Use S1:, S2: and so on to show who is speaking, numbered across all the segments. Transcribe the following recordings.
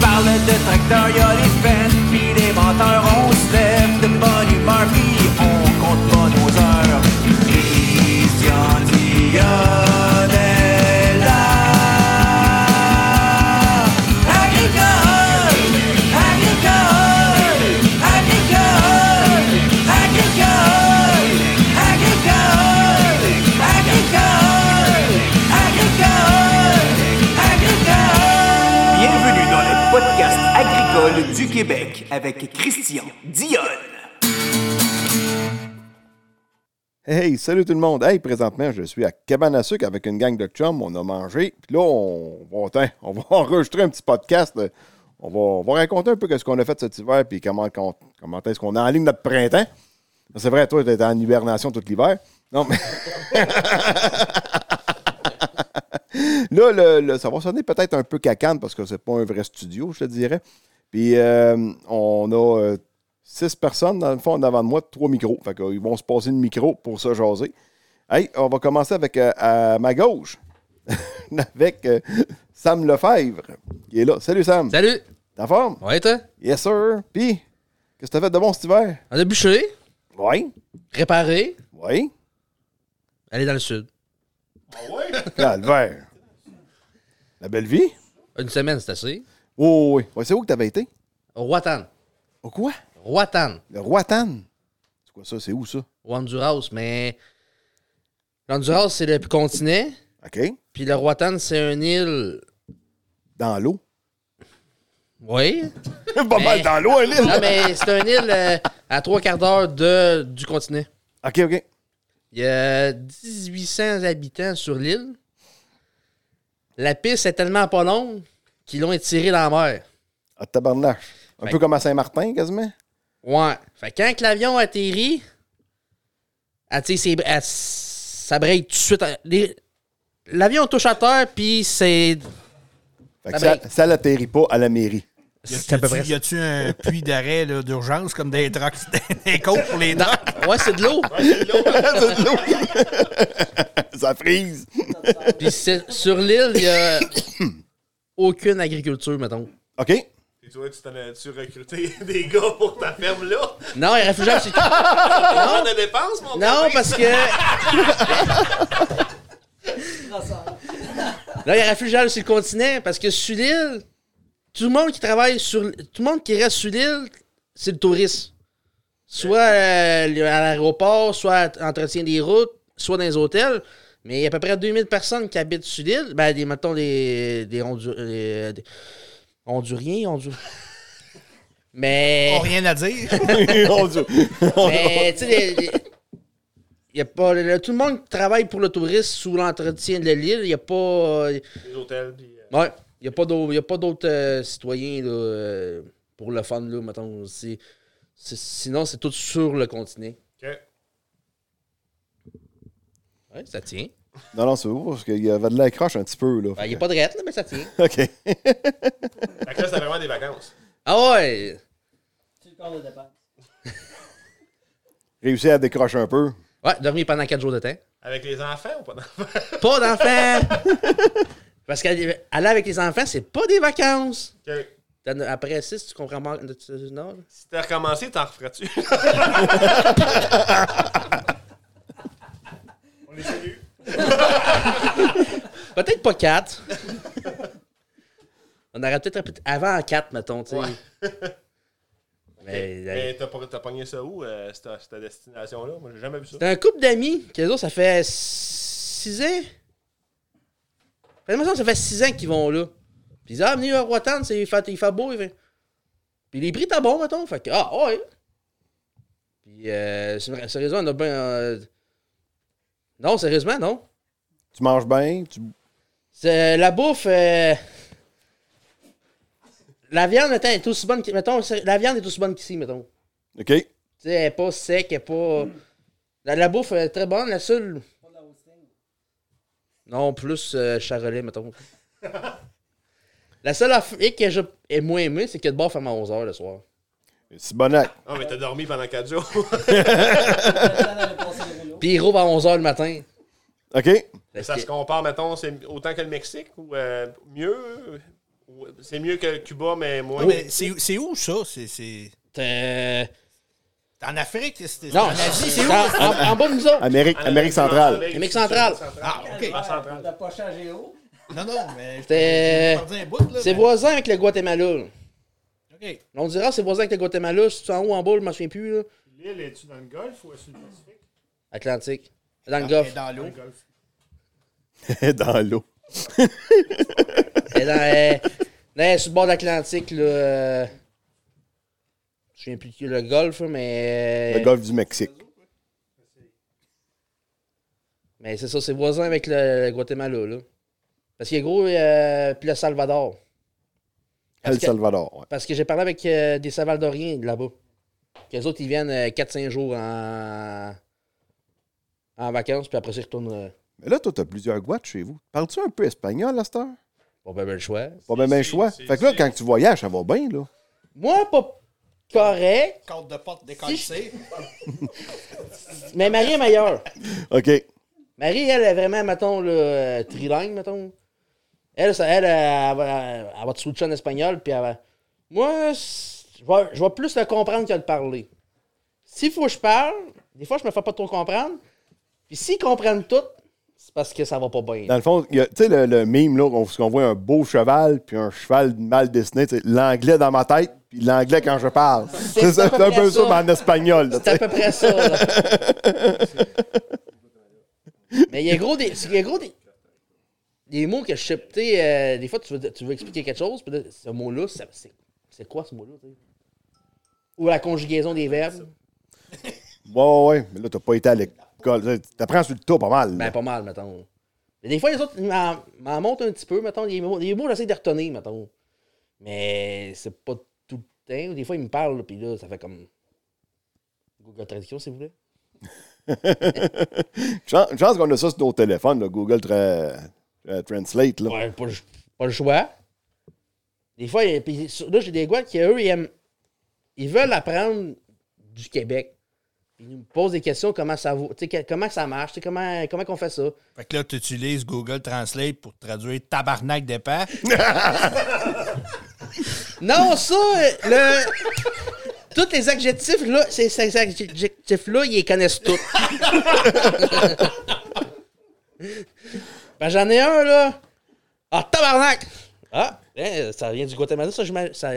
S1: parle de tracteur, y a les peines, puis les menteurs, on se lève de bonne humeur, puis on compte pas nos heures. Christian ah! Diodella. Agricole, agricole, agricole, agricole, agricole, agricole, agricole, agricole.
S2: Bienvenue dans le podcast agricole du Québec avec Christian Dionne.
S3: Hey, salut tout le monde. Hey, présentement, je suis à Cabane à sucre avec une gang de chums. On a mangé. Puis là, on va, attends, on va enregistrer un petit podcast. Euh, On va, on va raconter un peu ce qu'on a fait cet hiver puis comment, qu'on- comment est-ce qu'on a en ligne notre printemps. C'est vrai, toi, tu étais en hibernation tout l'hiver. Non, mais... Là, le- le- ça va sonner peut-être un peu cacane parce que c'est pas un vrai studio, je te dirais. Puis euh, on a euh, six personnes, dans le fond, en avant de moi, trois micros. Fait qu'ils vont se passer le micro pour se jaser. Hey, on va commencer avec euh, à ma gauche, avec euh, Sam Lefebvre, qui est là. Salut Sam.
S4: Salut!
S3: T'es en forme?
S4: Ouais, toi?
S3: Yes, sir. Puis, qu'est-ce que t'as fait de bon cet hiver?
S4: On a bûché,
S3: Oui.
S4: réparé,
S3: Oui.
S4: aller dans le sud.
S3: Calvaire. La belle vie?
S4: Une semaine, c'est assez.
S3: Oh, oui. Ouais, c'est où que t'avais été?
S4: Roatan.
S3: Au quoi?
S4: Roatan.
S3: Le Roatan. C'est quoi ça? C'est où ça?
S4: Au Honduras, mais. L'Honduras, c'est le continent,
S3: OK.
S4: puis le Roatan, c'est une île.
S3: Dans l'eau.
S4: Oui.
S3: Pas mal dans l'eau, hein, Alice.
S4: Non, mais c'est une île euh, à trois quarts d'heure de, du continent.
S3: OK, OK.
S4: Il y a 1800 habitants sur l'île. La piste est tellement pas longue qu'ils l'ont étirée dans la mer.
S3: À Ah, tabarnache. Un
S4: Ben.
S3: peu comme à Saint-Martin, quasiment.
S4: Ouais. Fait que quand que l'avion atterrit, elle tire ses br- elle s- ça break tout de suite. Les- L'avion touche à terre, puis c'est.
S3: Fait que
S4: Ah
S3: ça,
S4: ben.
S3: ça l'atterrit pas à la mairie.
S4: C'est à peu près.
S5: Y a-tu un puits d'arrêt là, d'urgence comme des drogues, des côtes pour les drogues?
S4: Non, Ouais, c'est de l'eau.
S3: C'est de l'eau. ça frise.
S4: Puis c'est- sur l'île, il y a aucune agriculture, mettons.
S3: OK.
S6: Et toi, tu t'en as-tu recruté des gars pour ta ferme là?
S4: Non, les réfugiés, c'est.
S6: On a dépenses, mon
S4: Non,
S6: copain?
S4: parce que. Là, il y a réfugiés sur le continent, parce que sur l'île, tout le monde qui travaille sur. Tout le monde qui reste sur l'île, c'est le touriste. Soit euh, à l'aéroport, soit à entretien des routes, soit dans les hôtels. Mais il y a à peu près 2000 personnes qui habitent sur l'île. Ben, des, mettons, des, des, Hondu- des- des- Honduriens, Hondu- Mais.
S5: Ils ont rien à dire.
S3: Mon Dieu.
S4: Oh, Mais, tu sais, les- les- y a pas, le- tout le monde qui travaille pour le tourisme sous l'entretien de l'île. Il n'y a pas. euh,
S6: Les hôtels, puis. euh,
S4: ouais, il n'y a pas d'au- y a pas d'autres euh, citoyens là, euh, pour le fun, là, mettons. C'est- c'est- sinon, c'est tout sur le continent.
S6: ok.
S4: Ouais, ça tient.
S3: Non, non, c'est beau parce qu'il y avait de l'accroche un petit peu, là.
S4: Ben, Il n'y a pas de rette, là, mais ça tient.
S3: OK.
S6: Fait que là, c'est vraiment des vacances.
S4: Ah ouais!
S3: Réussi à décrocher un peu.
S4: Ouais, dormir pendant 4 jours de temps.
S6: Avec les enfants ou pas d'enfants?
S4: Pas d'enfants! Parce qu'aller aller avec les enfants, c'est pas des vacances.
S6: Ok.
S4: T'en as- Après 6, tu comprends pas. tu- Non, là.
S6: Si t'as recommencé, t'en referas-tu? On les salue.
S4: Peut-être pas 4. On aurait peut-être un petit- avant en 4, mettons, tu sais. Mais, euh,
S6: Mais t'as pas- t'as pogné ça où, euh, cette, cette destination-là? Moi, j'ai jamais vu ça.
S4: C'est un couple d'amis, qu'eux autres, ça fait 6 ans. Fait que ça fait 6 ans qu'ils vont là. Puis ils disent, ah, venez à Roatan, c'est- il fait, il fait beau. il fait- Puis les prix, t'as bon, mettons. Fait que, ah, ouais. Puis, euh, c'est- sérieusement, on a bien. euh, Non, sérieusement, non.
S3: Tu manges bien. Tu...
S4: C'est- la bouffe. euh, La viande, mettons, est aussi bonne que- mettons, c'est- la viande est aussi bonne qu'ici, mettons.
S3: OK.
S4: Tu sais, elle est pas sec, elle est pas. La, la bouffe est très bonne, la seule. Non, plus euh, charolais, mettons. la seule affaire que j'ai ai moins aimée, c'est que le bar ferme à 11h le soir.
S3: C'est bon acte.
S6: Ah, mais t'as dormi pendant 4 jours.
S4: Puis il rouvre à 11h le matin.
S3: OK.
S4: Parce
S6: ça
S4: que-
S6: se compare, mettons, c'est autant que le Mexique ou euh, mieux? Ou Ouais, C'est mieux que Cuba, mais moins.
S4: Oh.
S5: Ouais, Ah, mais c'est c'est où ça? C'est- C'est
S4: Euh,
S5: en Afrique? c'est- c'est-
S4: non,
S5: en Asie, c'est
S4: c'est
S5: où?
S4: en, en- en bas de nous autres.
S3: Amérique, Amérique centrale.
S4: Amérique centrale.
S5: Ah, OK.
S6: Ah, centrale.
S7: pas changé haut.
S5: Non, non, mais...
S4: C'était-
S5: Je vais bout, là.
S4: euh, C'est
S5: mais-
S4: voisin avec le Guatemala. là.
S5: OK.
S4: On dira c'est voisin avec le Guatemala. Si tu es en haut ou en bas, je m'en souviens plus. là.
S6: L'île, es-tu dans le golfe ou est-ce que c'est le Pacifique?
S4: Atlantique. Dans le
S5: Et
S4: Golfe.
S5: dans l'eau.
S6: Le golfe.
S3: Dans l'eau.
S4: Et dans, euh, dans- sur le bord de l'Atlantique, là. euh, je ne me souviens plus de qui, le golfe, mais.
S3: Le golfe du Mexique.
S4: Mais c'est ça, c'est voisin avec le, le Guatemala, là. Parce qu'il est gros, euh, puis le Salvador.
S3: El
S4: que-
S3: Salvador. ouais.
S4: Parce que j'ai parlé avec euh, des Salvadoriens de là-bas. Que Les autres, ils viennent euh, 4-5 jours en... en vacances, puis après, ils retournent. euh,
S3: Mais là, toi, t'as plusieurs guates chez vous. Parles-tu un peu espagnol à cette heure?
S4: Pas ben, ben le choix.
S3: Pas bien ben
S6: si,
S3: choix.
S6: si,
S3: Fait que là,
S6: si.
S3: quand tu voyages, ça va bien, là.
S4: Moi, pas correct,
S5: Côte de porte décalcée.
S4: mais Marie est meilleure.
S3: OK.
S4: Marie, elle est vraiment, mettons, le trilingue, mettons. Elle, ça, elle, euh, elle, va, elle va te switcher en espagnol, puis elle va- Moi, c'est- je vais, je vais plus le comprendre que le parler. S'il faut que je parle, des fois, je me fais pas trop comprendre. Puis s'ils comprennent tout, c'est parce que ça va pas bien.
S3: Dans le fond, il y a- tu sais, le, le mime, là, qu'on qu'on voit un beau cheval, puis un cheval mal dessiné, tu sais, l'anglais dans ma tête, puis l'anglais quand je parle. C'est ça,
S4: à peu
S3: c'est un
S4: près
S3: peu ça,
S4: ça.
S3: mais en espagnol. là, tu
S4: C'est à
S3: sais.
S4: peu près ça. là. Mais il y a gros des. Il y a gros des. Des mots que je sais. Tu sais, euh, des fois, tu veux, tu veux expliquer quelque chose, puis là, ce mot-là, ça- c'est c'est quoi ce mot-là, tu sais? Ou la conjugaison des verbes.
S3: Ouais, ouais, ouais. Mais là, t'as pas été à l'école. Tu sais, T'apprends sur le tas pas mal. là.
S4: Ben, pas mal, mettons. Mais des fois, les autres ils m'en m'en montrent un petit peu, mettons. Les mots, les mots j'essaie de les retenir, mettons. Mais c'est pas tout le temps. Des fois, ils me parlent, là, puis là, ça fait comme. Google Traduction, s'il vous plaît.
S3: Chance, chance qu'on a ça sur nos téléphones, là, Google Tra- euh, Translate. Là.
S4: Ouais, pas, le- pas le choix. Des fois, il- puis sur- là, j'ai des gars qui, eux, ils aiment. Ils veulent apprendre du Québec. Ils nous posent des questions comment ça vaut, tu sais, que- comment ça marche, tu sais, comment, comment qu'on fait ça.
S5: Fait que là, tu utilises Google Translate pour traduire tabarnak d'épais.
S4: Non, ça, euh, le. Tous les adjectifs, là, ces, ces adjectifs-là, ils les connaissent tous. ben, j'en ai un, là. Ah, tabarnak! Ah, hein, ça vient du Guatemala, ça, j'imagine. ça-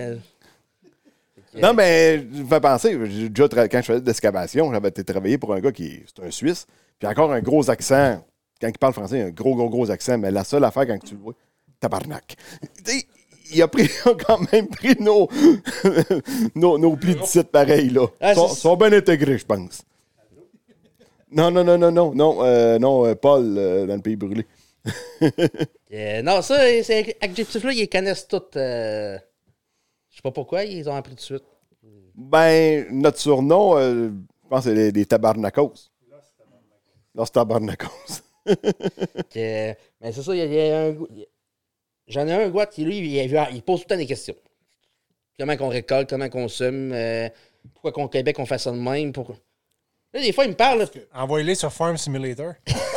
S3: Non, mais je me fais penser, j'ai déjà tra- quand je faisais de l'excavation, j'avais été travailler pour un gars qui est c'est un Suisse, puis encore un gros accent. Quand il parle français, il a un gros, gros, gros accent, mais la seule affaire quand tu le vois, tabarnak. Tu sais, Il a pris, il a quand même pris nos, nos, nos plis de site pareils, là.
S4: Ah,
S3: Ils sont,
S4: c'est-
S3: sont bien intégrés, je pense. Non, non, non, non, non, non, euh, non, euh, Paul, euh, dans le pays brûlé.
S4: Euh, non, ça, euh, ces adjectifs-là, ils les connaissent tous. euh, Je sais pas pourquoi, ils ont appris tout de suite.
S3: Ben, notre surnom, euh, je pense que c'est les, les tabarnakos. Los tabarnakos.
S4: Que, euh, mais c'est ça, il y a, il y a un. gou- il y a- J'en ai un, Guat, qui lui, il, il- il pose tout le temps des questions. Comment qu'on récolte, comment qu'on somme, euh, pourquoi qu'au Québec on fait ça de même, pourquoi. Là, des fois, il me parle. là,
S8: Envoyez-les sur Farm Simulator.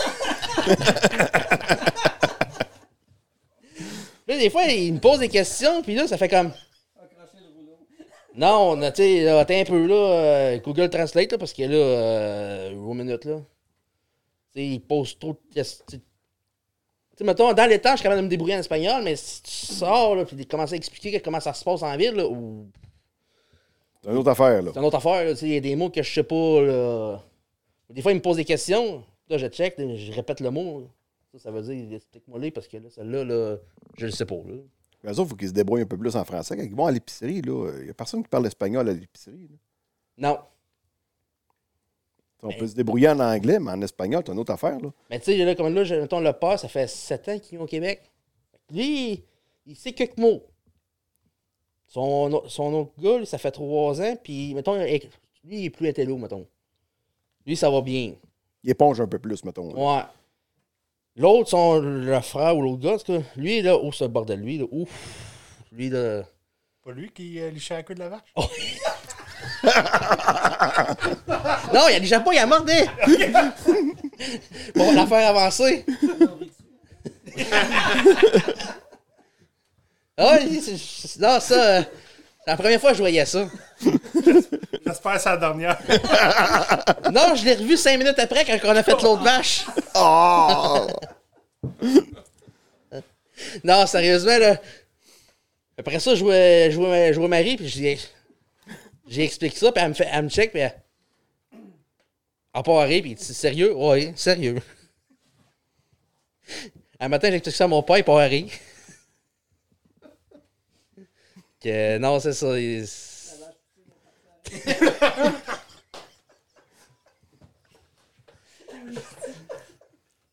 S4: Là, des fois, il me pose des questions, puis là, ça fait comme. Non, on a, tu sais, là, attends un peu, là, euh, Google Translate, là, parce que là, euh, une minute, là. Tu sais, il pose trop de questions. Tu sais, mettons, dans les temps, je suis capable de me débrouiller en espagnol, mais si tu sors, là, puis de commencer à expliquer comment ça se passe en ville, là, ou-
S3: C'est une autre affaire, là.
S4: c'est une autre affaire, là, tu sais, il y a des mots que je sais pas, là. Des fois, il me pose des questions, là, je check, je répète le mot. Ça, ça veut dire, explique-moi-les, parce que là, celle-là, là, je le sais pas, là.
S3: Mais eux autres, il faut qu'ils se débrouillent un peu plus en français. Quand ils vont à l'épicerie, là, il n'y a personne qui parle espagnol à l'épicerie. là.
S4: Non.
S3: On peut se débrouiller en anglais, mais en espagnol, c'est une autre affaire, là.
S4: Mais tu sais, là, comme là, j'ai- mettons, le père, ça fait 7 ans qu'il est au Québec. Lui, il- il sait quelques mots. Son, au- son autre gars, lui, ça fait 3 ans, puis, mettons, il- lui, il est plus intello, mettons. Lui, ça va bien.
S3: Il éponge un peu plus, mettons. là.
S4: Ouais. L'autre, son le frère ou l'autre gars, parce que lui, là, oh, c'est le bordel, lui, là, ouf. Lui, là.
S8: Pas lui qui euh, lichait la queue de la vache.
S4: Non, il y a des Japon, il a mordu! bon, on va la faire avancer. Ah, oui, c'est- c'est- non, ça. euh, c'est la première fois que je voyais ça.
S6: J'espère que c'est la dernière.
S4: Non, je l'ai revu cinq minutes après quand on a fait l'autre match.
S3: Ah!
S4: Non, sérieusement, là. Après ça, je jouais, je jouais, je jouais Marie, puis je dis- J'ai expliqué ça, puis elle me, fait, elle me check, puis elle. Elle part à rire, puis elle dit Sérieux Ouais, sérieux. Un matin, j'explique ça à mon père, il part à rire. Que non, c'est ça. il-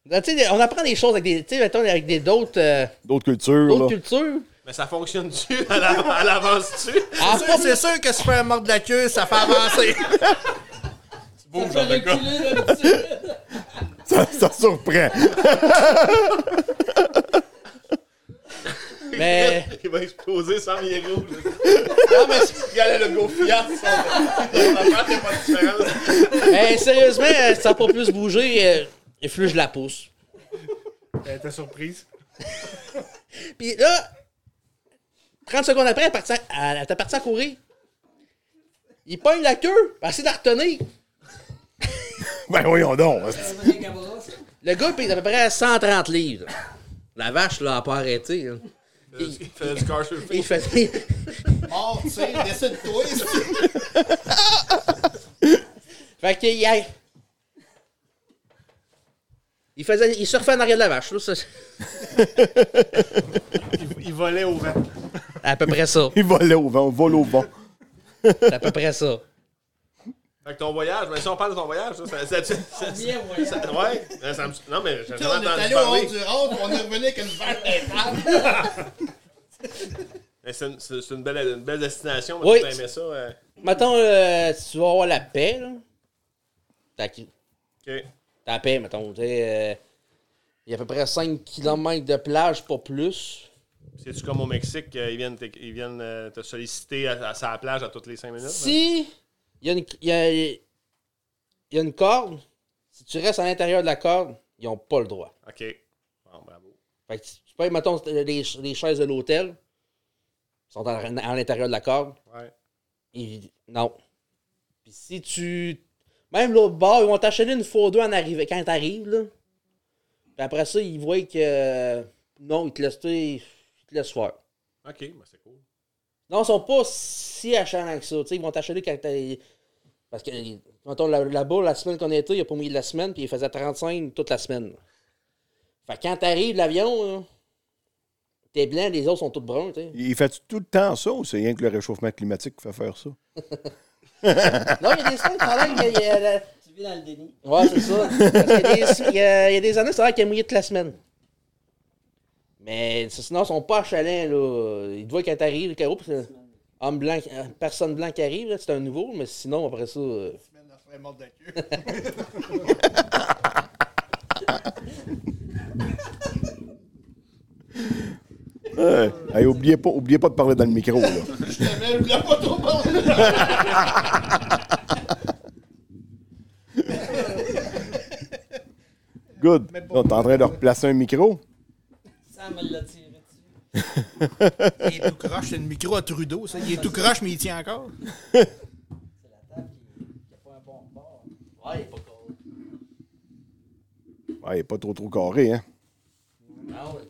S4: Non, tu sais, on apprend des choses avec des. Tu sais, mettons, avec des d'autres. euh,
S3: D'autres cultures, là.
S4: D'autres cultures.
S6: Mais ça fonctionne-tu? Elle av- elle avance-tu?
S4: Ah, pas
S5: C'est sûr que si tu fais un mort de la queue, ça fait avancer.
S6: Boum, genre de gars.
S3: Ça, ça surprend.
S4: mais.
S6: Il va exploser sans rien rouge.
S4: Non, mais, c'est-
S6: Il y a le go fiat. son- son affaire, c'est pas de différence.
S4: mais sérieusement, euh, ça n'a pas plus bougé. euh, Et plus je la pousse.
S8: Elle était surprise.
S4: Puis là, 30 secondes après, elle, partit à- elle était partie à courir. Il pogne la queue, puis essaie de la retenir.
S3: Ben voyons donc.
S4: Le gars, il pèse à peu près 130 livres. La vache, là, elle a pas arrêté. hein. là.
S6: Il fait du car surfing.
S4: Il faisait.
S7: Mort, tu sais, décide-toi. c'est-
S4: Fait qu'il y a- Il faisait. Il surfait en arrière de la vache, là. ça-
S6: Il volait au vent.
S4: À peu près ça.
S3: Il volait au vent, on vole au vent.
S4: C'est à peu près ça.
S6: Fait que ton voyage, mais si on parle de ton voyage, ça, ça, ça, ça, ça, ça- ouais, ça, me- non mais j'ai
S7: On
S6: jamais
S7: est
S6: entendu
S7: allé au
S6: parler.
S7: Honduras, puis on est revenu avec une vache d'infâme.
S6: Mais C'est une, c'est- c'est une belle, une belle destination.
S4: Oui.
S6: Oui. Tu aimais ça. euh,
S4: Mettons, euh, tu vas avoir la paix, là. T'as qui-
S6: ok.
S4: t'as la paix, mettons. tu sais, euh, Il y a à peu près 5 km de plage, pas plus.
S6: C'est-tu comme au Mexique, euh, ils viennent, te, ils viennent euh, te solliciter à, à sa plage à toutes les cinq minutes? hein?
S4: Si il y, a une- il y a, il y a une corde, si tu restes à l'intérieur de la corde, ils n'ont pas le droit.
S6: OK. Bon, bravo.
S4: Fait que tu tu payes, mettons, les, ch- les chaises de l'hôtel, ils sont à, à l'intérieur de la corde.
S6: Ouais.
S4: ils- non. Puis si tu. Même l'autre bord, ils vont t'acheter une fois ou deux en arrivée, quand t'arrives, là. Puis après ça, ils voient que. Non, ils te laissent, tu sais, ils te laissent faire.
S6: OK, ben c'est cool.
S4: Non, ils sont pas si acharnés que ça. Tu sais, ils vont t'acheter quand t'es. Parce que, mettons, là- là-bas, la semaine qu'on était, il a pas mis de la semaine, puis il faisait 35 toute la semaine. Fait que quand t'arrives l'avion, là, t'es blanc, les autres sont tous bruns, tu sais.
S3: Il fait tout le temps ça ou c'est rien que le réchauffement climatique qui fait faire ça?
S4: Non, il y a des semaines, ça a l'air qu'il y a. la-
S7: Tu vis dans le déni.
S4: Ouais, c'est ça. Parce qu'il y, a- il y a des années, ça a l'air qu'il a mouillé toute la semaine. Mais ça, sinon, ils sont pas chalins, là. Ils te voient quand t'arrives, le carreau, puis c'est- homme blanc, euh, personne blanc qui arrive, là, c'est un nouveau, mais sinon, après ça. euh,
S7: Semaine de frère mort de queue.
S3: Ouais. Hey, oubliez, pas, oubliez pas de parler dans le micro. Là.
S7: Je t'aimais, je voulais pas trop parler.
S3: Good. On est en train de replacer un micro.
S9: Sam l'a tiré dessus.
S5: Il est tout croche, c'est le micro à Trudeau, ça. Il est tout croche, mais il tient encore.
S9: C'est la table qui n'a pas un bon bord.
S4: Ouais, il est pas con.
S3: Ouais, il est pas trop trop carré, hein?
S4: Ah ouais.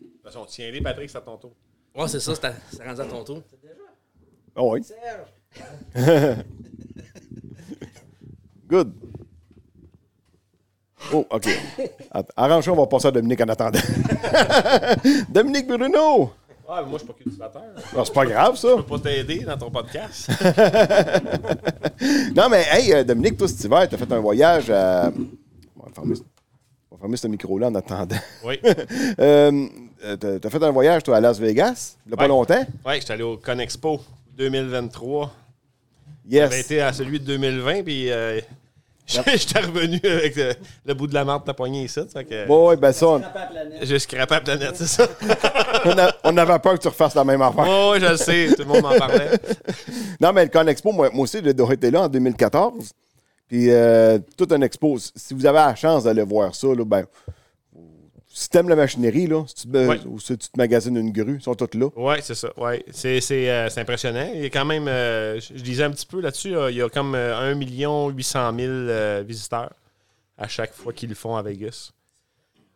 S6: De toute façon, tiens-les, Patrick, c'est à ton tour.
S4: Ouais, c'est ça, c'est à- c'est rendu à ton tour.
S3: Ah ouais.
S9: Serge!
S3: Good. Oh, OK. Att- Arrange, on va passer à Dominique en attendant. Dominique Bruno!
S6: Ah, mais moi, je suis pas cultivateur. Je
S3: Ah, c'est pas grave, ça.
S6: peux pas t'aider dans ton podcast.
S3: Non, mais, hey, euh, Dominique, toi, cet hiver, t'as fait un voyage à... On va fermer, ce- on va fermer ce micro-là en attendant.
S6: oui.
S3: Euh, euh, t'as- t'as fait un voyage, toi, à Las Vegas, il y a pas
S6: Ouais.
S3: longtemps.
S6: Ouais, j'étais allé au Conexpo 2023. J'avais
S3: Yes.
S6: été à celui de 2020, puis euh, j'étais revenu avec euh, le bout de la marde de ta poignée ici. Fait que
S3: Bon, ouais, ben ça, on,
S9: Papa planète.
S6: J'ai scrappé la planète, c'est ça?
S3: on a- on avait peur que tu refasses la même affaire.
S6: Oh, je le sais, tout le monde m'en parlait.
S3: Non, mais le Conexpo, moi, moi aussi, j'ai déjà été là en 2014. Puis, euh, tout un expo. Si vous avez la chance d'aller voir ça, là, ben, vous- si t'aimes la machinerie, là, si tu, te-
S6: Ouais.
S3: ou si tu te magasines une grue, ils sont toutes là.
S6: Oui, c'est ça. Ouais. C'est, c'est, euh, c'est impressionnant. Il y a quand même, euh, je je lisais un petit peu là-dessus, euh, il y a comme euh, 1 800 000 euh, visiteurs à chaque fois qu'ils le font à Vegas.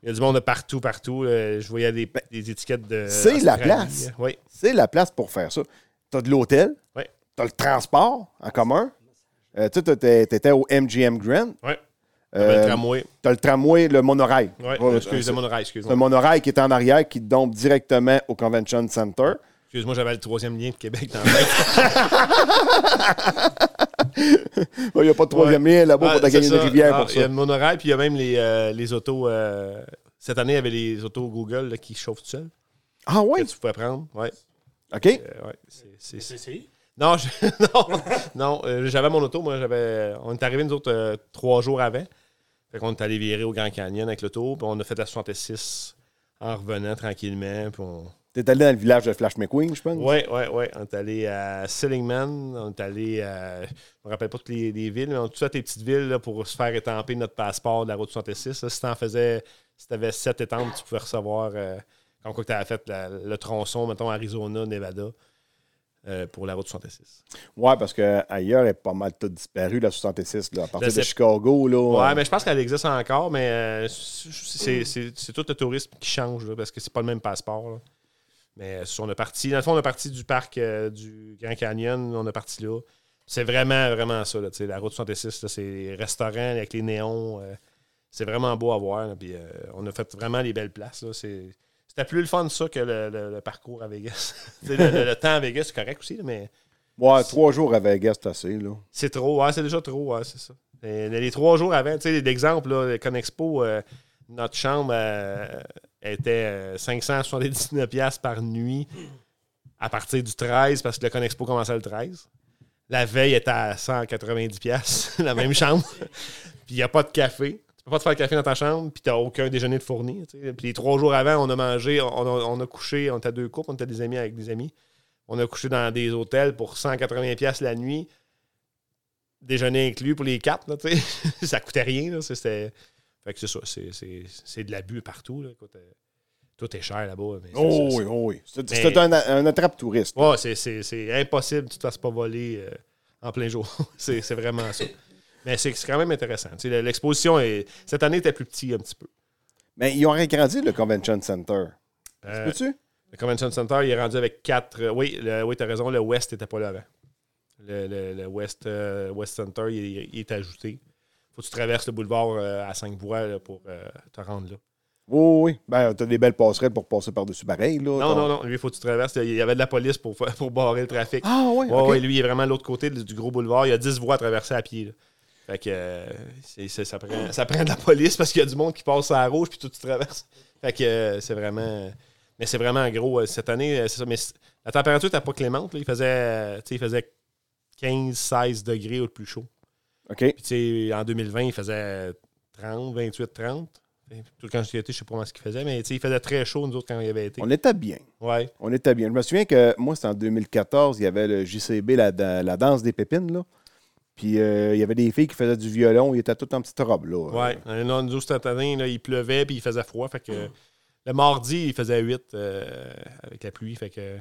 S6: Il y a du monde de partout, partout. Euh, je voyais des, des étiquettes de.
S3: Ben, c'est la
S6: Australie.
S3: place.
S6: Oui.
S3: C'est la place pour faire ça. T'as de l'hôtel,
S6: Ouais.
S3: t'as le transport en commun. Euh, tu sais, t'étais t'étais au MGM Grand.
S6: Ouais.
S3: Euh,
S6: le tramway.
S3: T'as le tramway, le monorail.
S6: Ouais,
S3: Ouais, c'est-
S6: excusez-moi, Nora,
S3: c'est un
S6: excuse-moi.
S3: monorail qui est en arrière, qui te dompe directement au Convention Center.
S6: Excuse-moi, j'avais le troisième lien de Québec dans la tête.
S3: Il n'y a pas de troisième lien là-bas pour
S6: Ah,
S3: ta
S6: c'est
S3: gagner une
S6: ça.
S3: rivière
S6: Ah,
S3: pour
S6: Il y
S3: ça.
S6: a le monorail, puis il y a même les, euh, les autos. euh, cette année, il y avait les autos Google là, qui chauffent tout seul.
S3: Ah
S6: Que
S3: oui?
S6: tu pouvais prendre. Ouais.
S3: OK.
S6: Euh, ouais, c'est- c'est- c'est-
S8: essayé?
S6: Non, je- non, non euh, j'avais mon auto. Moi, j'avais. On est arrivé, nous autres, euh, trois jours avant. Fait qu'on est allé virer au Grand Canyon avec l'auto. Puis on a fait la 66 en revenant tranquillement. Puis on...
S3: T'es allé dans le village de Flash McQueen, je pense?
S6: Ouais, ouais, ouais. On est allé à Sellingman. On est allé à. Je me rappelle pas toutes les, les villes, mais on a toutes fait des petites villes là, pour se faire étamper notre passeport de la route 66. là. si t'en faisais. Si t'avais sept étampes, tu pouvais recevoir. euh, comme quoi que t'avais fait la- le tronçon, mettons, Arizona, Nevada, euh, pour la route 66.
S3: Ouais, parce qu'ailleurs, elle est pas mal toute disparue, la 66, là, à partir de
S6: sais-
S3: Chicago. Là,
S6: Ouais,
S3: euh,
S6: mais je pense qu'elle existe encore, mais euh, c'est c'est- c'est tout le tourisme qui change là, parce que c'est pas le même passeport. là. Mais euh, on a parti, dans le fond, on a parti du parc euh, du Grand Canyon, on a parti là. C'est vraiment, vraiment ça. Là, tu sais, la route 66, là, c'est les restaurants avec les néons. euh, c'est vraiment beau à voir. là, puis, euh, on a fait vraiment des belles places. là, c'est- C'était plus le fun ça que le, le- le parcours à Vegas. Tu sais, le, le- le temps à Vegas, c'est correct aussi, là, mais
S3: ouais, trois jours à Vegas, c'est assez. Là.
S6: c'est trop, ouais, c'est déjà trop, ouais, c'est ça. Et les trois jours avant, tu sais, l'exemple, là, le Conexpo, euh, notre chambre euh, était euh, 579$ piastres par nuit à partir du 13 parce que le Conexpo commençait le 13. La veille était à 190$, piastres, la même chambre. puis il n'y a pas de café. Tu peux pas te faire le café dans ta chambre, puis tu n'as aucun déjeuner de fourni. tu sais. Puis les trois jours avant, on a mangé, on a, on a couché, on était deux couples, on était des amis avec des amis. On a couché dans des hôtels pour 180$ piastres la nuit déjeuner inclus pour les quatre, là, tu sais. ça coûtait rien. Là, c'était... Fait que c'est ça, c'est, c'est, c'est de l'abus partout. Là. Écoute, euh, tout est cher là-bas. Mais c'est-
S3: Oh
S6: c'est,
S3: oui, oh oui. C'était
S6: Mais-
S3: c'était un, un attrape touriste.
S6: Ouais, c'est, c'est- c'est impossible, tu te fasses pas voler euh, en plein jour. c'est, c'est vraiment ça. Mais c'est, c'est quand même intéressant. Tu sais, l'exposition, est, cette année, était plus petit un petit peu.
S3: Mais ils ont agrandi le Convention Center.
S6: Euh,
S3: Peux-tu?
S6: le Convention Center, il est rendu avec quatre. euh, oui, le- oui, t'as raison, le West n'était pas là avant. Le, le- le West, euh, West Center, il, il est ajouté. Faut que tu traverses le boulevard euh, à cinq voies là, pour euh, te rendre là.
S3: Oui, oui. Ben, t'as des belles passerelles pour passer par-dessus pareil. Là,
S6: Non, non, non. Lui, il faut que tu traverses. Il y avait de la police pour, fa- pour barrer le trafic.
S3: Ah oui,
S6: ouais,
S3: ok.
S6: ouais, lui, il est vraiment de l'autre côté du du gros boulevard. Il y a 10 voies à traverser à pied. là. Fait que euh, c'est- c'est- ça, prend, ça prend de la police parce qu'il y a du monde qui passe à la rouge puis tout tu traverses. Fait que euh, c'est vraiment. Mais c'est vraiment gros. euh, Cette année, euh, c'est ça. Mais c- la température n'était pas clémente. là. Il faisait, euh, tu sais, il faisait 15, 16 degrés au plus chaud.
S3: OK.
S6: Puis, tu sais, en 2020, il faisait 30, 28, 30. Et puis, Quand j'y étais, je sais pas comment ce qu'il faisait, mais tu sais, il faisait très chaud, nous autres, quand il y avait été.
S3: On était bien.
S6: Ouais.
S3: On était bien. Je me souviens que moi, c'était en 2014, il y avait le JCB, la, da- la danse des pépines, là. Puis euh, il y avait des filles qui faisaient du violon, ils étaient toutes en petite robe, là.
S6: Ouais. Euh, non, nous autres, cette année, là, il pleuvait puis il faisait froid. Fait que le mardi, il faisait 8 euh, avec la pluie. Fait que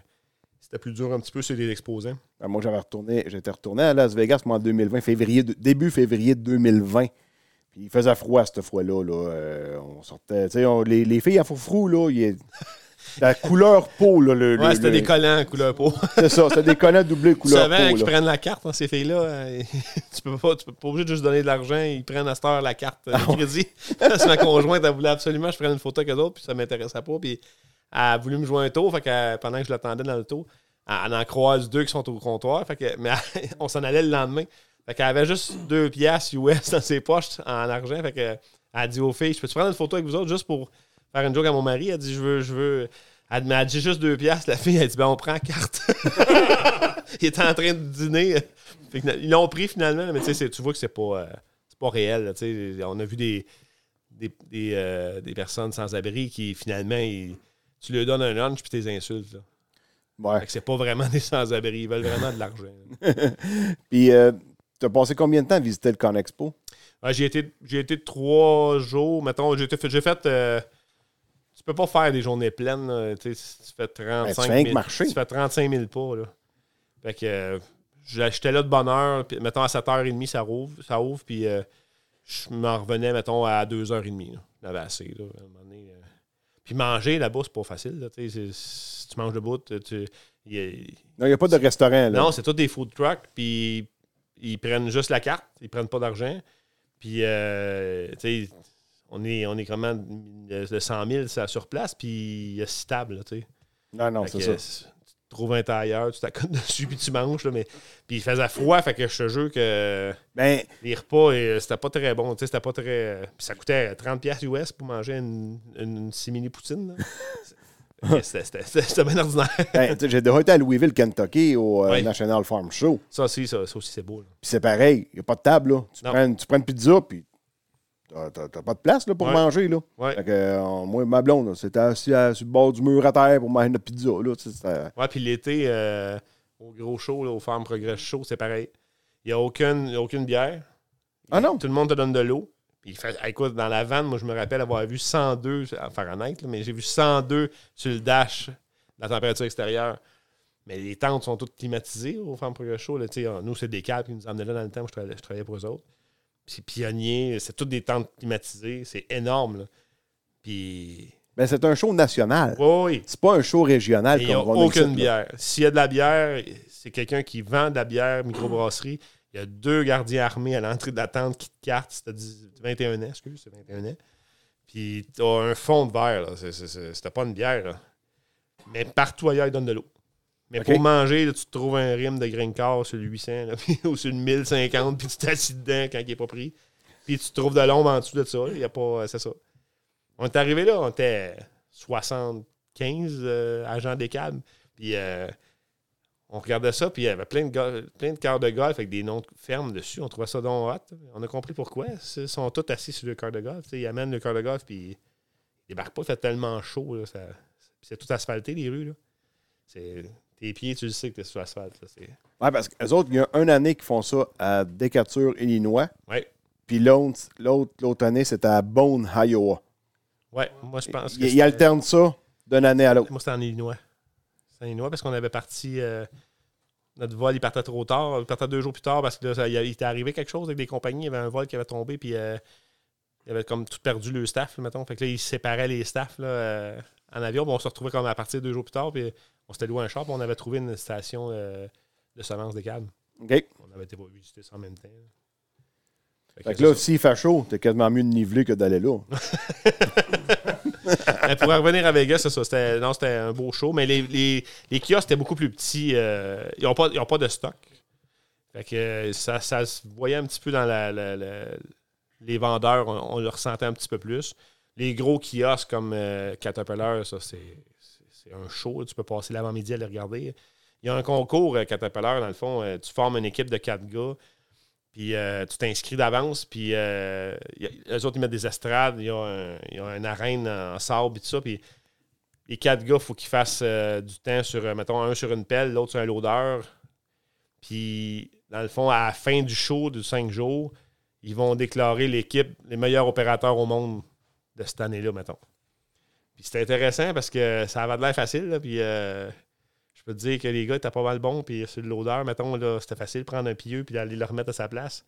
S6: c'était plus dur un petit peu sur les exposants.
S3: Euh, moi, j'avais retourné, j'étais retourné à Las Vegas, moi, en 2020, février, de- début février 2020. Puis il faisait froid cette fois-là, là. Euh, on sortait, tu sais, on- les, les filles à foufrou, là, il est- la couleur peau, là. Le, le-
S6: Ouais, c'était
S3: le-
S6: des collants couleur peau.
S3: C'est ça, c'était des collants doublés
S6: Tu
S3: couleur
S6: savais
S3: peau,
S6: qu'ils
S3: là.
S6: prennent la carte, hein, ces filles-là. euh, tu peux pas, tu peux pas obligé de juste donner de l'argent. Ils prennent à cette heure la carte euh, de crédit. Parce que ma conjointe, elle voulait absolument que je prenne une photo avec eux autres, puis ça m'intéressait pas. Puis elle a voulu me jouer un tour, fait que euh, pendant que je l'attendais dans le tour, elle elle en croise deux qui sont au comptoir. Fait que, mais on s'en allait le lendemain. Fait qu'elle avait juste deux piastres US dans ses poches en argent. Fait que, elle a dit aux filles, je peux-tu prendre une photo avec vous autres juste pour faire une joke à mon mari? Elle dit, je veux, je veux. Elle, mais elle dit juste deux piastres. La fille, elle dit, ben on prend la carte. Il était en train de dîner. Fait que, ils l'ont pris finalement, mais tu sais, c'est- tu vois que c'est pas, euh, c'est pas réel. là, tu sais. on a vu des, des, des, euh, des personnes sans-abri qui finalement, ils- tu leur donnes un lunch puis tes insultes. là.
S3: Ouais.
S6: Fait que c'est pas vraiment des sans-abri, ils veulent vraiment de l'argent. là.
S3: Puis, euh, t'as passé combien de temps à visiter le Conexpo?
S6: Ouais, j'ai été j'ai été trois jours, mettons, j'ai été fait- j'ai fait euh, peux pas faire des journées pleines. là, tu sais, si tu fais 35
S3: Ben, rien que
S6: 000,
S3: marcher.
S6: tu fais 35 000 pas. Là. Fait que euh, je- j'étais là de bonne heure. Puis, mettons, à 7h30, ça rouvre. Ça ouvre puis euh, je m'en revenais, mettons, à 2h30. là. J'en avais assez. Là, à un moment donné, euh. Puis manger là-bas, c'est pas facile. là, tu sais, c'est- si tu manges debout, tu- tu- il y a-
S3: Non, il n'y a pas de restaurant, là.
S6: non, c'est tous des food trucks, puis ils prennent juste la carte, ils prennent pas d'argent. Puis, euh, tu sais, on est, on est comment, le le 100 000, ça sur place, puis il y a six tables, là, tu sais.
S3: non, non,
S6: Fait
S3: c'est
S6: que,
S3: ça.
S6: euh, Tu trouves un tailleur, tu t'accotes dessus, puis tu manges, là, mais... Puis il faisait froid, fait que je te jure que
S3: Ben,
S6: les repas, euh, c'était pas très bon, tu sais, c'était pas très... euh, Puis ça coûtait 30 piastres US pour manger une, une simili-poutine, là. C'était- C'était c'était- c'était bien ordinaire.
S3: ben, tu sais, j'ai déjà été à Louisville, Kentucky, au euh,
S6: Oui.
S3: National Farm Show.
S6: Ça aussi, ça, ça aussi, c'est beau, là.
S3: Puis c'est pareil, il n'y a pas de table, là. Tu,
S6: Non.
S3: prends, une- tu prends une pizza, puis t'as t'as- t'as pas de place, là, pour
S6: Ouais.
S3: manger, là.
S6: Ouais.
S3: Fait que, euh, moi, et ma blonde, là, c'était assis à- sur le bord du mur à terre pour manger notre pizza, là. tu sais, c'était-
S6: Ouais, puis l'été, euh, au gros show, là, au Farm Progress Show, c'est pareil. Il n'y a aucune, aucune bière.
S3: Ah non?
S6: Tout le monde te donne de l'eau. Puis il fait- écoute, dans la vanne, moi, je me rappelle avoir vu 102, à Fahrenheit, là, mais j'ai vu 102 sur le dash, la température extérieure. Mais les tentes sont toutes climatisées au Farm Progress Show. là, tu sais, euh, nous, c'est des câbles qui nous emmenaient là dans le temps. où Je travaillais, je travaillais pour eux autres. Puis c'est pionnier, c'est toutes des tentes climatisées. C'est énorme. là. Puis.
S3: Ben, c'est un show national.
S6: Ouais, ouais.
S3: C'est pas un show régional
S6: Il
S3: comme
S6: n'y a
S3: on a ici,
S6: aucune
S3: là.
S6: bière. S'il y a de la bière, c'est quelqu'un qui vend de la bière microbrasserie. Il y a deux gardiens armés à l'entrée de la tente qui te cartent. C'était 10 21 ans, excuse, c'est 21 ans. Puis tu as un fond de verre. là. C'est- c'est- c'est- C'était pas une bière. là. Mais partout ailleurs, ils donnent de l'eau. Mais
S3: OK.
S6: pour manger, là, tu te trouves un rime de Greencore sur le 800 là, puis- ou sur le 1050, puis tu t'assis dedans quand il n'est pas pris. Puis tu te trouves de l'ombre en dessous de ça. là. Il y a pas, c'est ça. On est arrivé là, on était 75 euh, agents des câbles. Puis euh, on regardait ça, puis il y avait plein de, go- plein de quarts de golf avec des noms de fermes dessus. On trouvait ça donc hot. On a compris pourquoi. Ils sont tous assis sur le quart de golf. Tu sais, Ils amènent le quart de golf, puis ils débarquent pas. Il fait tellement chaud. là, ça- puis c'est tout asphalté, les rues. Là. C'est- Tes pieds, tu le sais que t'es sur l'asphalte. là, c'est-
S3: Ouais, parce qu'eux autres, il y a une année qu'ils font ça à Decatur, Illinois.
S6: Ouais.
S3: Puis l'autre, l'autre, l'autre année, c'était à Bone, Iowa.
S6: Ouais, moi, je pense que.
S3: Ils
S6: c'était-
S3: ils alternent ça d'une année à l'autre.
S6: Moi, c'était en Illinois. C'était en Illinois parce qu'on avait parti. euh, notre vol, il partait trop tard. Il partait deux jours plus tard parce que là, ça- il était arrivé quelque chose avec des compagnies. Il y avait un vol qui avait tombé, puis euh, il avait comme tout perdu le staff, là, mettons. Fait que là, ils séparaient les staffs là, euh, en avion. Puis on se retrouvait comme à partir deux jours plus tard, puis on s'était loué un char, puis on avait trouvé une station euh, de semence des câbles.
S3: OK?
S6: On avait été visiter ça en même temps. Fait que
S3: Fait que
S6: c'est
S3: là,
S6: ça.
S3: s'il fait chaud, t'es quasiment mieux de niveler que d'aller là.
S6: Mais pour en revenir à Vegas, c'est ça. C'était, non, c'était un beau show. Mais les, les, les kiosques étaient beaucoup plus petits. euh, ils n'ont pas, ils ont pas de stock. Fait que euh, ça, ça se voyait un petit peu dans la, la- la- les vendeurs. On, on le ressentait un petit peu plus. Les gros kiosques comme euh, Caterpillar, ça, c'est, c'est- c'est un show. Tu peux passer l'avant-midi à les regarder. Il y a un concours euh, Caterpillar, dans le fond. euh, tu formes une équipe de quatre gars. Puis euh, tu t'inscris d'avance, puis euh, y a- eux autres, ils mettent des estrades, il y a un- il y a une arène en sable et tout ça. Puis les quatre gars, il faut qu'ils fassent euh, du temps sur, euh, mettons, un sur une pelle, l'autre sur un loader. Puis, dans le fond, à la fin du show de cinq jours, ils vont déclarer l'équipe, les meilleurs opérateurs au monde de cette année-là, mettons. Puis c'était intéressant parce que ça avait de l'air facile, là, puis... euh, je peux te dire que les gars étaient pas mal bons, puis sur l'odeur, mettons, là, c'était facile de prendre un pieu puis d'aller le remettre à sa place.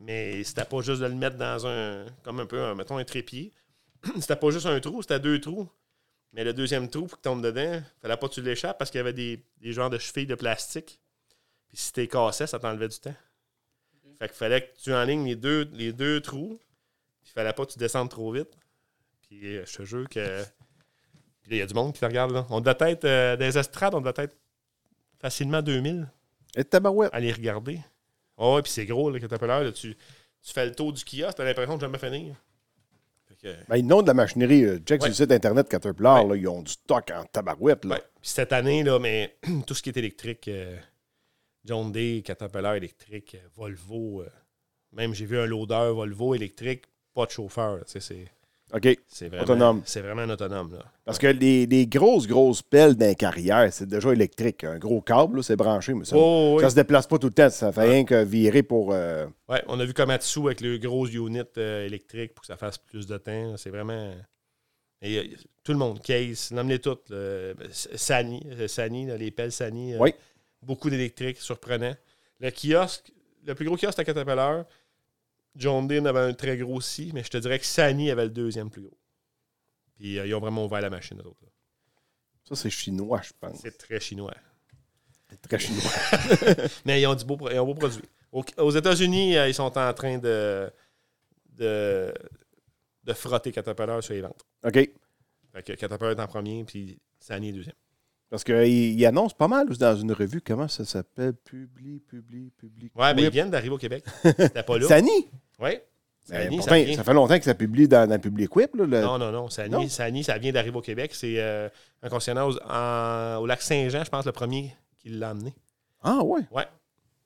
S6: Mais c'était pas juste de le mettre dans un, comme un peu, un- mettons, un trépied. c'était pas juste un trou, c'était deux trous. Mais le deuxième trou, pour qu'il tombe dedans, fallait pas que tu l'échappes parce qu'il y avait des, des genres de chevilles de plastique. Puis si t'es cassé, ça t'enlevait du temps. Fait qu'il fallait que tu enlignes les deux, les deux trous, puis il fallait pas que tu descendes trop vite. Puis euh, je te jure que... Puis là, il y a du monde qui te regarde. Là. On doit être euh, des estrades, on doit être facilement 2000
S3: Et tabarouette.
S6: à les regarder. Ah ouais, puis c'est gros, là, que t'as pas l'air. là, Tu, tu fais le tour du kiosque, t'as l'impression de jamais finir. Fait que,
S3: Ben, ils n'ont de la machinerie. euh, Check sur
S6: Ouais.
S3: le site Internet Caterpillar,
S6: Ouais.
S3: là, ils ont du stock en tabarouette. Là.
S6: ouais. Puis cette année, là, mais tout ce qui est électrique, euh, John Day, Caterpillar électrique, euh, Volvo, euh, même j'ai vu un loader Volvo électrique, pas de chauffeur. là, tu sais, C'est
S3: OK.
S6: c'est vraiment
S3: Autonome.
S6: C'est vraiment un autonome. Là.
S3: Parce que les, les grosses, grosses pelles d'un carrière, c'est déjà électrique. Un gros câble, là, c'est branché, mais ça,
S6: Oh, oui.
S3: ça se déplace pas tout le temps. Ça fait rien que virer pour. euh,
S6: Ouais, on a vu Komatsu avec le gros unit euh, électrique pour que ça fasse plus de temps. C'est vraiment Et, euh, tout le monde, Case, nomme-les toutes. là. Sani, euh, Sani, là, les pelles Sani. euh,
S3: Oui.
S6: Beaucoup d'électriques, surprenant. Le kiosque, le plus gros kiosque à Caterpillar, John Dean avait un très gros aussi, mais je te dirais que Sani avait le deuxième plus gros. Puis euh, ils ont vraiment ouvert la machine, eux autres. là.
S3: Ça, c'est chinois, je pense.
S6: C'est très chinois.
S3: C'est très chinois.
S6: Mais ils ont du beau, pro- ils ont beau produit. Au- aux États-Unis, euh, ils sont en train de, de, de frotter Caterpillar sur les ventes.
S3: OK.
S6: Fait que Caterpillar est en premier, puis Sani est deuxième.
S3: Parce qu'il annonce pas mal ou c'est dans une revue. Comment ça s'appelle? Publi, publi, publi.
S6: Ouais, mais
S3: Whip.
S6: ils viennent d'arriver au Québec. C'était pas là.
S3: Sani!
S6: Ouais.
S3: Ben,
S6: Sani,
S3: pourtant,
S6: ça
S3: ça,
S6: vient.
S3: fait longtemps que ça publie dans, dans Public Whip. Là, le-
S6: Non, non, non. Sani,
S3: Non?
S6: Sani, ça vient d'arriver au Québec. C'est euh, un concessionnaire aux- en- au lac Saint-Jean, je pense, le premier qui l'a amené.
S3: Ah ouais.
S6: Ouais.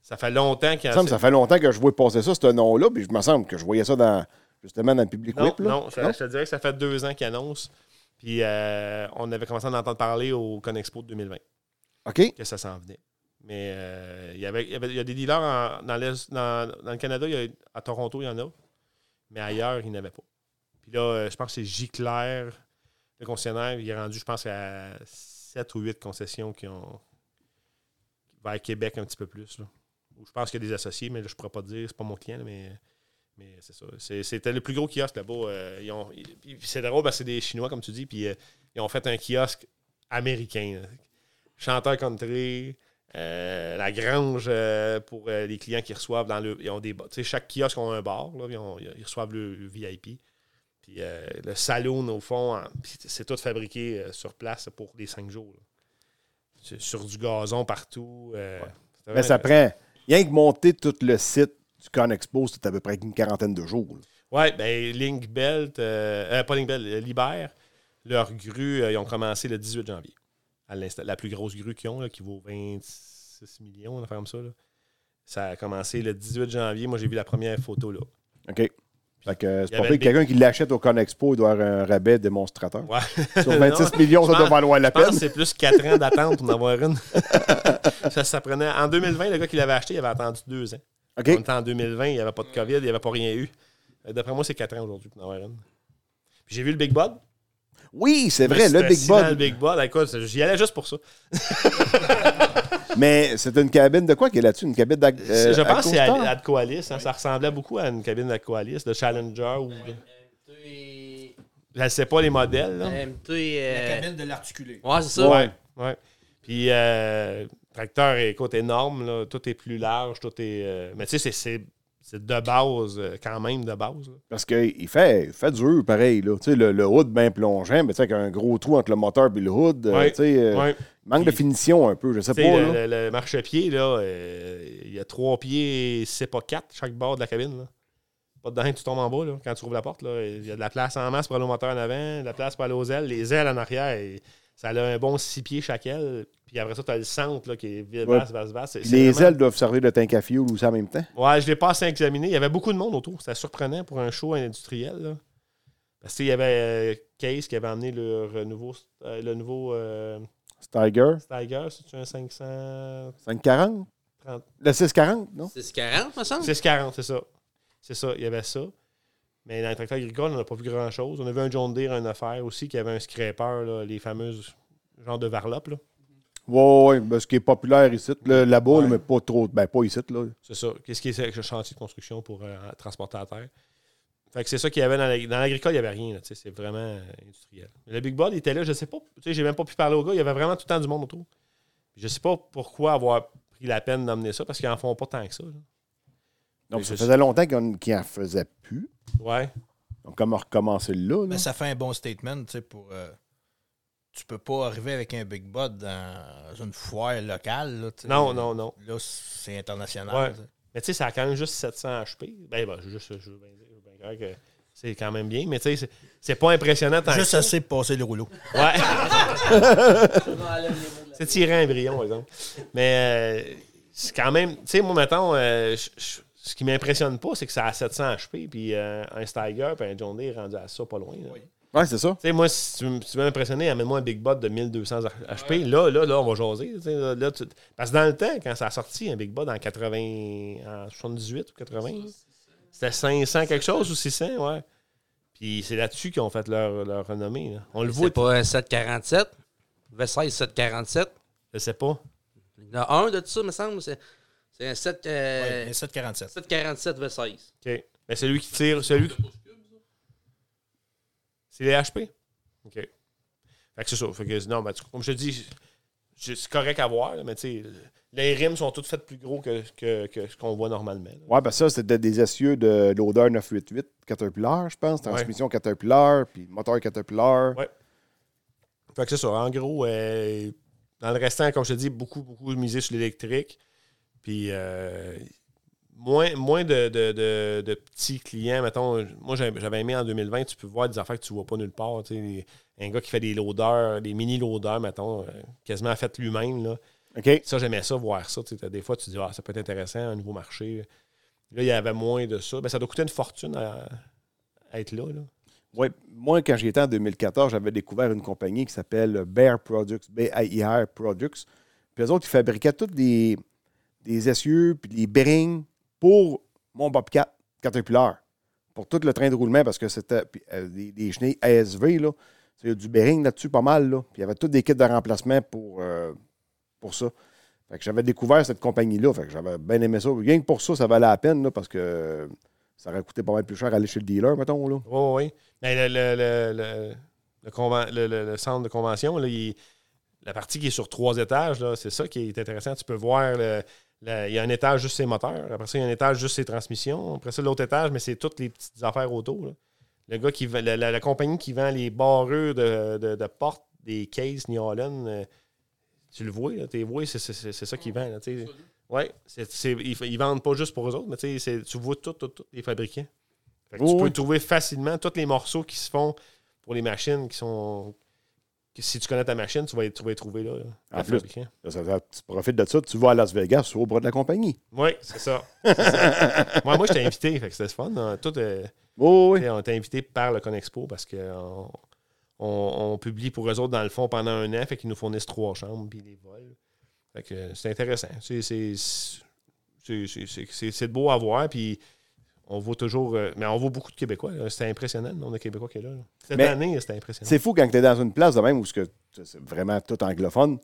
S6: Ça fait longtemps qu'il
S3: Ça, me- ça fait longtemps que je vois passer ça, ce nom-là, puis je me semble que je voyais ça dans justement dans Public
S6: Non,
S3: Whip. Là.
S6: non, ça- je te dirais que ça fait deux ans qu'il annonce. Puis euh, on avait commencé à en entendre parler au Conexpo de 2020.
S3: OK.
S6: que ça s'en venait. Mais euh, il y, avait, il y avait- il y a des dealers en- dans, l'Est- dans, dans le Canada, il y a- à Toronto, il y en a. Mais ailleurs, il n'y en avait pas. Puis là, euh, je pense que c'est J. Claire, le concessionnaire. Il est rendu, je pense, à 7 ou 8 concessions qui ont vers Québec un petit peu plus. là. Ou je pense qu'il y a des associés, mais là, je ne pourrais pas te dire, c'est pas mon client, là, mais, mais c'est ça. C'est- C'était le plus gros kiosque là-bas. euh, ils ont- ils- puis c'est drôle parce que c'est des Chinois, comme tu dis, puis euh, ils ont fait un kiosque américain. là chanteur country, euh, la grange euh, pour euh, les clients qui reçoivent dans le. Ils ont des bars. Tu sais, chaque kiosque a un bar, là, ils, ont- ils reçoivent le VIP. Puis euh, le saloon, au fond, en- puis c'est tout fabriqué euh, sur place pour les cinq jours. là. Sur- Sur du gazon partout. euh, c'était
S3: Mais ça
S6: vraiment-
S3: prend. Rien que monter tout le site du Conexpo, c'est à peu près une quarantaine de jours. là.
S6: Oui, ben Link Belt, euh, euh, pas Link Belt, euh, Libère, leur grue, euh, ils ont commencé le 18 janvier. À l'insta- la plus grosse grue qu'ils ont, là, qui vaut 26 millions, on affaire comme ça. là. Ça a commencé le 18 janvier. Moi, j'ai vu la première photo là.
S3: OK. Fait que euh,
S6: Il y
S3: c'est pas
S6: avait
S3: vrai
S6: le
S3: que quelqu'un qui l'achète au Conexpo, il doit avoir un rabais démonstrateur.
S6: Ouais.
S3: Sur 26
S6: Non,
S3: millions,
S6: je
S3: ça doit
S6: pense-
S3: valoir la
S6: Je pense
S3: peine.
S6: que c'est plus 4 ans d'attente pour en avoir une. ça, ça prenait... En 2020, le gars qui l'avait acheté, il avait attendu deux ans.
S3: OK.
S6: En même temps, en 2020, il n'y avait pas de COVID, il n'y avait pas rien eu. Euh, D'après moi, c'est 4 ans aujourd'hui pour en avoir une. Puis J'ai vu le Big Bud.
S3: Oui, c'est vrai, le
S6: C'était
S3: Big
S6: si dans Le
S3: Bud.
S6: Big Bud, écoute, j'y allais juste pour ça.
S3: Mais c'est une cabine de quoi qui est là-dessus? Une cabine d'ag- euh,
S6: je pense que c'est
S3: Aquastar?
S6: à, à de Coalis, hein, ça ressemblait beaucoup à une cabine de Coalis, de Challenger ou.
S4: MT et-
S6: Je ne sais pas les modèles. là.
S4: MT et,
S5: La
S4: euh,
S5: cabine de l'articulé.
S4: Ouais, c'est ça.
S6: Ouais. ouais. Puis, euh, tracteur, écoute, énorme, là, tout est plus large, tout est. euh, mais tu sais, c'est- c'est- c'est de base, euh, quand même de base. là.
S3: Parce qu'il fait, il fait dur, pareil. Là. Tu sais, Le, le hood bien plongeant, mais tu sais, avec un gros trou entre le moteur et le hood. euh,
S6: Ouais,
S3: tu sais, euh,
S6: ouais.
S3: Manque de
S6: Puis-
S3: finition un peu, je sais
S6: Tu
S3: pas.
S6: sais,
S3: là.
S6: le, le- le marchepied, là, euh, il y a trois pieds, c'est pas quatre, chaque bord de la cabine. là. Pas de dingue, tu tombes en bas là, quand tu ouvres la porte. là. Il y a de la place en masse pour aller au moteur en avant, de la place pour aller aux ailes, les ailes en arrière. et ça a un bon six pieds chaque aile. Puis après ça, tu as le centre là, qui est vide,
S3: Ouais.
S6: vaste, vaste, vaste. C'est-
S3: Puis
S6: c'est
S3: les
S6: vraiment-
S3: ailes doivent servir de tank à fioul ou ça en même temps.
S6: Ouais, je l'ai pas assez examiné. Il y avait beaucoup de monde autour. C'était surprenant pour un show industriel. là. Parce qu'il y avait euh, Case qui avait amené leur nouveau, euh, le nouveau euh,
S3: C'est Tiger,
S6: Tiger, c'est-tu un 500.
S3: 540?
S6: 30.
S3: Le 640, non?
S4: C'est 40, me semble.
S6: 640, c'est ça. C'est ça, il y avait ça. Mais dans le tracteur agricole, on n'a pas vu grand-chose. On a vu un John Deere, une affaire aussi, qui avait un scraper, là, les fameuses genres de varlopes. là.
S3: Ouais, ouais, ben, ce qui est populaire ici, là, là-bas, là, mais pas trop. Ben, pas ici, là.
S6: C'est ça. Qu'est-ce qui est avec le chantier de construction pour euh, transporter à terre? Fait que c'est ça qu'il y avait dans l'ag- dans l'agricole, il n'y avait rien. là, tu sais, c'est vraiment euh, industriel. Mais le Big Bud, il était là, je sais pas. Tu sais, j'ai même pas pu parler au gars. Il y avait vraiment tout le temps du monde autour. Je sais pas pourquoi avoir pris la peine d'emmener ça, parce qu'ils en font pas tant que ça. là.
S3: Donc,
S6: Mais
S3: ça
S6: c'est-
S3: faisait longtemps qu'on- qu'il en faisait plus.
S6: Ouais.
S3: Donc, comment recommencer là?
S6: Ben,
S3: là?
S5: Mais ça fait un bon statement, tu sais, pour. euh, tu peux pas arriver avec un Big Bud dans une foire locale, là, tu sais.
S6: Non, non, non.
S5: Là, c'est
S6: Ouais.
S5: international. tu sais.
S6: Mais tu sais, ça a quand même juste 700 HP. Ben, ben, juste, je veux bien dire, je veux bien croire que c'est quand même bien, mais tu sais, c'est- c'est pas impressionnant tant que
S5: Juste assez pour passer le rouleau.
S6: Ouais.
S9: Non, elle aime les mots de la
S6: C'est tirant un brillon, par exemple. Mais euh, c'est quand même. Tu sais, moi, mettons, euh, je- je- ce qui m'impressionne pas, c'est que ça a 700 HP, puis euh, un Steiger, puis un John Deere rendu à ça pas loin. là. Tu
S3: Ouais, c'est ça.
S6: sais, moi, si tu, veux- si tu veux m'impressionner, amène-moi un Big Bot de 1200 HP. Là, là, là, on va jaser. tu sais, Là, là, tu- Parce que dans le temps, quand ça a sorti, un Big Bot en 80, en 78 ou 80, c'était 500 quelque chose ou 600, ouais. Puis c'est là-dessus qu'ils ont fait leur, leur renommée. là. On le voit.
S4: C'est pas un 747. V16 747.
S6: Je sais pas.
S4: Il y en a un de ça, me semble. C'est c'est un 7, euh,
S5: Ouais, 747.
S4: 747 V16.
S6: OK. Mais c'est lui qui tire. Celui... C'est les HP. OK. Fait que c'est ça. Fait que, non, ben, mais tu- comme je te dis, je- c'est correct à voir, là, mais tu sais, les rimes sont toutes faites plus gros que, que- que ce qu'on voit normalement. là.
S3: Ouais, parce que ça, c'était des essieux de l'odeur 988 Caterpillar, je pense. Transmission Caterpillar, puis moteur Caterpillar.
S6: Ouais. Fait que c'est ça. En gros, euh, dans le restant, comme je te dis, beaucoup, beaucoup misé sur l'électrique. Puis euh, moins, moins de, de- de- de petits clients. Mettons, moi, j'avais j'avais aimé en 2020, tu peux voir des affaires que tu vois pas nulle part. tu sais, des- un gars qui fait des loaders, des mini loaders, mettons, euh, quasiment fait lui-même. là.
S3: OK.
S6: Ça, j'aimais ça, voir ça. tu sais. des fois, tu dis, ah, ça peut être intéressant, un nouveau marché. Là, il y avait moins de ça. Ben, ça doit coûter une fortune à, à être là. là.
S3: Ouais. Moi, quand j'étais en 2014, j'avais découvert une compagnie qui s'appelle Bear Products, B-A-I-R Products. Puis eux autres, ils fabriquaient tous des, des essieux puis des bearings pour mon Bobcat Caterpillar, pour tout le train de roulement, parce que c'était puis, euh, des, des chenilles ASV, là. Il y a du bearing là-dessus, pas mal, là. Puis il y avait tous des kits de remplacement pour, euh, pour ça. Fait que j'avais découvert cette compagnie-là. Fait que j'avais bien aimé ça. Rien que pour ça, ça valait la peine, là, parce que euh, ça aurait coûté pas mal plus cher aller chez le dealer, mettons, là.
S6: Oui, oui, oui. Mais le, Ben, le- le- le- le conven- le- le- le centre de convention, là, il- la partie qui est sur trois étages, là, c'est ça qui est intéressant. Tu peux voir, le- le- il y a un étage juste ses moteurs. Après ça, il y a un étage juste ses transmissions. Après ça, l'autre étage, mais c'est toutes les petites affaires auto. là. Le gars qui vend- la, la- la compagnie qui vend les barreux de, de, de portes des cases New Holland, euh, tu le vois, là, t'es vois, c'est, c'est- c'est- c'est ça qu'ils vendent. Oui, c'est, c'est- ils, ils vendent pas juste pour eux autres, mais tu sais, c'est- tu vois tous tout, tout les fabricants. Fait que
S3: Oui,
S6: tu peux
S3: oui.
S6: trouver facilement tous les morceaux qui se font pour les machines qui sont. que si tu connais ta machine, tu vas les, tu vas les trouver là. là,
S3: En
S6: les
S3: plus.
S6: fabricants.
S3: Là, ça- ça- tu profites de ça, tu vas à Las Vegas, tu es au bras de la compagnie.
S6: Oui, c'est ça. C'est ça. moi, moi, j'étais invité, fait que c'était le fun. hein. Tout, euh,
S3: Oh, oui.
S6: t'sais, On était invité par le Conexpo parce qu'on on, on publie pour eux autres, dans le fond, pendant un an, fait qu'ils nous fournissent trois chambres puis ils les volent. Fait que euh, c'est intéressant. C'est- c'est- c'est- c'est- c'est- C'est c'est- c'est beau à voir, puis on voit toujours... euh, mais on voit beaucoup de Québécois. là. C'était impressionnant, le nombre de Québécois qui est là. là. Cette
S3: Mais-
S6: année, c'était impressionnant.
S3: C'est fou quand tu es dans une place de même où ce que- c'est vraiment tout anglophone.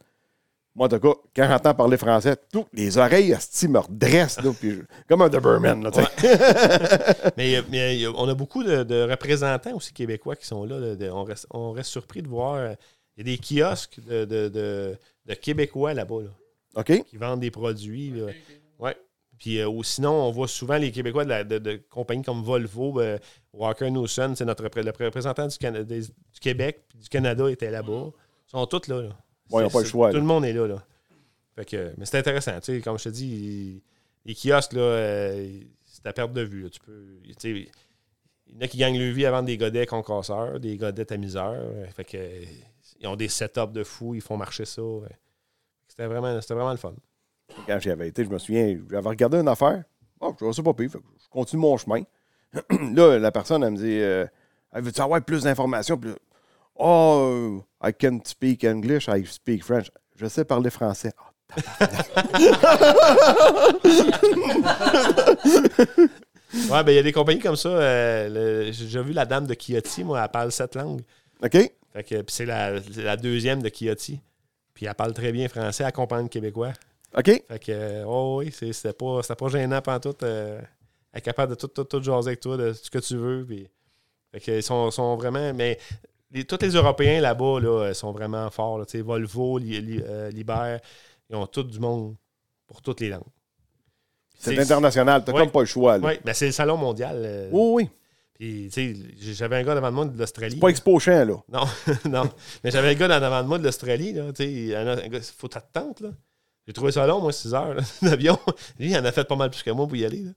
S3: Moi, en tout cas, quand j'entends parler français, tout, les oreilles, asti, me redressent, là, puis je- comme un Doberman, là, tu sais.
S6: Mais, il y a- mais il y a- on a beaucoup de, de représentants aussi québécois qui sont là. de- de- on, reste, on reste surpris de voir... euh, Il y a des kiosques de, de- de- de Québécois là-bas, là,
S3: OK?
S6: qui vendent des produits. là. Ouais. Puis euh, ou sinon, on voit souvent les Québécois de, la- de- de compagnies comme Volvo, ben, Walker Newson, c'est notre repré- le représentant du, Cana- des- du Québec, puis du Canada était là-bas. Ils sont tous là. là.
S3: Ouais, ils ont
S6: C'est-
S3: pas le
S6: c'est-
S3: choix,
S6: Tout
S3: là.
S6: le monde est là. là. Fait que, mais c'est intéressant. tu sais, Comme je te dis, les kiosques, là, euh, c'est à perte de vue. là. Tu peux, tu sais, il y en a qui gagnent leur vie à vendre des godets concasseurs, des godets tamiseurs. euh, Fait que, euh, ils ont des setups de fous, ils font marcher ça. ouais. C'était vraiment, c'était vraiment le fun.
S3: Quand j'y avais été, je me souviens, j'avais regardé une affaire. Bon, je vois ça pas pire, fait que je continue mon chemin. là, la personne, elle me dit euh, Hey, Veux-tu avoir plus d'informations Puis là, Oh, I can speak English, I speak French. Je sais parler français. Ah,
S6: Ouais, ben il y a des compagnies comme ça. euh, le- J'ai déjà vu la dame de Kioti, moi, elle parle sept langues.
S3: Ah, OK?
S6: Fait que puis c'est la, c'est la deuxième de Kioti. Puis elle parle très bien français, elle comprend le québécois.
S3: OK?
S6: Fait que, euh, oh oui, c'est- c'était pas, c'était pas gênant pantoute. tout. elle est capable de tout, tout, tout jaser avec toi, de ce que tu veux. Puis, fait que ils sont, sont vraiment. Mais les- tous les Européens là-bas là, euh, sont vraiment forts. là. Tu sais, Volvo, Li- Li- euh, Liber, ils ont tout du monde pour toutes les langues.
S3: C'est
S6: C'est-
S3: international, t'as
S6: Ouais.
S3: comme pas le choix, là.
S6: Oui, ben c'est le salon mondial. euh,
S3: Oui, oui.
S6: Puis, tu sais, j'avais un gars devant moi de l'Australie.
S3: Pas expo champ, là.
S6: Non, non. Mais j'avais le gars dans- devant moi de l'Australie, là. Tu sais, il y en a- un gars, faut t'attendre, là. J'ai trouvé ça long, moi, 6 heures, là, d'avion. Lui, il en a fait pas mal plus que moi pour y aller, là.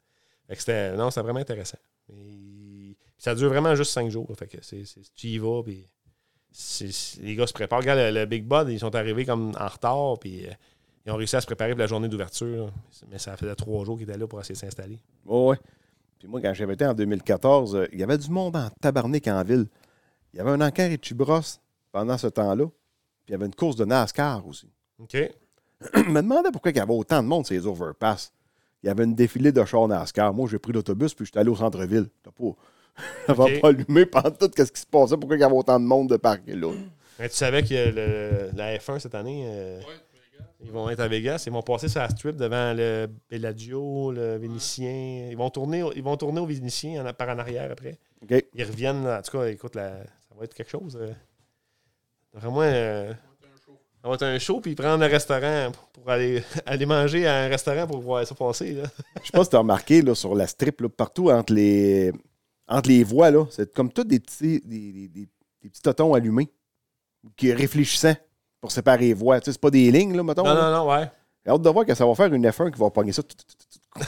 S6: Fait que c'était. Non, c'était vraiment intéressant. Et ça dure vraiment juste 5 jours. là. Fait que c'est, c'est- tu y vas, puis. c'est- c'est- les gars se préparent. Regarde, le, le Big Bud, ils sont arrivés comme en retard, puis euh, ils ont réussi à se préparer pour la journée d'ouverture. là. Mais ça faisait trois jours qu'ils étaient là pour essayer de s'installer.
S3: Ouais, ouais. Puis moi, quand j'avais été en 2014, euh, il y avait du monde en tabarnak en ville. Il y avait un enquête et Chibros pendant ce temps-là. Puis il y avait une course de NASCAR aussi.
S6: OK?
S3: je me demandais pourquoi il y avait autant de monde ces overpass. Il y avait une défilé de chars NASCAR. Moi, j'ai pris l'autobus puis je suis allé au centre-ville. T'as pas- Elle va
S6: Ok.
S3: pas allumer pendant tout ce qui se passait. Pourquoi il y avait autant de monde de parquet là?
S6: Mais tu savais que le- la F1 cette année, euh, ils vont être à Vegas. Ils vont passer sur la strip devant le Bellagio, le Vénitien. Ils vont tourner, au- ils vont tourner au Vénitien en- par en arrière après.
S3: OK.
S6: Ils reviennent. En tout cas, écoute, la- ça va être quelque chose. euh. Vraiment. euh, ça va être un show, puis prendre un restaurant pour- pour aller, aller manger à un restaurant pour voir ça passer. Là.
S3: Je sais pas si t'as remarqué là, sur la strip, là, partout entre les, entre les voies, là, c'est comme tous des petits, des, des- des- des petits totons allumés qui réfléchissant pour séparer les voies. Tu sais, c'est pas des lignes, là, mettons.
S6: Non,
S3: là.
S6: non, non, ouais.
S3: J'ai hâte de voir que ça va faire une F1 qui va pogner ça. Tout, tout, tout, tout.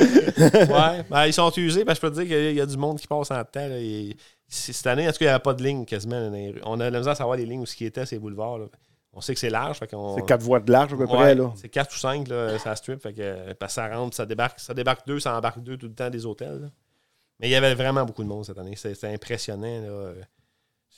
S6: ouais. Ben, ils sont usés. Ben, je peux te dire qu'il y a du monde qui passe en dedans. là. Et c- cette année, en tout cas, il n'y avait pas de ligne quasiment. dans les rues. On a de la misère à savoir les lignes où ce qui était, ces boulevards. là. On sait que c'est large. fait qu'on-
S3: C'est quatre voies de large à peu
S6: Ouais,
S3: près. Là.
S6: C'est 4 ou 5, là, ça strip. Fait que, parce que ça rentre, ça débarque, ça débarque deux, ça embarque deux tout le temps des hôtels. là. Mais il y avait vraiment beaucoup de monde cette année. C'était c'était impressionnant. Là.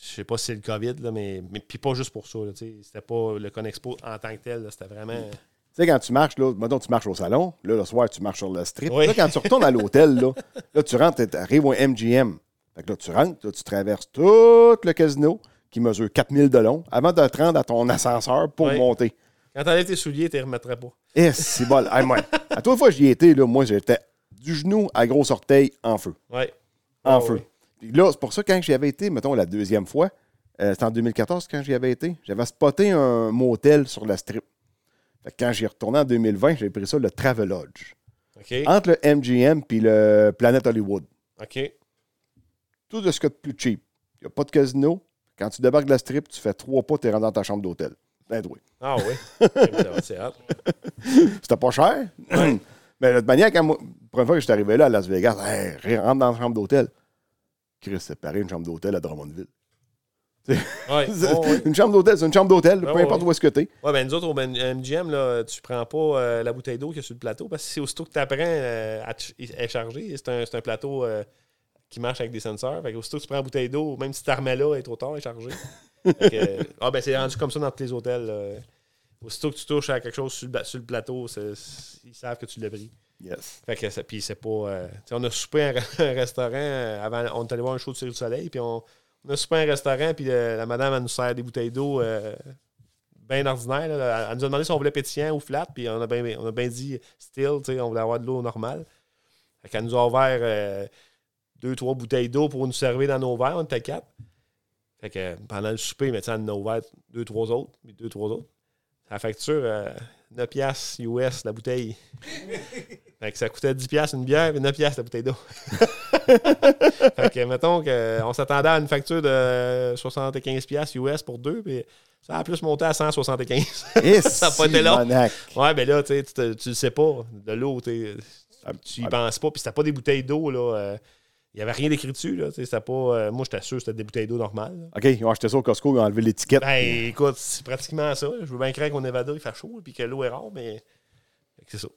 S6: Je sais pas si c'est le COVID, là, mais, mais puis pas juste pour ça. là, tu sais. C'était pas le Conexpo en tant que tel. là, C'était vraiment.
S3: Tu sais, quand tu marches, là, mettons, tu marches au salon, là, le soir, tu marches sur le strip.
S6: Oui.
S3: Là, quand tu retournes à l'hôtel, là, là, tu rentres, tu arrives au MGM. Fait que là, tu rentres, là, tu traverses tout le casino qui mesure 4000 de long avant de te rendre à ton ascenseur pour
S6: Oui.
S3: monter.
S6: Quand t'enlèves tes souliers, tu les remettrais pas.
S3: Eh, c'est bon. Hey, moi, à trois fois que j'y étais, là, moi, j'étais du genou à gros orteil en feu.
S6: Ouais.
S3: En
S6: Ah,
S3: feu.
S6: oui.
S3: Puis là, c'est pour ça que quand j'y avais été, mettons, la deuxième fois, euh, c'était en 2014 quand j'y avais été, j'avais spoté un motel sur la strip. Fait que quand j'y retourné en 2020, j'ai pris ça le Travelodge.
S6: OK.
S3: Entre le MGM puis le Planet Hollywood.
S6: OK.
S3: Tout de ce qu'il y a de plus cheap. Il n'y a pas de casino. Quand tu débarques de la strip, tu fais trois pas, tu es rendu dans ta chambre d'hôtel. Ben oui.
S6: Ah oui. Ok, mais ça va, c'est hot.
S3: C'était pas cher. Mais de toute manière, quand moi, la première fois que je suis arrivé là à Las Vegas, hey, ré- rentre dans la chambre d'hôtel. Chris, c'est pareil, une chambre d'hôtel à Drummondville.
S6: Ouais.
S3: C'est-
S6: bon, ouais.
S3: Une chambre d'hôtel, c'est une chambre d'hôtel,
S6: Oh, Ben
S3: peu importe
S6: ouais.
S3: où est-ce que t'es.
S6: Ouais, ben nous autres, au Ben- MGM, là, tu prends pas euh, la bouteille d'eau qu'il y a sur le plateau parce que c'est aussitôt que tu apprends à ch- à charger, c'est un, c'est un plateau euh, qui marche avec des senseurs. Fait que aussitôt que tu prends la bouteille d'eau, même si tu là, elle est trop tard, elle est chargée. Fait que, euh, ah, ben c'est rendu comme ça dans tous les hôtels. là. Aussitôt que tu touches à quelque chose sur le, ba- sur le plateau, c'est- c'est- ils savent que tu l'as pris.
S3: Yes.
S6: Fait que ça- puis c'est pas. euh, tu sais, on a soupé à un, re- un restaurant euh, avant. On est allé voir un show de Cirque du Soleil, puis on, on a soupé à un restaurant, puis euh, la madame, elle nous sert des bouteilles d'eau euh, bien ordinaires. là. Elle, elle nous a demandé si on voulait pétillant ou flat, puis on a bien on a bien dit still, tu sais, on voulait avoir de l'eau normale. Fait qu'elle nous a ouvert euh, deux, trois bouteilles d'eau pour nous servir dans nos verres, on était quatre. Fait que euh, pendant le souper, mais tu sais, elle nous a ouvert deux, trois autres, puis deux, trois autres. La facture, euh, 9 piastres US la bouteille. Fait que ça coûtait 10$ piastres une bière et 9$ piastres la bouteille d'eau. fait que mettons qu'on s'attendait à une facture de 75$ piastres US pour deux, puis ça a plus monté à 175$.
S3: Et
S6: Ça a pas été long. ouais, mais là, tu sais, tu te- tu le sais pas. De l'eau, tu sais, tu y penses pas. Puis c'était pas des bouteilles d'eau, là. euh, Il y avait rien d'écrit dessus, là. tu sais, C'était pas. euh, moi, j'étais sûr que c'était des bouteilles d'eau normales. là.
S3: OK, ils ont acheté ça au Costco, ils ont enlevé l'étiquette.
S6: Ben, écoute, c'est pratiquement ça. Je veux bien craindre qu'au Nevada, il fait chaud et que l'eau est rare, mais fait que c'est ça.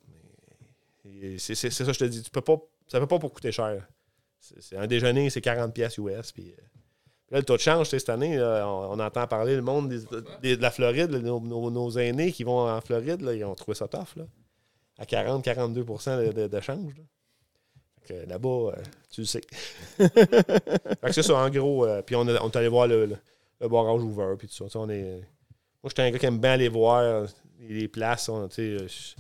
S6: Et C'est c'est- c'est ça, que je te dis. Tu peux pas, ça peut pas pour coûter cher. C'est c'est- un déjeuner, c'est 40$ piastres US. Puis, euh, puis là, le taux de change, tu sais, cette année, là, on, on entend parler le monde des- des- de la Floride, là, nos, nos- nos aînés qui vont en Floride, là, ils ont trouvé ça tough. Là, à 40-42% de, de- de change. là. Fait que Là-bas, euh, tu le sais. fait que c'est ça, en gros. euh, puis on, a- on est allé voir le- le, le barrage ouvert, puis tout ça. Tu sais, on est... Moi, j'étais un gars qui aime bien aller voir euh, les places. on- tu sais, euh, je-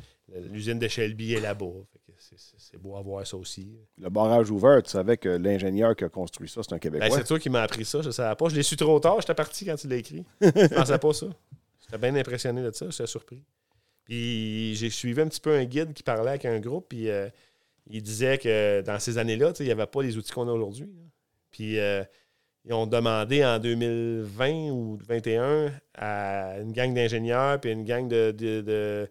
S6: L'usine de Shelby est là-bas. Fait que c'est- c'est- C'est beau à voir ça aussi.
S3: Le barrage ouvert, tu savais que l'ingénieur qui a construit ça, c'est un
S6: Ben,
S3: Québécois.
S6: C'est toi qui m'as appris ça, je ne savais pas. Je l'ai su trop tard, j'étais parti quand tu l'as écrit. Je pensais pas ça. J'étais bien impressionné de ça, j'étais surpris. Puis j'ai suivi un petit peu un guide qui parlait avec un groupe, puis euh, il disait que dans ces années-là, tu sais, il n'y avait pas les outils qu'on a aujourd'hui. là. Puis euh, ils ont demandé en 2020 ou 2021 à une gang d'ingénieurs, puis une gang de, de- de-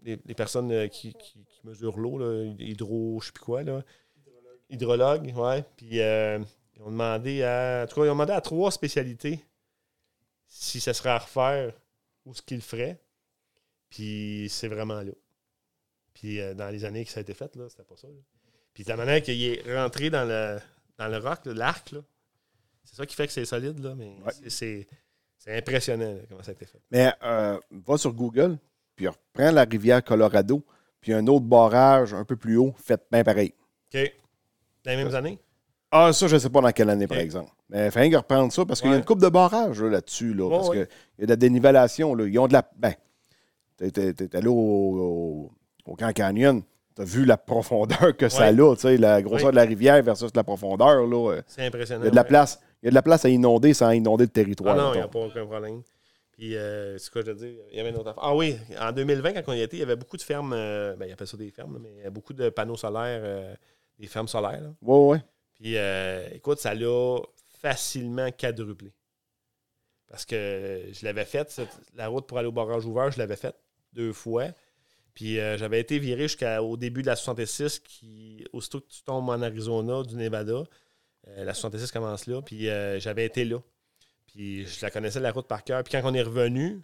S6: des, des personnes euh, qui, qui- qui mesurent l'eau, là, hydro, je sais plus quoi, là. Hydrologue, ouais. Puis euh, ils ont demandé à. En tout cas, ils ont demandé à trois spécialités si ça serait à refaire ou ce qu'ils feraient. Puis c'est vraiment là. Puis euh, dans les années que ça a été fait, là, c'était pas ça. là. Puis de la manière qu'il est rentré dans le, dans le rock, là, l'arc, là, c'est ça qui fait que c'est solide, là, mais
S3: Ouais.
S6: c'est- c'est c'est impressionnant là, comment ça a été fait.
S3: Mais euh, va sur Google, puis reprends la rivière Colorado, puis un autre barrage un peu plus haut, fait bien pareil.
S6: OK. Dans les mêmes années?
S3: Ah, ça, je ne sais pas dans quelle année, par exemple. Mais il faut rien que reprendre ça parce qu'il y a une coupe de barrage là, là-dessus. Là,
S6: Ouais,
S3: parce
S6: ouais.
S3: qu'il y a de la dénivellation. Là. Ils ont de la. Ben, t'es, t'es- t'es allé au, au, au Grand Canyon, t'as vu la profondeur que ça
S6: Ouais.
S3: a, tu sais, la grosseur
S6: Ouais.
S3: de la rivière versus la profondeur. Là, euh,
S6: C'est impressionnant.
S3: il y a de la
S6: ouais.
S3: place. Il y a de la place à inonder sans inonder le territoire.
S6: Ah non, il n'y a
S3: mettons.
S6: pas aucun problème. Puis, euh, c'est quoi je veux dire? Il y avait une autre affaire. Ah oui, en 2020, quand on y était, il y avait beaucoup de fermes, euh, ben, ils appellent ça des fermes, là, mais il y a beaucoup de panneaux solaires, euh, des fermes solaires. là.
S3: Ouais, ouais.
S6: Puis, euh, écoute, ça l'a facilement quadruplé. Parce que je l'avais faite, cette- la route pour aller au barrage ouvert, je l'avais faite deux fois. Puis, euh, j'avais été viré jusqu'au début de la 66, qui, aussitôt que tu tombes en Arizona, du Nevada, euh, la 66 commence là. Puis, euh, j'avais été là. Puis, je la connaissais la route par cœur. Puis, quand on est revenu,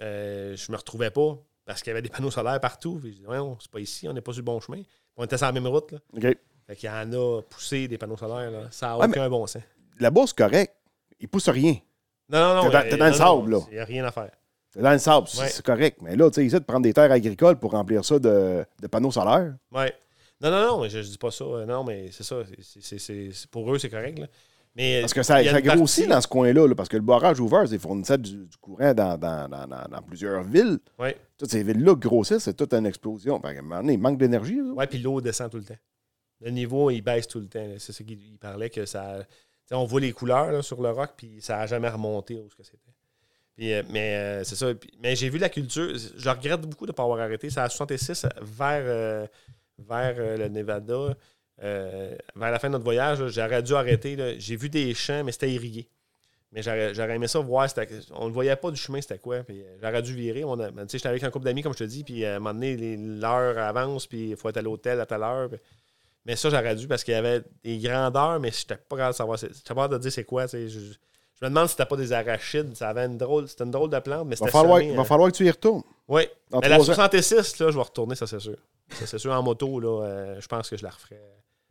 S6: euh, je me retrouvais pas parce qu'il y avait des panneaux solaires partout. Puis, je dis, Voyons, c'est pas ici, on n'est pas sur le bon chemin. Puis, on était sur la même route. Là.
S3: OK.
S6: Fait qu'il y en a poussé des panneaux solaires, là. Ça n'a
S3: Ouais,
S6: aucun bon sens.
S3: Là-bas, c'est correct. Il pousse rien.
S6: Non, non, non.
S3: T'es dans-
S6: euh,
S3: t'es dans
S6: non,
S3: le sable,
S6: non,
S3: là.
S6: Il n'y a rien à faire.
S3: C'est dans le sable, c'est-
S6: Ouais.
S3: c'est correct. Mais là, tu sais, ici, de prendre des terres agricoles pour remplir ça de, de panneaux solaires.
S6: Ouais. Non, non, non, mais je, je dis pas ça. euh, Non, mais c'est ça. c'est- c'est- c'est- c'est- pour eux, c'est correct, là. Mais,
S3: Parce que ça,
S6: il y a
S3: ça
S6: une
S3: grossit
S6: partie-
S3: dans ce coin-là, là, parce que le barrage ouvert, c'est fournissait du, du courant dans, dans- dans- dans- dans plusieurs villes.
S6: Ouais.
S3: Toutes ces villes-là grossissent, c'est toute une explosion. Fait qu'à un moment donné, il manque d'énergie. là.
S6: Ouais, puis l'eau descend tout le temps. Le niveau, il baisse tout le temps. là. C'est ça qu'il il parlait que ça. tu sais, on voit les couleurs là, sur le roc, puis ça n'a jamais remonté où ce que c'était. Puis, euh, mais euh, c'est ça. Puis- mais j'ai vu la culture. Je regrette beaucoup de ne pas avoir arrêté. C'est à 66 vers, euh, vers euh, le Nevada. euh, vers la fin de notre voyage, là, j'aurais dû arrêter. là. J'ai vu des champs, mais c'était irrigué. Mais j'aurais j'aurais aimé ça voir. c'était- On ne voyait pas du chemin, c'était quoi. Puis euh, j'aurais dû virer. On a- ben, tu sais, J'étais avec un couple d'amis, comme je te dis. Puis euh, à un moment donné, les- l'heure avance. Puis il faut être à l'hôtel à telle heure. puis- Mais ça, j'aurais dû parce qu'il y avait des grandeurs, mais je n'étais pas capable de savoir. c'est- J'étais pas capable de dire c'est quoi. tu sais. Je, je- je me demande si c'était pas des arachides. Ça avait une drôle, c'était une drôle de plante, mais
S3: Il va
S6: c'était
S3: falloir,
S6: semé,
S3: il
S6: hein.
S3: va falloir que tu y retournes.
S6: Oui.
S3: Dans
S6: Mais la
S3: trois ans.
S6: 66, là, je vais retourner, ça c'est sûr. Ça c'est sûr. En moto, là, euh, je pense que je la referais.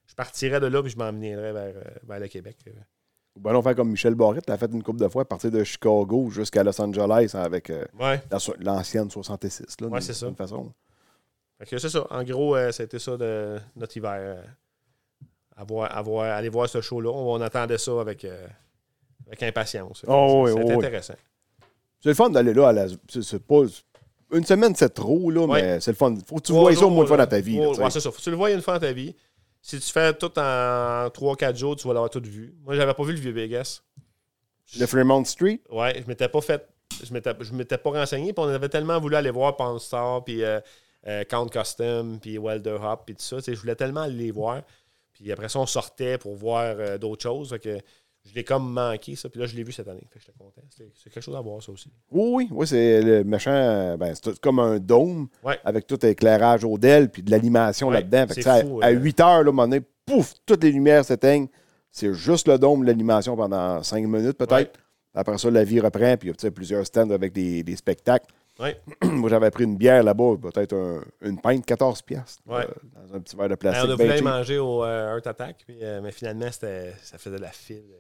S6: Je partirais de là puis je m'emmènerais vers, euh, vers le Québec.
S3: Ben, on fait comme Michel Barrette, l'a fait une couple de fois, à partir de Chicago jusqu'à Los Angeles avec euh,
S6: Ouais.
S3: la so- l'ancienne 66. Là,
S6: Ouais,
S3: d'une
S6: c'est ça.
S3: certaine façon.
S6: Fait que c'est ça. En gros, euh, c'était ça de notre hiver. euh, à voir- à voir- aller voir ce show-là. On, on attendait ça avec, euh, avec impatience.
S3: Oh, oui,
S6: C'était
S3: oui, oui.
S6: intéressant.
S3: C'est le fun d'aller là à la. c'est- C'est pas. Une semaine, c'est trop, là,
S6: Ouais.
S3: mais c'est le fun. Faut que tu vois ça au moins une fois dans ta vie. là,
S6: Ouais,
S3: tu sais.
S6: ouais, c'est ça. Faut que tu le vois une fois dans ta vie. Si tu fais tout en 3-4 jours, tu vas l'avoir tout vu. Moi, j'avais pas vu le vieux Vegas.
S3: le Fremont Street,
S6: Ouais, je m'étais pas fait. Je m'étais, je m'étais pas renseigné, puis on avait tellement voulu aller voir Panstar, puis euh, euh, Count Custom, puis Welder Hop, puis tout ça. Tu sais, Je voulais tellement aller les voir. Puis après ça, on sortait pour voir euh, d'autres choses. Fait que je l'ai comme manqué, ça. Puis là, je l'ai vu cette année. Fait que j'étais content. C'était- c'est quelque chose à voir, ça aussi.
S3: Oui, oui, oui, c'est le méchant. euh, Ben, c'est tout comme un dôme
S6: Ouais.
S3: avec tout l'éclairage au DEL puis de l'animation
S6: Ouais,
S3: là-dedans. Fait que
S6: c'est
S3: ça,
S6: fou,
S3: à
S6: euh.
S3: 8 heures, là, à un moment donné, pouf, toutes les lumières s'éteignent. C'est juste le dôme, l'animation pendant 5 minutes peut-être.
S6: Ouais.
S3: Après ça, la vie reprend, puis il y a tu sais, plusieurs stands avec des, des spectacles.
S6: Ouais.
S3: Moi, j'avais pris une bière là-bas, peut-être un- une pinte, 14 piastres,
S6: Ouais.
S3: euh, dans un petit verre de
S6: Ben,
S3: plastique.
S6: on a
S3: bien
S6: voulu aller
S3: cheap.
S6: manger au euh, Heart Attack, puis, euh, mais finalement, c'était, ça faisait de la file. euh,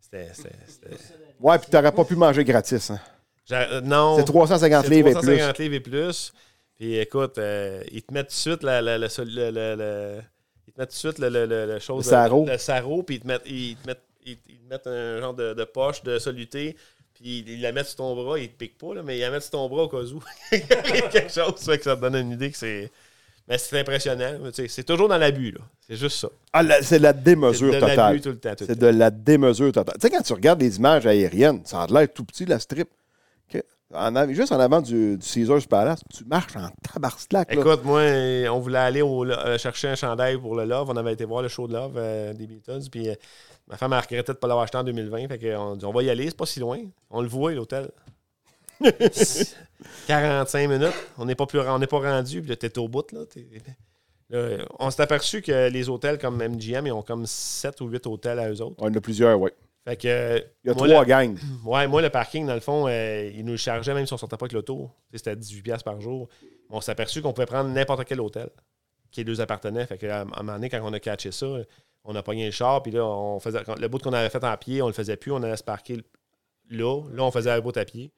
S6: C'était. c'était, c'était-
S3: ouais, puis t'aurais pas pu manger gratis. hein.
S6: J'a- euh, non.
S3: C'est 350
S6: C'est
S3: livres et plus.
S6: 350 livres et plus. Puis écoute, euh, ils te mettent tout de suite la, la- la- le, le- le- ils te mettent tout de suite le, le- le- le chose
S3: Le sarrau.
S6: le, sarrau, puis ils te mettent ils te mettent ils, te- ils te mettent un genre de, de poche de soluté. Puis ils la mettent sur ton bras, ils te piquent pas, là, mais ils la mettent sur ton bras au cas où. Il y a quelque chose, fait que ça te donne une idée que c'est. Mais c'est impressionnant. mais tu sais, C'est toujours dans l'abus, là. C'est juste ça.
S3: Ah, la- c'est la démesure
S6: C'est de
S3: totale.
S6: l'abus tout le temps. tout le
S3: C'est
S6: temps.
S3: de la démesure totale. Tu sais, quand tu regardes les images aériennes, ça a l'air tout petit, la strip. Que- en av- juste en avant du, du Caesars Palace, tu marches en tabarstac. là.
S6: Écoute, moi, euh, on voulait aller au- euh, chercher un chandail pour le Love. On avait été voir le show de Love euh, des Beatles. Puis euh, ma femme a regretté de ne pas l'avoir acheté en 2020. Fait qu'on dit, on va y aller, c'est pas si loin. On le voit, l'hôtel. 45 minutes. On n'est pas, plus- on n'est pas rendu. Puis là, t'es au bout. Là, T'es- là, euh, on s'est aperçu que les hôtels comme MGM, ils ont comme 7 ou 8 hôtels à eux autres.
S3: On en a plusieurs, oui.
S6: Fait que. euh,
S3: Il y a
S6: moi,
S3: trois
S6: la-
S3: gangs.
S6: Ouais, moi, le parking, dans le fond, euh, ils nous le chargeaient même si on sortait pas avec l'auto. Tu sais, C'était 18$ piastres par jour. On s'est aperçu qu'on pouvait prendre n'importe quel hôtel qui nous appartenait. Fait que, à un moment donné, quand on a catché ça, on a pogné le char, puis là, on faisait, quand- le bout qu'on avait fait en pied, on le faisait plus, on allait se parquer là. Là, on faisait un bout à pied.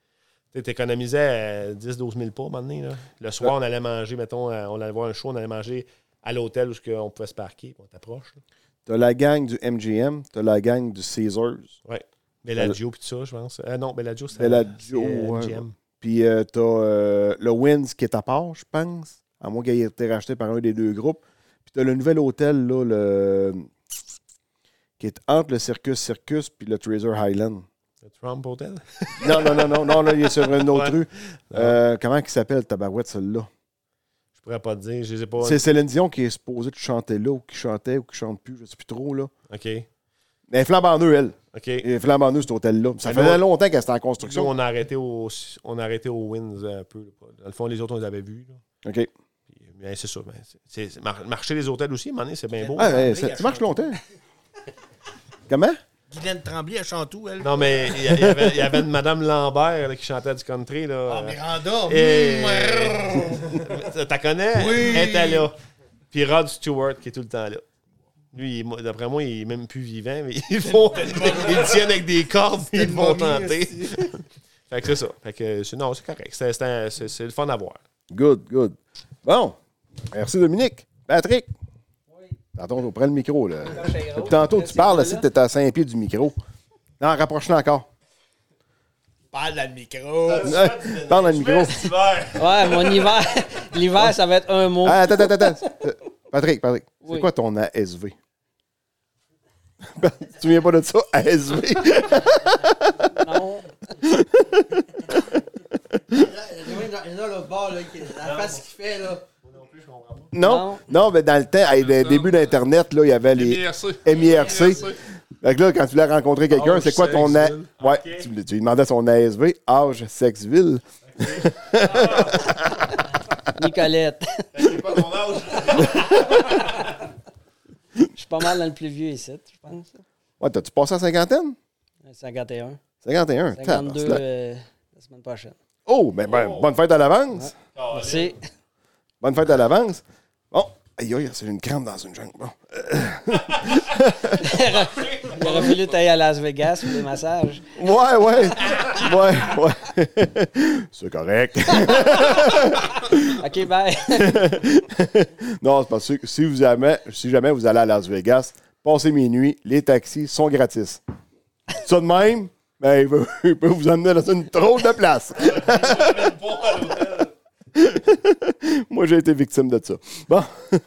S6: Tu économisais 10-12 000 pas, à un moment donné. là. Le soir, on allait manger, mettons, euh, on allait voir un show, on allait manger à l'hôtel où ce qu'on pouvait se parquer. puis On t'approche. là.
S3: T'as la gang du MGM, t'as la gang du Caesars.
S6: Bellagio pis tout ça, je pense. Euh, non, Bellagio, c'est
S3: Bellagio,
S6: c'est, euh,
S3: ouais.
S6: MGM.
S3: Puis euh, t'as euh, le Wins qui est à part, je pense, à moins qu'il ait été racheté par un des deux groupes. Puis t'as le nouvel hôtel, là, le... qui est entre le Circus Circus puis le Treasure Highland.
S6: Le Trump Hotel.
S3: Non, non, non, non, non, là, il est sur une autre
S6: Ouais.
S3: rue. Euh, comment il s'appelle, Tabarouette, celui-là?
S6: Je pourrais pas te dire, je les ai pas.
S3: C'est Céline Dion qui est supposée de chanter là, ou qui chantait, ou qui chante plus, je sais plus trop, là.
S6: OK.
S3: Mais elle flambe en eux, elle.
S6: OK.
S3: Elle est flambe en eux, cet hôtel-là. Ça
S6: Mais
S3: faisait
S6: là,
S3: longtemps qu'elle était en
S6: Nous,
S3: construction.
S6: on a arrêté au, on a arrêté au Winds un peu. là. Dans le fond, les autres, on les avait vus. là.
S3: OK.
S6: Puis, Mais c'est ça. mais c'est- c'est- c'est mar- marcher les hôtels aussi, à un moment donné, c'est bien beau.
S3: Ah, ouais, ça, ça marche longtemps. Comment?
S5: Guylaine Tremblay à Chantou, elle.
S6: Non, mais il y, a- il y avait, il y avait une Madame Lambert là, qui chantait du country. Là.
S5: Ah, Miranda.
S6: Et-
S10: Eh.
S5: Mmh,
S6: T'as connais?
S5: Oui.
S6: Elle était là. Puis Rod Stewart qui est tout le temps là. Lui, il- moi, d'après moi, il est même plus vivant, mais ils font. ils le tiennent avec des cordes puis ils le font tenter. fait que c'est ça. Fait que c'est- non, c'est correct. C'est- C'est un- c'est- c'est le fun à voir.
S3: Good, good. Bon. Merci, Dominique. Patrick. Tantôt, on prend le micro, là. Depuis tantôt, tu parles, là, si t'es à 5 pieds du micro. Non, rapproche-le encore.
S5: Parle dans le micro.
S3: Parle dans le micro.
S4: Ouais, mon hiver, l'hiver, ça va être un mot.
S3: Ah, attends, attends, attends. Euh, Patrick, Patrick, c'est
S4: Oui.
S3: quoi ton ASV? tu te souviens pas de ça? ASV?
S4: Non. Il y en a l'autre bord, là, qui, la face qu'il fait, là.
S3: Non? Non, mais dans le temps, hey, le début d'Internet, là, il y avait les MIRC. Fait que là, quand tu voulais rencontrer quelqu'un,
S6: Âge,
S3: c'est quoi ton...
S6: sexe,
S3: A...
S6: ville.
S3: Ouais, tu, tu lui demandais son ASV, âge, sexe, ville.
S4: Nicolette.
S6: Ben, pas ton âge.
S4: Je suis pas mal dans le plus vieux ici, je pense.
S3: Ouais, t'as-tu passé à cinquantaine?
S4: 51.
S3: 51.
S4: 52
S3: tabarnak.
S4: euh, la semaine prochaine.
S3: Oh, ben, ben, bonne fête à l'avance.
S4: Merci.
S3: Bonne fête à l'avance. Bon, aïe, aïe, c'est une crème dans une jungle. Bon.
S4: J'aurais voulu t'aller à Las Vegas pour des massages.
S3: Ouais, ouais. ouais, ouais. c'est correct.
S4: OK, bye.
S3: non, c'est parce que si, vous aimez- si jamais vous allez à Las Vegas, passez minuit, les taxis sont gratis. Ça de même, ben, il, peut, il peut vous amener dans une trop de place. Moi, j'ai été victime de ça. Bon,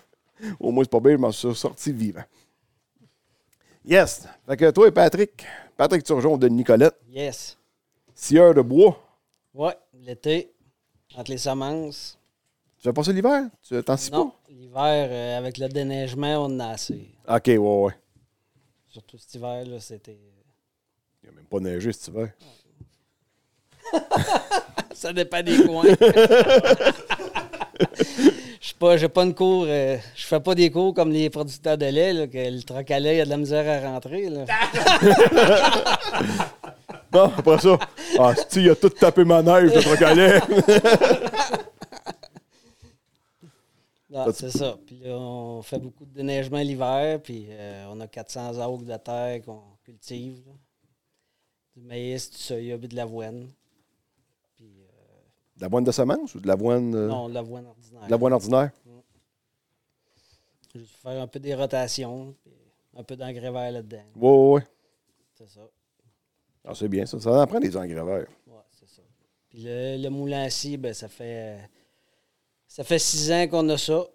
S3: au moins, c'est pas bien, je m'en suis sorti vivant. Yes. Fait que toi et Patrick, Patrick Turgeon de Nicolette,
S4: Yes.
S3: scieur de bois,
S4: Ouais, l'été, entre les semences.
S3: tu vas passer l'hiver? Tu t'anticipe
S4: Non, l'hiver, euh, avec le déneigement, on en a assez.
S3: pas? OK, ouais, ouais.
S4: Surtout cet hiver, là, c'était...
S3: Il n'a même pas neigé cet hiver.
S4: Ça dépend des coins. Je suis pas, j'ai pas une cour, euh, je fais pas des cours comme les producteurs de lait, là, que le troc à lait, il y a de la misère à rentrer. là.
S3: Non, après ça. Ah, si, il a tout tapé ma neige, le trocalet.
S4: Non, Ah, c'est ça. Puis là, on fait beaucoup de déneigement l'hiver, puis euh, on a 400 acres de terre qu'on cultive. là. Du maïs, du soya, puis de l'avoine. Puis, euh,
S3: de l'avoine de semence ou de l'avoine. euh,
S4: non, de l'avoine ordinaire.
S3: de l'avoine ordinaire?
S4: Juste faire un peu des rotations, puis un peu d'engrais vert là-dedans.
S3: Ouais, ouais, ouais.
S4: C'est ça.
S3: Ah, c'est bien ça. Ça en prend des engrais verts.
S4: Ouais, c'est ça. Puis le, le moulin à scie, ben, ça fait euh, ça fait six ans qu'on a ça,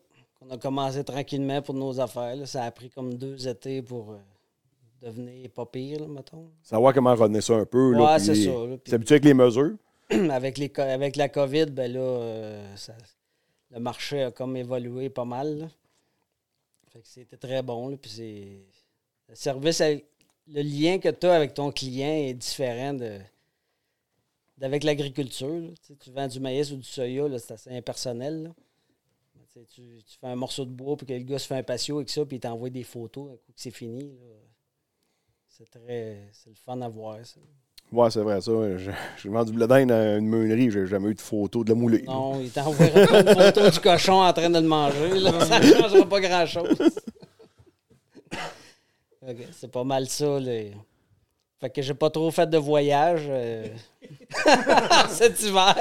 S4: qu'on a commencé tranquillement pour nos affaires. là. Ça a pris comme deux étés pour euh, devenir pas pire, là, mettons.
S3: Savoir comment revenir ça un peu. là,
S4: Ouais,
S3: puis
S4: c'est
S3: les-
S4: ça, là, puis-
S3: T'es habitué avec les mesures.
S4: avec, les, co- avec la COVID, ben là, euh, ça- le marché a comme évolué pas mal. là. Fait que c'était très bon. là, puis c'est- le service, avec- le lien que tu as avec ton client est différent de d'avec l'agriculture. là. Tu sais, tu vends du maïs ou du soya, là, c'est assez impersonnel. là. Mais tu sais, Tu, tu fais un morceau de bois puis que le gars se fait un patio avec ça, puis il t'envoie des photos un coup que c'est fini. là. C'est très. C'est le fun à voir, ça.
S3: Ouais, c'est vrai, ça. Je- J'ai vendu du blé d'Inde à une meunerie. J'ai jamais eu de photo de la moulée.
S4: Non, il t'enverra pas une photo du cochon en train de le manger. là. Ça ne changera pas grand-chose. Ok, c'est pas mal ça. Là. Fait que j'ai pas trop fait de voyage euh, cet hiver.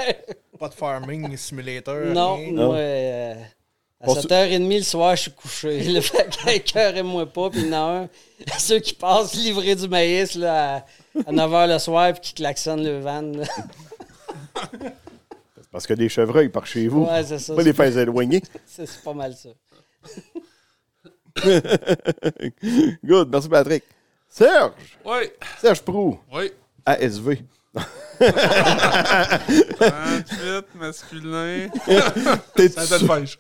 S5: Pas de farming simulator.
S4: Non,
S5: rien.
S4: moi, euh,
S9: À
S3: Parce-
S9: 7h30 le soir, je suis couché. Le fait que moi pas, puis il y en a un. Ceux qui passent livrer du maïs là, à, 9h le soir puis qui klaxonnent le van. là.
S3: Parce que des chevreuils par chez vous.
S9: Ouais, c'est ça.
S3: Pas les faire éloigner.
S9: C'est c'est pas mal ça.
S3: Good, merci Patrick. Serge,
S10: Oui,
S3: Serge Prou,
S10: oui.
S3: ASV.
S10: Ensuite, masculin.
S3: T'es-tu
S10: Ça te pêche.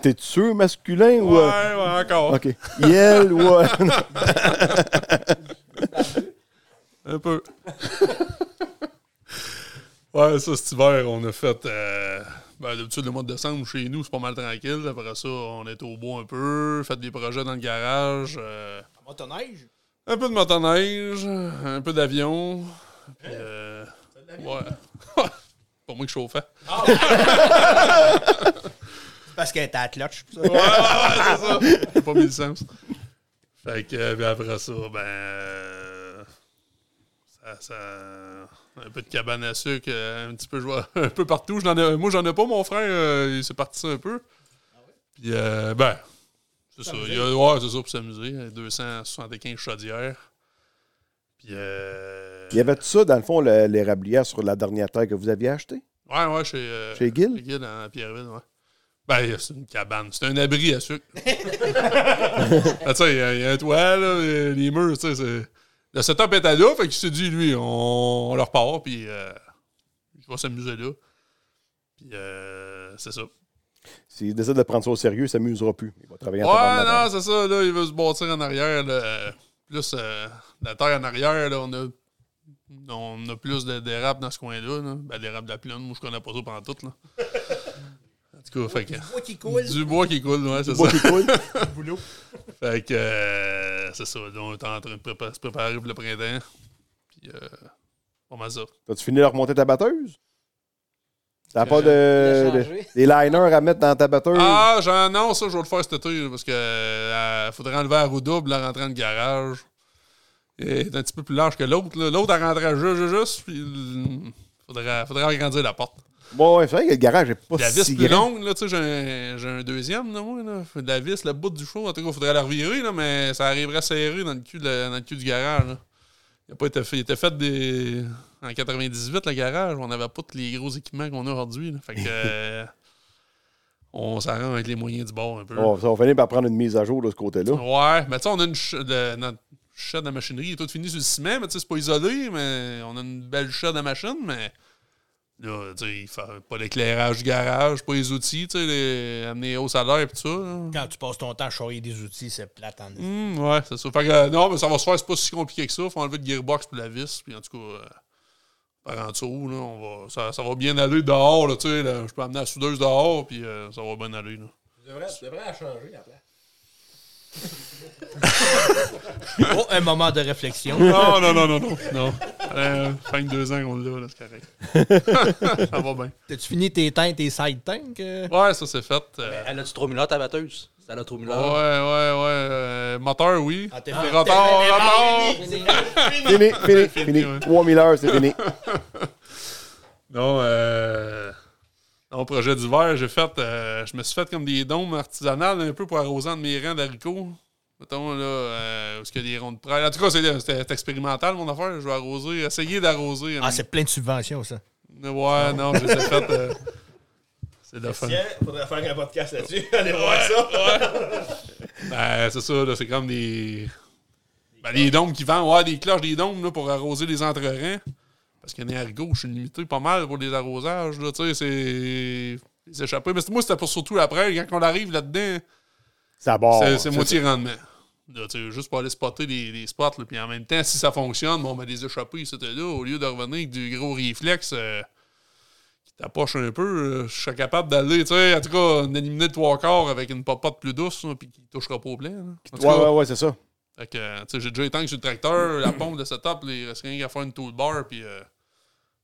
S3: t'es-tu sûr masculin
S10: Ouais,
S3: ou. euh,
S10: ouais, encore.
S3: Ok. Yel ou. euh,
S10: Un peu. ouais, ça, cet hiver, on a fait. euh, ben, D'habitude, le mois de décembre, chez nous, c'est pas mal tranquille. Après ça, on est au bois un peu, fait des projets dans le garage. euh,
S5: Motoneige?
S10: un peu de motoneige, un peu d'avion. puis, euh, ouais. pas moi qui chauffais.
S5: Parce qu'elle était à la cloche. pour ça.
S10: Ouais, ouais, ouais, c'est ça. J'ai pas mis le sens. Fait que, euh, puis après ça, ben. euh, Ça, ça, un peu de cabane à sucre, euh, un petit peu, je vois, un peu partout. J'en ai- moi, j'en ai pas, mon frère, euh, il s'est parti ça un peu. Puis, euh, ben, c'est ça. Il y a, ouais, c'est ça pour s'amuser. euh, 275 chaudières. Puis, euh,
S3: Il y avait ça, dans le fond, le- l'érablière sur la dernière terre que vous aviez achetée?
S10: Ouais, ouais, chez, euh,
S3: Chez Guil?
S10: Chez Guil, en Pierreville, ouais. Ben, c'est une cabane. C'est un abri à sucre. ben, tu sais, il y a- il y, a un toit, là, euh, les murs, tu sais, c'est... Le setup est à là, fait qu'il s'est dit, lui, on, on leur part, puis euh, je vais s'amuser là. Puis euh, c'est ça.
S3: S'il décide de prendre ça au sérieux, il s'amusera plus. Il va travailler en
S10: Ouais,
S3: tabarnak.
S10: non, c'est ça, là, il veut se bâtir en arrière, là, euh, plus euh, la terre en arrière, là, on a... On a plus de dérapes dans ce coin-là. Là. Ben, dérapes de la plaine, moi, je connais pas ça pendant tout. Là. En tout cas, fait que...
S5: Moi qui coule.
S10: Du bois qui coule, ouais, c'est ça.
S3: Bois qui coule.
S10: Fait que euh, c'est ça. là, on est en train de prépa- se préparer pour le printemps. Puis, euh, pas mal ça.
S3: T'as-tu fini de remonter ta batteuse? T'as pas
S9: Euh, Il
S3: de,
S9: a changé.
S3: de- des liners à mettre dans ta batteuse?
S10: Ah, j'en non, ça, je vais le faire cet été, là, parce que euh, faudrait enlever la roue double en rentrant dans le garage. Elle est un petit peu plus large que l'autre. là. L'autre, elle rentrait juste, juste, juste, puis euh, faudrait, faudrait agrandir la porte.
S3: Bon, ouais, c'est vrai que le garage est pas
S10: Puis la vis
S3: si
S10: plus
S3: grand.
S10: longue, là, tu sais, j'ai un, j'ai un deuxième, là, moi, là. Fait de La vis, la bout du chaud, en tout cas, faudrait la revirer, là, mais ça arriverait serré dans le cul, de la- dans le cul du garage, là. Il a pas été fait. Il était fait des... en 98, le garage. On n'avait pas tous les gros équipements qu'on a aujourd'hui, là. Fait que. euh, on s'arrange avec les moyens du bord un peu.
S3: Oh, ça va finir par prendre une mise à jour de ce côté-là.
S10: Ouais, mais tu sais, on a une ch- de- notre chaîne à machinerie est toute finie sur le ciment, mais tu sais, c'est pas isolé, mais on a une belle chaîne à machine, mais là, tu sais, il faut pas l'éclairage du garage, pas les outils, tu sais, les- amener au salaire et tout ça. là.
S5: Quand tu passes ton temps à charrier des outils, c'est plate en
S10: Hum, ouais, c'est ça. Fait que, euh, non, mais ça va se faire, c'est pas si compliqué que ça. Faut enlever le gearbox pour la vis, puis en tout cas, euh, par en dessous, là, on va, ça, ça va bien aller dehors, là, tu sais, là. je peux amener la soudeuse dehors, puis euh, ça va bien aller, là.
S8: Tu devrais, tu devrais la changer, la place.
S5: Oh, un moment de réflexion.
S10: Non, non, non, non, non. non. Euh, fin de deux ans qu'on l'a, là, c'est correct. ça va bien.
S5: T'as-tu fini tes teintes, tes side tanks? euh?
S10: Ouais, ça c'est fait. Euh,
S2: Elle a-tu trop mis là, ta batteuse? Elle a trop mis
S10: ouais, ouais, ouais.
S2: là.
S10: euh, moteur, oui.
S5: Ah, t'es fait-
S10: Rotor, rotor.
S3: Fini, fini, fini.
S10: ouais.
S3: 3000 heures, c'est fini.
S10: Non, euh. Mon projet d'hiver, j'ai fait. euh, je me suis fait comme des dômes artisanales un peu pour arroser un de mes rangs d'haricots. Mettons, là, euh, où ce qu'il y a des ronds de prêle. En tout cas, c'est- c'était expérimental, mon affaire. Je vais arroser, essayer d'arroser.
S5: Ah, c'est plein de subventions, ça.
S10: Ouais, non, je les ai faites. euh, c'est de la fun.
S7: Tiens, faudrait faire un podcast là-dessus. Allez voir ça.
S10: Ben, c'est ça, là, c'est comme des. Ben, des dômes qui vendent, ouais, des cloches, des dômes là, pour arroser les entre-reins. Parce qu'il y a des haricots, je suis limité pas mal pour les arrosages, là, tu sais, c'est. Les échappées. Mais c'est- moi, c'était pour surtout après, quand on arrive là-dedans,
S3: Ça barre.
S10: c'est- c'est moitié rendement. Là, tu sais, juste pour aller spotter les, les spots, là, puis en même temps, si ça fonctionne, bon, ben, les échappées, c'était là, au lieu de revenir avec du gros réflexe. euh, qui T'approche un peu, euh, je serais capable d'aller, tu sais, en tout cas, un éliminé de trois quarts avec une popote plus douce, là, puis qui touchera pas au plein. là. En tout
S3: Ouais,
S10: cas,
S3: ouais, ouais, c'est ça.
S10: fait que, euh, tu sais, j'ai déjà été sur le tracteur, la pompe de setup, là, il reste rien qu'à faire une toolbar, puis, euh,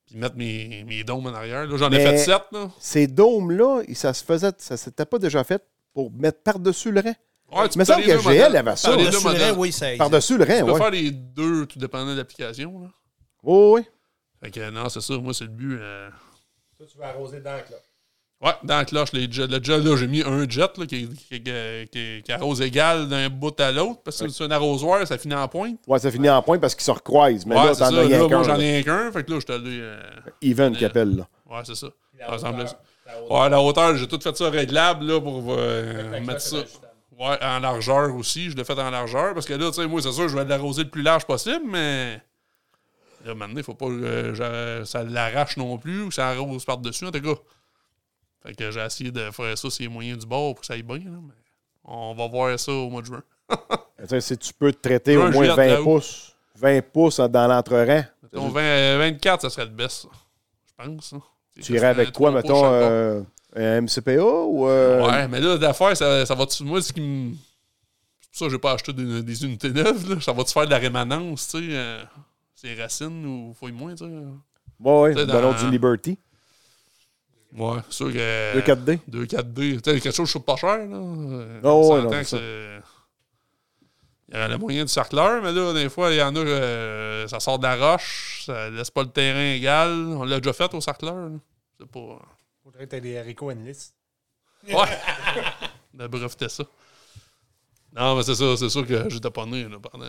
S10: puis mettre mes, mes dômes en arrière. Là, j'en ai
S3: Mais-
S10: fait sept, là.
S3: Ces dômes-là, et ça se faisait, ça s'était pas déjà fait pour mettre par-dessus le rang.
S10: Ouais,
S3: Il me
S10: peux
S3: semble
S10: faire les
S3: que
S10: deux
S3: GL
S10: modèles.
S3: avait ça.
S10: T'as les
S5: Le
S10: deux
S5: souverain,
S10: modèles.
S5: oui, ça existe.
S3: Par-dessus le
S10: Tu
S3: rang,
S10: peux
S3: ouais.
S10: faire les deux, tout dépendant de l'application, là.
S3: Oui, oui.
S10: Fait que, euh, non, c'est ça, moi, c'est le but. euh,
S8: Toi, tu vas arroser dedans, là.
S10: Ouais, dans la cloche, les jets- le jet, là, j'ai mis un jet là, qui, qui, qui- qui arrose égal d'un bout à l'autre, parce que c'est un arrosoir, ça finit en pointe.
S3: Ouais, ça finit en point parce qu'ils se recroisent. Mais
S10: ouais,
S3: Ben là,
S10: c'est ça.
S3: t'en as rien
S10: Là,
S3: qu'un.
S10: moi, j'en
S3: là. Ben,
S10: ai rien qu'un, fait que là, j'étais allé. euh,
S3: Even qui appelle, là.
S10: Ouais, c'est ça. Ça ressemble à ça. Ouais, la hauteur, j'ai tout fait ça réglable là, pour euh, mettre ça. Ouais, en largeur aussi. Je l'ai fait en largeur parce que là, tu sais, moi, c'est sûr, je vais l'arroser le plus large possible, mais. Là, maintenant, il faut pas que euh, j'a- ça l'arrache non plus ou que ça arrose par-dessus, en tout cas. Fait que j'ai essayé de faire ça sur les moyens du bord pour que ça aille bien, là, mais on va voir ça au mois de juin.
S3: Tu sais, Si tu peux traiter
S10: Un
S3: au moins
S10: jet
S3: 20
S10: là-haut.
S3: pouces, 20 pouces dans l'entre-rang,
S10: Mettons, 20, euh, 24, ça serait le best, ça. je pense. hein.
S3: tu irais avec quoi,
S10: Trois
S3: mettons,
S10: poches à
S3: euh, un MCPA ou. euh,
S10: Ouais, mais là, d'affaires, ça, ça va-tu. Moi, ce qui me. C'est pour ça que j'ai pas acheté des, des unités neuves, là. Ça va-tu faire de la rémanence, tu sais? euh, c'est racines ou fouille moins, tu sais?
S3: Ouais, ouais,
S10: Tu sais, dans- Euh,
S3: ballon du Liberty.
S10: Ouais, c'est sûr que.
S3: 2-4D.
S10: 2-4D. Tu sais, quelque chose je trouve pas cher, là. Euh,
S3: Ah ouais,
S10: on s'entend
S3: non, c'est
S10: que
S3: ça.
S10: c'est- Il y a le moyen du cercleur, mais là, des fois, il y en a, euh, ça sort de la roche, ça laisse pas le terrain égal. On l'a déjà fait au cercleur, là. C'est pas.
S7: Faudrait que t'aies des haricots endless.
S10: Ouais. de breveter ça. Non, mais c'est ça, c'est sûr que j'étais pas né là, pendant.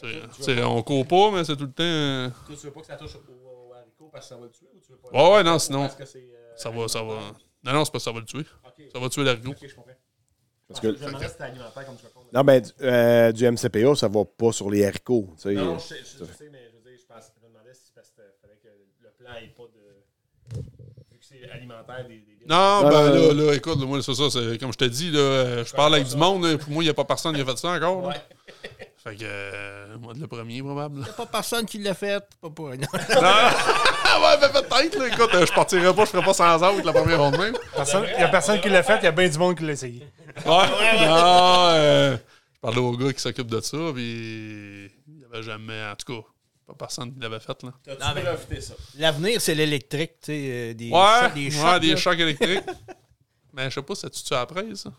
S10: tu sais, tu sais, on court pas, mais c'est tout le temps. euh,
S8: Tu veux pas que ça touche au, au haricot parce que ça va le tuer ou tu veux pas
S10: Ouais, ouais, non, sinon.
S8: Parce que c'est. euh,
S10: Ça va, ça va. Non, non, c'est pas ça va le tuer. Ça va tuer l'arigot.
S8: Ok, je comprends.
S3: Parce que-
S8: Je me demandais si c'était alimentaire comme tu racontes.
S3: Non, ben, du, euh, du MCPA, ça va pas sur les haricots. tu sais.
S8: Non, je, sais- je sais, mais je veux dire, je, pense, je me demandais si c'est parce que fallait que le plan ait pas de. Vu que c'est alimentaire des. des
S10: Non,
S3: Non,
S10: ben
S3: non,
S10: là, là, écoute, moi, c'est ça, c'est comme je te dis, là, euh, je parle avec du monde, là, pour moi, il n'y a pas personne qui a fait ça encore. là. Fait que, euh, moi, de le premier, probable.
S5: Pas personne qui l'a fait. Pas pour rien.
S10: Ah ouais, ben peut-être, là, écoute, euh, je partirai pas, je ferai pas sans autre la première ronde même.
S7: Personne, il y a personne qui l'a fait, il y a bien du monde qui l'a essayé.
S10: Ouais. Non, euh, je parlais au gars qui s'occupe de ça, puis il n'y avait jamais, en tout cas, pas personne qui l'avait fait. Là.
S8: T'as-tu
S5: mais-
S8: profité ça?
S5: L'avenir, c'est l'électrique, tu sais. euh, des
S10: Ouais,
S5: chocs-
S10: des,
S5: des
S10: chocs,
S5: chocs.
S10: des
S5: là.
S10: chocs électriques. mais je sais pas, ça tu après, ça?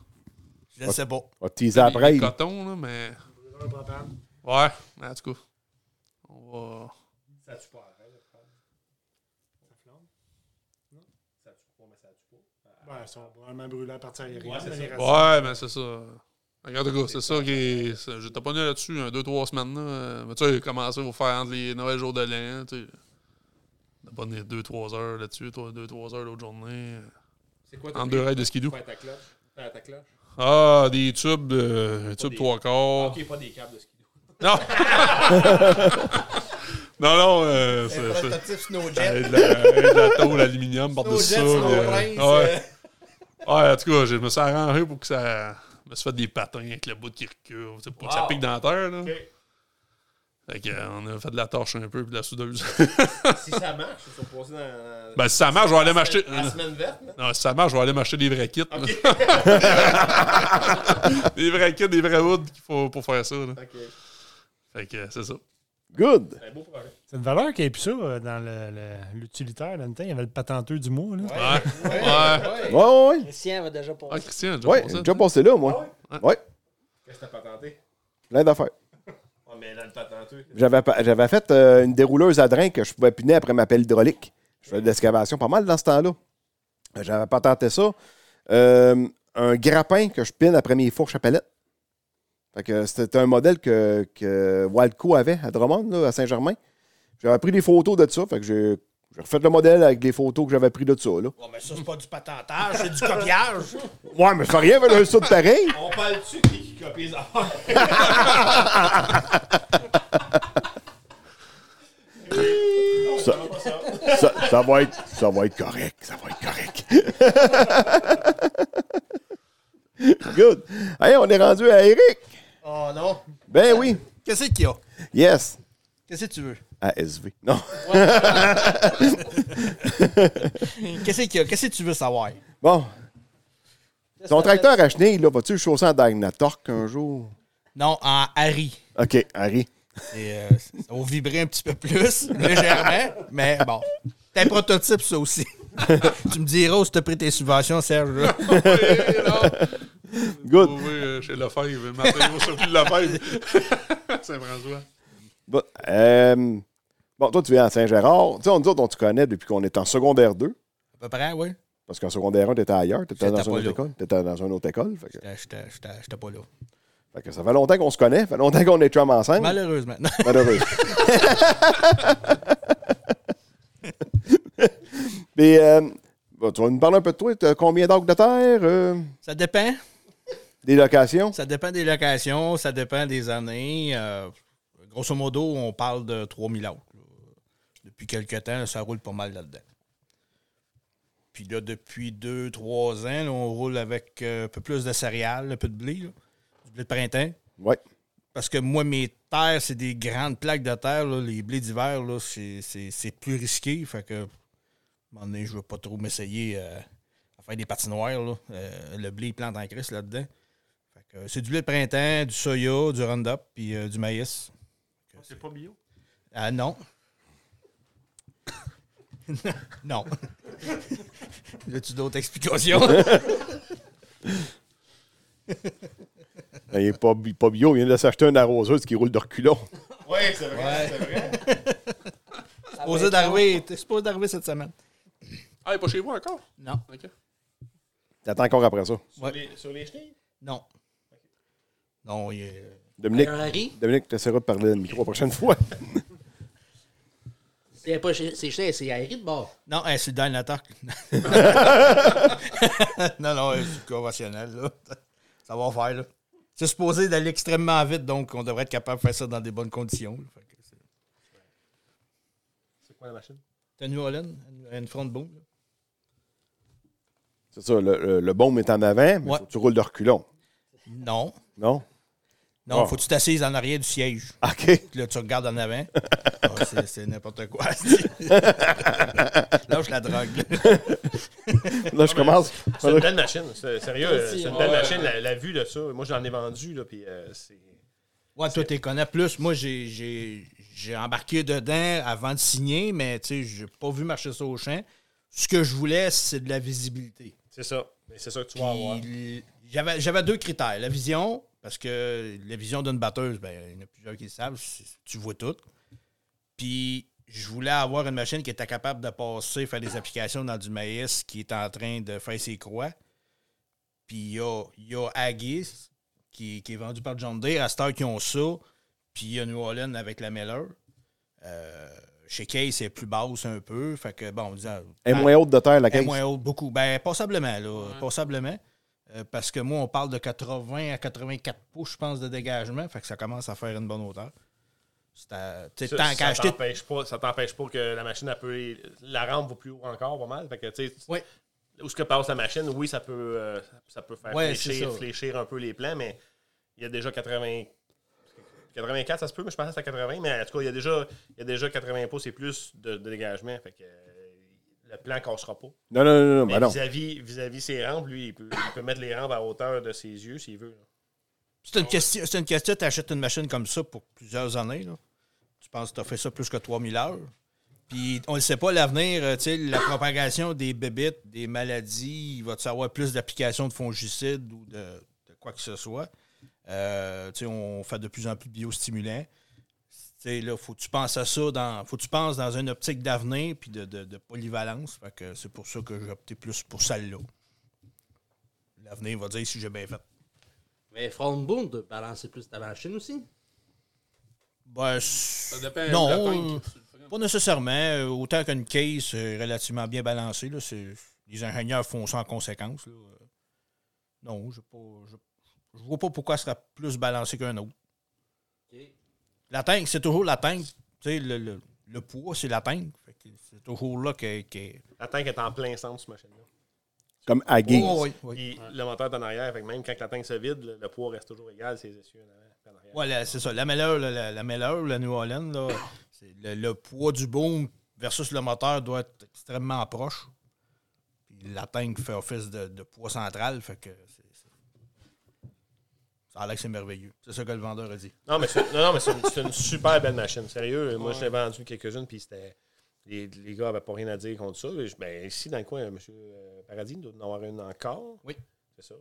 S5: Je sais pas.
S3: On va teaser après.
S10: Les
S3: là.
S10: cotons, là, mais. Ouais, mais en tout cas, on va.
S8: Ça tue pas après, le froid. Ça tue pas, mais ça tue pas.
S7: Ben, ils sont probablement brûlés à partir des
S8: Ouais, c'est ça.
S10: Ouais, mais c'est ça. Regarde, gars, c'est ça qui est. ça- J'étais pas né là-dessus, un, deux, trois semaines. Là. Euh, Mais tu sais, j'ai commencé à vous faire entre les Noël jour de l'an. Tu sais. J'étais pas né deux, trois heures là-dessus, toi, deux, trois heures l'autre journée.
S8: C'est quoi
S10: En deux raids de skidoo.
S8: ta cloche? Faire ta cloche?
S10: Ah, des tubes, euh, tubes
S8: des- Ah,
S10: trois quarts.
S8: Ok, pas des câbles de skidoo.
S10: Non! non, non, euh,
S8: Eh,
S10: c'est. c'est-
S5: Prototype Snowjet.
S10: Hey, de la, hey, de la tôle aluminium par-dessus ça.
S5: Snowjet, Snow
S10: euh,
S5: Prince,
S10: ouais. ouais, en tout cas, je me suis arrangé pour que ça. Je me suis fait des patins avec le bout qui recule, tu sais, pour que ça
S8: Wow.
S10: pique dans la terre. Là.
S8: Ok.
S10: Fait que, euh, on a fait de la torche un peu puis de la soudeuse.
S8: si ça marche, ils sont passés dans.
S10: ben, si ça marche, je vais aller m'acheter.
S8: À la semaine verte, là.
S10: Non, si ça marche, je vais aller m'acheter des vrais kits. là. des vrais kits, des vrais woods qu'il faut pour faire ça. là.
S8: Ok.
S10: Fait que, euh, c'est ça.
S3: Good.
S8: C'est un beau projet.
S7: C'est une valeur qui est plus ça euh, dans le- le- l'utilitaire. Dans le temps, il y avait le patenteux du mot. Là.
S10: Ouais. Ouais.
S3: Ouais, ouais, ouais.
S9: Christian avait déjà
S10: Ouais,
S9: passé.
S10: Christian, j'ai
S3: Ouais,
S10: pensé.
S3: j'ai déjà passé là,
S10: Ah
S3: moi. Ouais,
S8: Qu'est-ce que t'as patenté?
S3: plein d'affaires.
S8: Oh, mais dans le patenteux.
S3: J'avais pa- j'avais fait euh, une dérouleuse à drain que je pouvais piner après ma pelle hydraulique. Je faisais de l'excavation pas mal dans ce temps-là. J'avais patenté ça. Euh, un grappin que je pine après mes fourches à palette. Fait que c'était un modèle que, que Walco avait à Drummond, là, à Saint-Germain. J'avais pris des photos de ça. Fait que j'ai j'ai refait le modèle avec des photos que j'avais pris de ça. Là.
S5: Ouais, Oh, mais ça, c'est pas du patentage, c'est du copiage.
S3: Ouais, mais je fais rien avec un saut de pareil.
S8: On parle-tu qui, qui copie les affaires?
S3: Ça, ça va être, ça va être correct. Ça va être correct. Good. Hey, on est rendu à Eric.
S5: Oh non.
S3: Ben oui.
S5: Qu'est-ce qu'il y a?
S3: Yes.
S5: Qu'est-ce que tu veux?
S3: ASV. Non.
S5: Qu'est-ce qu'il y a? Qu'est-ce que tu veux savoir?
S3: Bon.
S9: Ça,
S3: Ton
S9: ça fait-
S3: tracteur à chenille, là, vas-tu le chausser en Dagnatorque un jour?
S5: Non, en Harry.
S3: OK, Harry.
S5: Et, euh, ça va vibrer un petit peu plus, légèrement, mais bon. T'es un prototype, ça aussi. tu me diras où t'as pris tes subventions, Serge. là.
S10: Ouais, non.
S3: Good.
S10: trouvé euh, chez Lefebvre. Martin sur plus de Lefebvre. Saint-François.
S3: Bon, euh, bon, toi, tu viens à Saint-Gérard. Tu sais, on nous autres, on te connaît depuis qu'on est en secondaire 2.
S5: À peu près, oui.
S3: Parce qu'en secondaire 1, t'étais ailleurs, t'étais
S5: J'étais
S3: dans
S5: pas
S3: une autre
S5: là.
S3: école. T'étais dans une autre école. Fait que,
S5: J'étais- J'étais j'étais- j'étais pas là.
S3: fait que ça fait longtemps qu'on se connaît, ça fait longtemps qu'on est chum ensemble.
S5: Malheureuse maintenant.
S3: Malheureuse. Mais euh, bon, tu vas nous parler un peu de toi. T'as combien d'orgues de terre? euh,
S5: Ça dépend.
S3: des locations?
S5: Ça dépend des locations, ça dépend des années. Euh, grosso modo, on parle de 3000 autres. là. Depuis quelques temps, ça roule pas mal là-dedans. Puis là, depuis 2-3 ans, là, on roule avec euh, un peu plus de céréales, un peu de blé, là. du blé de printemps.
S3: Oui.
S5: Parce que moi, mes terres, c'est des grandes plaques de terre. là. Les blés d'hiver, là, c'est- c'est c'est plus risqué. Fait que, à un moment donné, je veux pas trop m'essayer euh, à faire des patinoires. Là. Euh, le blé, il plante en crise là-dedans. Fait que, euh, c'est du blé de printemps, du soya, du Roundup, puis euh, du maïs.
S6: C'est pas bio.
S5: Ah non. non. Là, tu d'autres explications?
S3: Il n'est pas, bi- pas bio. Il vient de s'acheter un arroseuse qui roule de reculons.
S6: Oui, c'est vrai, c'est vrai.
S5: supposé d'arriver t'es supposé d'arriver cette semaine.
S11: Ah, il est pas chez vous encore?
S5: Non.
S11: OK.
S3: T'attends encore après ça.
S5: Ouais.
S6: Sur, les, sur les chenilles?
S5: Non. Non, il est.
S3: Dominique,
S4: Harry,
S3: Dominique tu essaieras de parler dans le micro la prochaine fois.
S4: c'est pas chez- c'est chez- c'est Harry de bord.
S5: Non, hein, c'est dans l'attaque. non, non, hein, c'est conventionnel, là. Ça va faire, là. C'est supposé d'aller extrêmement vite, donc on devrait être capable de faire ça dans des bonnes conditions. là. Fait que c'est-
S6: C'est quoi la machine?
S5: T'as une New Holland, une- une front de boom. là.
S3: C'est ça, le, le, le baume est en avant, mais
S5: Ouais.
S3: faut que tu roules de reculons.
S5: Non.
S3: Non?
S5: Non,
S3: Ah.
S5: faut que tu t'assises en arrière du siège.
S3: OK.
S5: Puis là, tu regardes en avant. Ah, c'est- c'est n'importe quoi. Lâche la drogue. là.
S3: Là, je commence.
S6: C'est une belle machine. c'est- Sérieux, euh,
S12: Merci.
S6: c'est une belle machine. La, la vue de ça, moi j'en ai vendu, là, puis euh, c'est...
S5: Ouais, toi, t'es connais plus. Moi, j'ai- j'ai j'ai embarqué dedans avant de signer, mais tu sais, j'ai pas vu marcher ça au champ. Ce que je voulais, c'est de la visibilité.
S6: C'est ça. Mais c'est ça que tu vas avoir.
S5: Puis, J'avais j'avais deux critères. La vision, parce que la vision d'une batteuse, ben, il y en a plusieurs qui le savent, c'est- tu vois tout. Puis je voulais avoir une machine qui était capable de passer, faire des applications dans du maïs qui est en train de faire ses croix. Puis il y a, il y a Haggis, qui, qui est vendu par John Deere, à cette heure qui ont ça. Puis il y a New Holland avec la Miller. Euh, chez Case, c'est plus basse un peu. Fait que, bon, on ah, disait.
S3: Elle est moins haute de terre, la
S5: Eh,
S3: caisse.
S5: moins haut, beaucoup. Ben, passablement, là. Passablement. Euh, parce que moi, on parle de 80 à 84 pouces, je pense, de dégagement. Fait que ça commence à faire une bonne hauteur. C'est à- tu sais,
S6: Ça,
S5: tant qu'à
S6: ça
S5: acheter.
S6: t'empêche pas, ça t'empêche pas que la machine, elle peut, la rampe va plus haut encore, pas mal. Fait que, tu sais,
S5: Ouais.
S6: où ce que passe la machine, oui, ça peut, euh, ça peut faire
S5: Ouais, c'est
S6: fléchir,
S5: ça.
S6: fléchir un peu les plans, mais il y a déjà 80. 84, ça se peut, mais je pensais que c'était 80, mais en tout cas, il y a déjà, il y a déjà 80 pouces et plus de, de dégagement. Fait que euh, le plan ne cassera pas.
S3: Non, non, non, non,
S6: Mais
S3: ben non.
S6: vis-à-vis, vis-à-vis ses rampes, lui, il peut, il peut mettre les rampes à hauteur de ses yeux s'il veut.
S5: C'est une question. C'est une question. Tu achètes une machine comme ça pour plusieurs années. là. Tu penses que tu as fait ça plus que 3000 heures. Puis on ne sait pas l'avenir, euh, tu sais, la propagation des bébites, des maladies, il va-tu avoir plus d'applications de fongicides ou de, de quoi que ce soit? Euh, tu sais, on fait de plus en plus de biostimulants. Tu sais, là, faut que tu penses à ça dans. Faut que tu penses dans une optique d'avenir puis de, de- de polyvalence. Fait que c'est pour ça que j'ai opté plus pour celle-là. L'avenir va dire si j'ai bien fait.
S4: Mais Front Boom de balancer plus ta machine aussi.
S5: Ben,
S11: Ça
S5: c-
S11: dépend
S5: non,
S11: de la pinte que tu le
S5: euh,
S11: prennes.
S5: pas nécessairement. Euh, Autant qu'une case euh, relativement bien balancée, là, c'est- les ingénieurs font ça en conséquence. là. Euh, Non, j'ai pas- je je vois pas pourquoi elle sera plus balancée qu'un autre. La tank, c'est toujours la tank. Tu sais, Le, le- le poids, c'est la tank. Fait que C'est toujours là que. que-
S6: La tank est en plein centre, cette machine-là.
S3: Comme Agui.
S5: Oh, oui, oui.
S6: Puis le moteur est en arrière, fait que même quand la tank se vide, le, le poids reste toujours égal, ses essieux en avant, puis en arrière.
S5: Ouais, la- c'est ça. La Melleur, la, la, la Melleur, la New Holland, là, c'est le, le poids du boom versus le moteur doit être extrêmement proche. Puis la tank fait office de, de poids central, fait que c'est, c'est- ça a l'air que c'est merveilleux. C'est ça que le vendeur a dit.
S6: Non, mais c'est non, non, mais c'est une, c'est une super belle machine. Sérieux, moi, je l'ai vendu quelques-unes, puis c'était. Les, les gars n'avaient pas rien à dire contre ça. Je- ben, ici, dans le coin, M. Paradis, il doit en avoir une encore.
S5: Oui.
S6: C'est ça.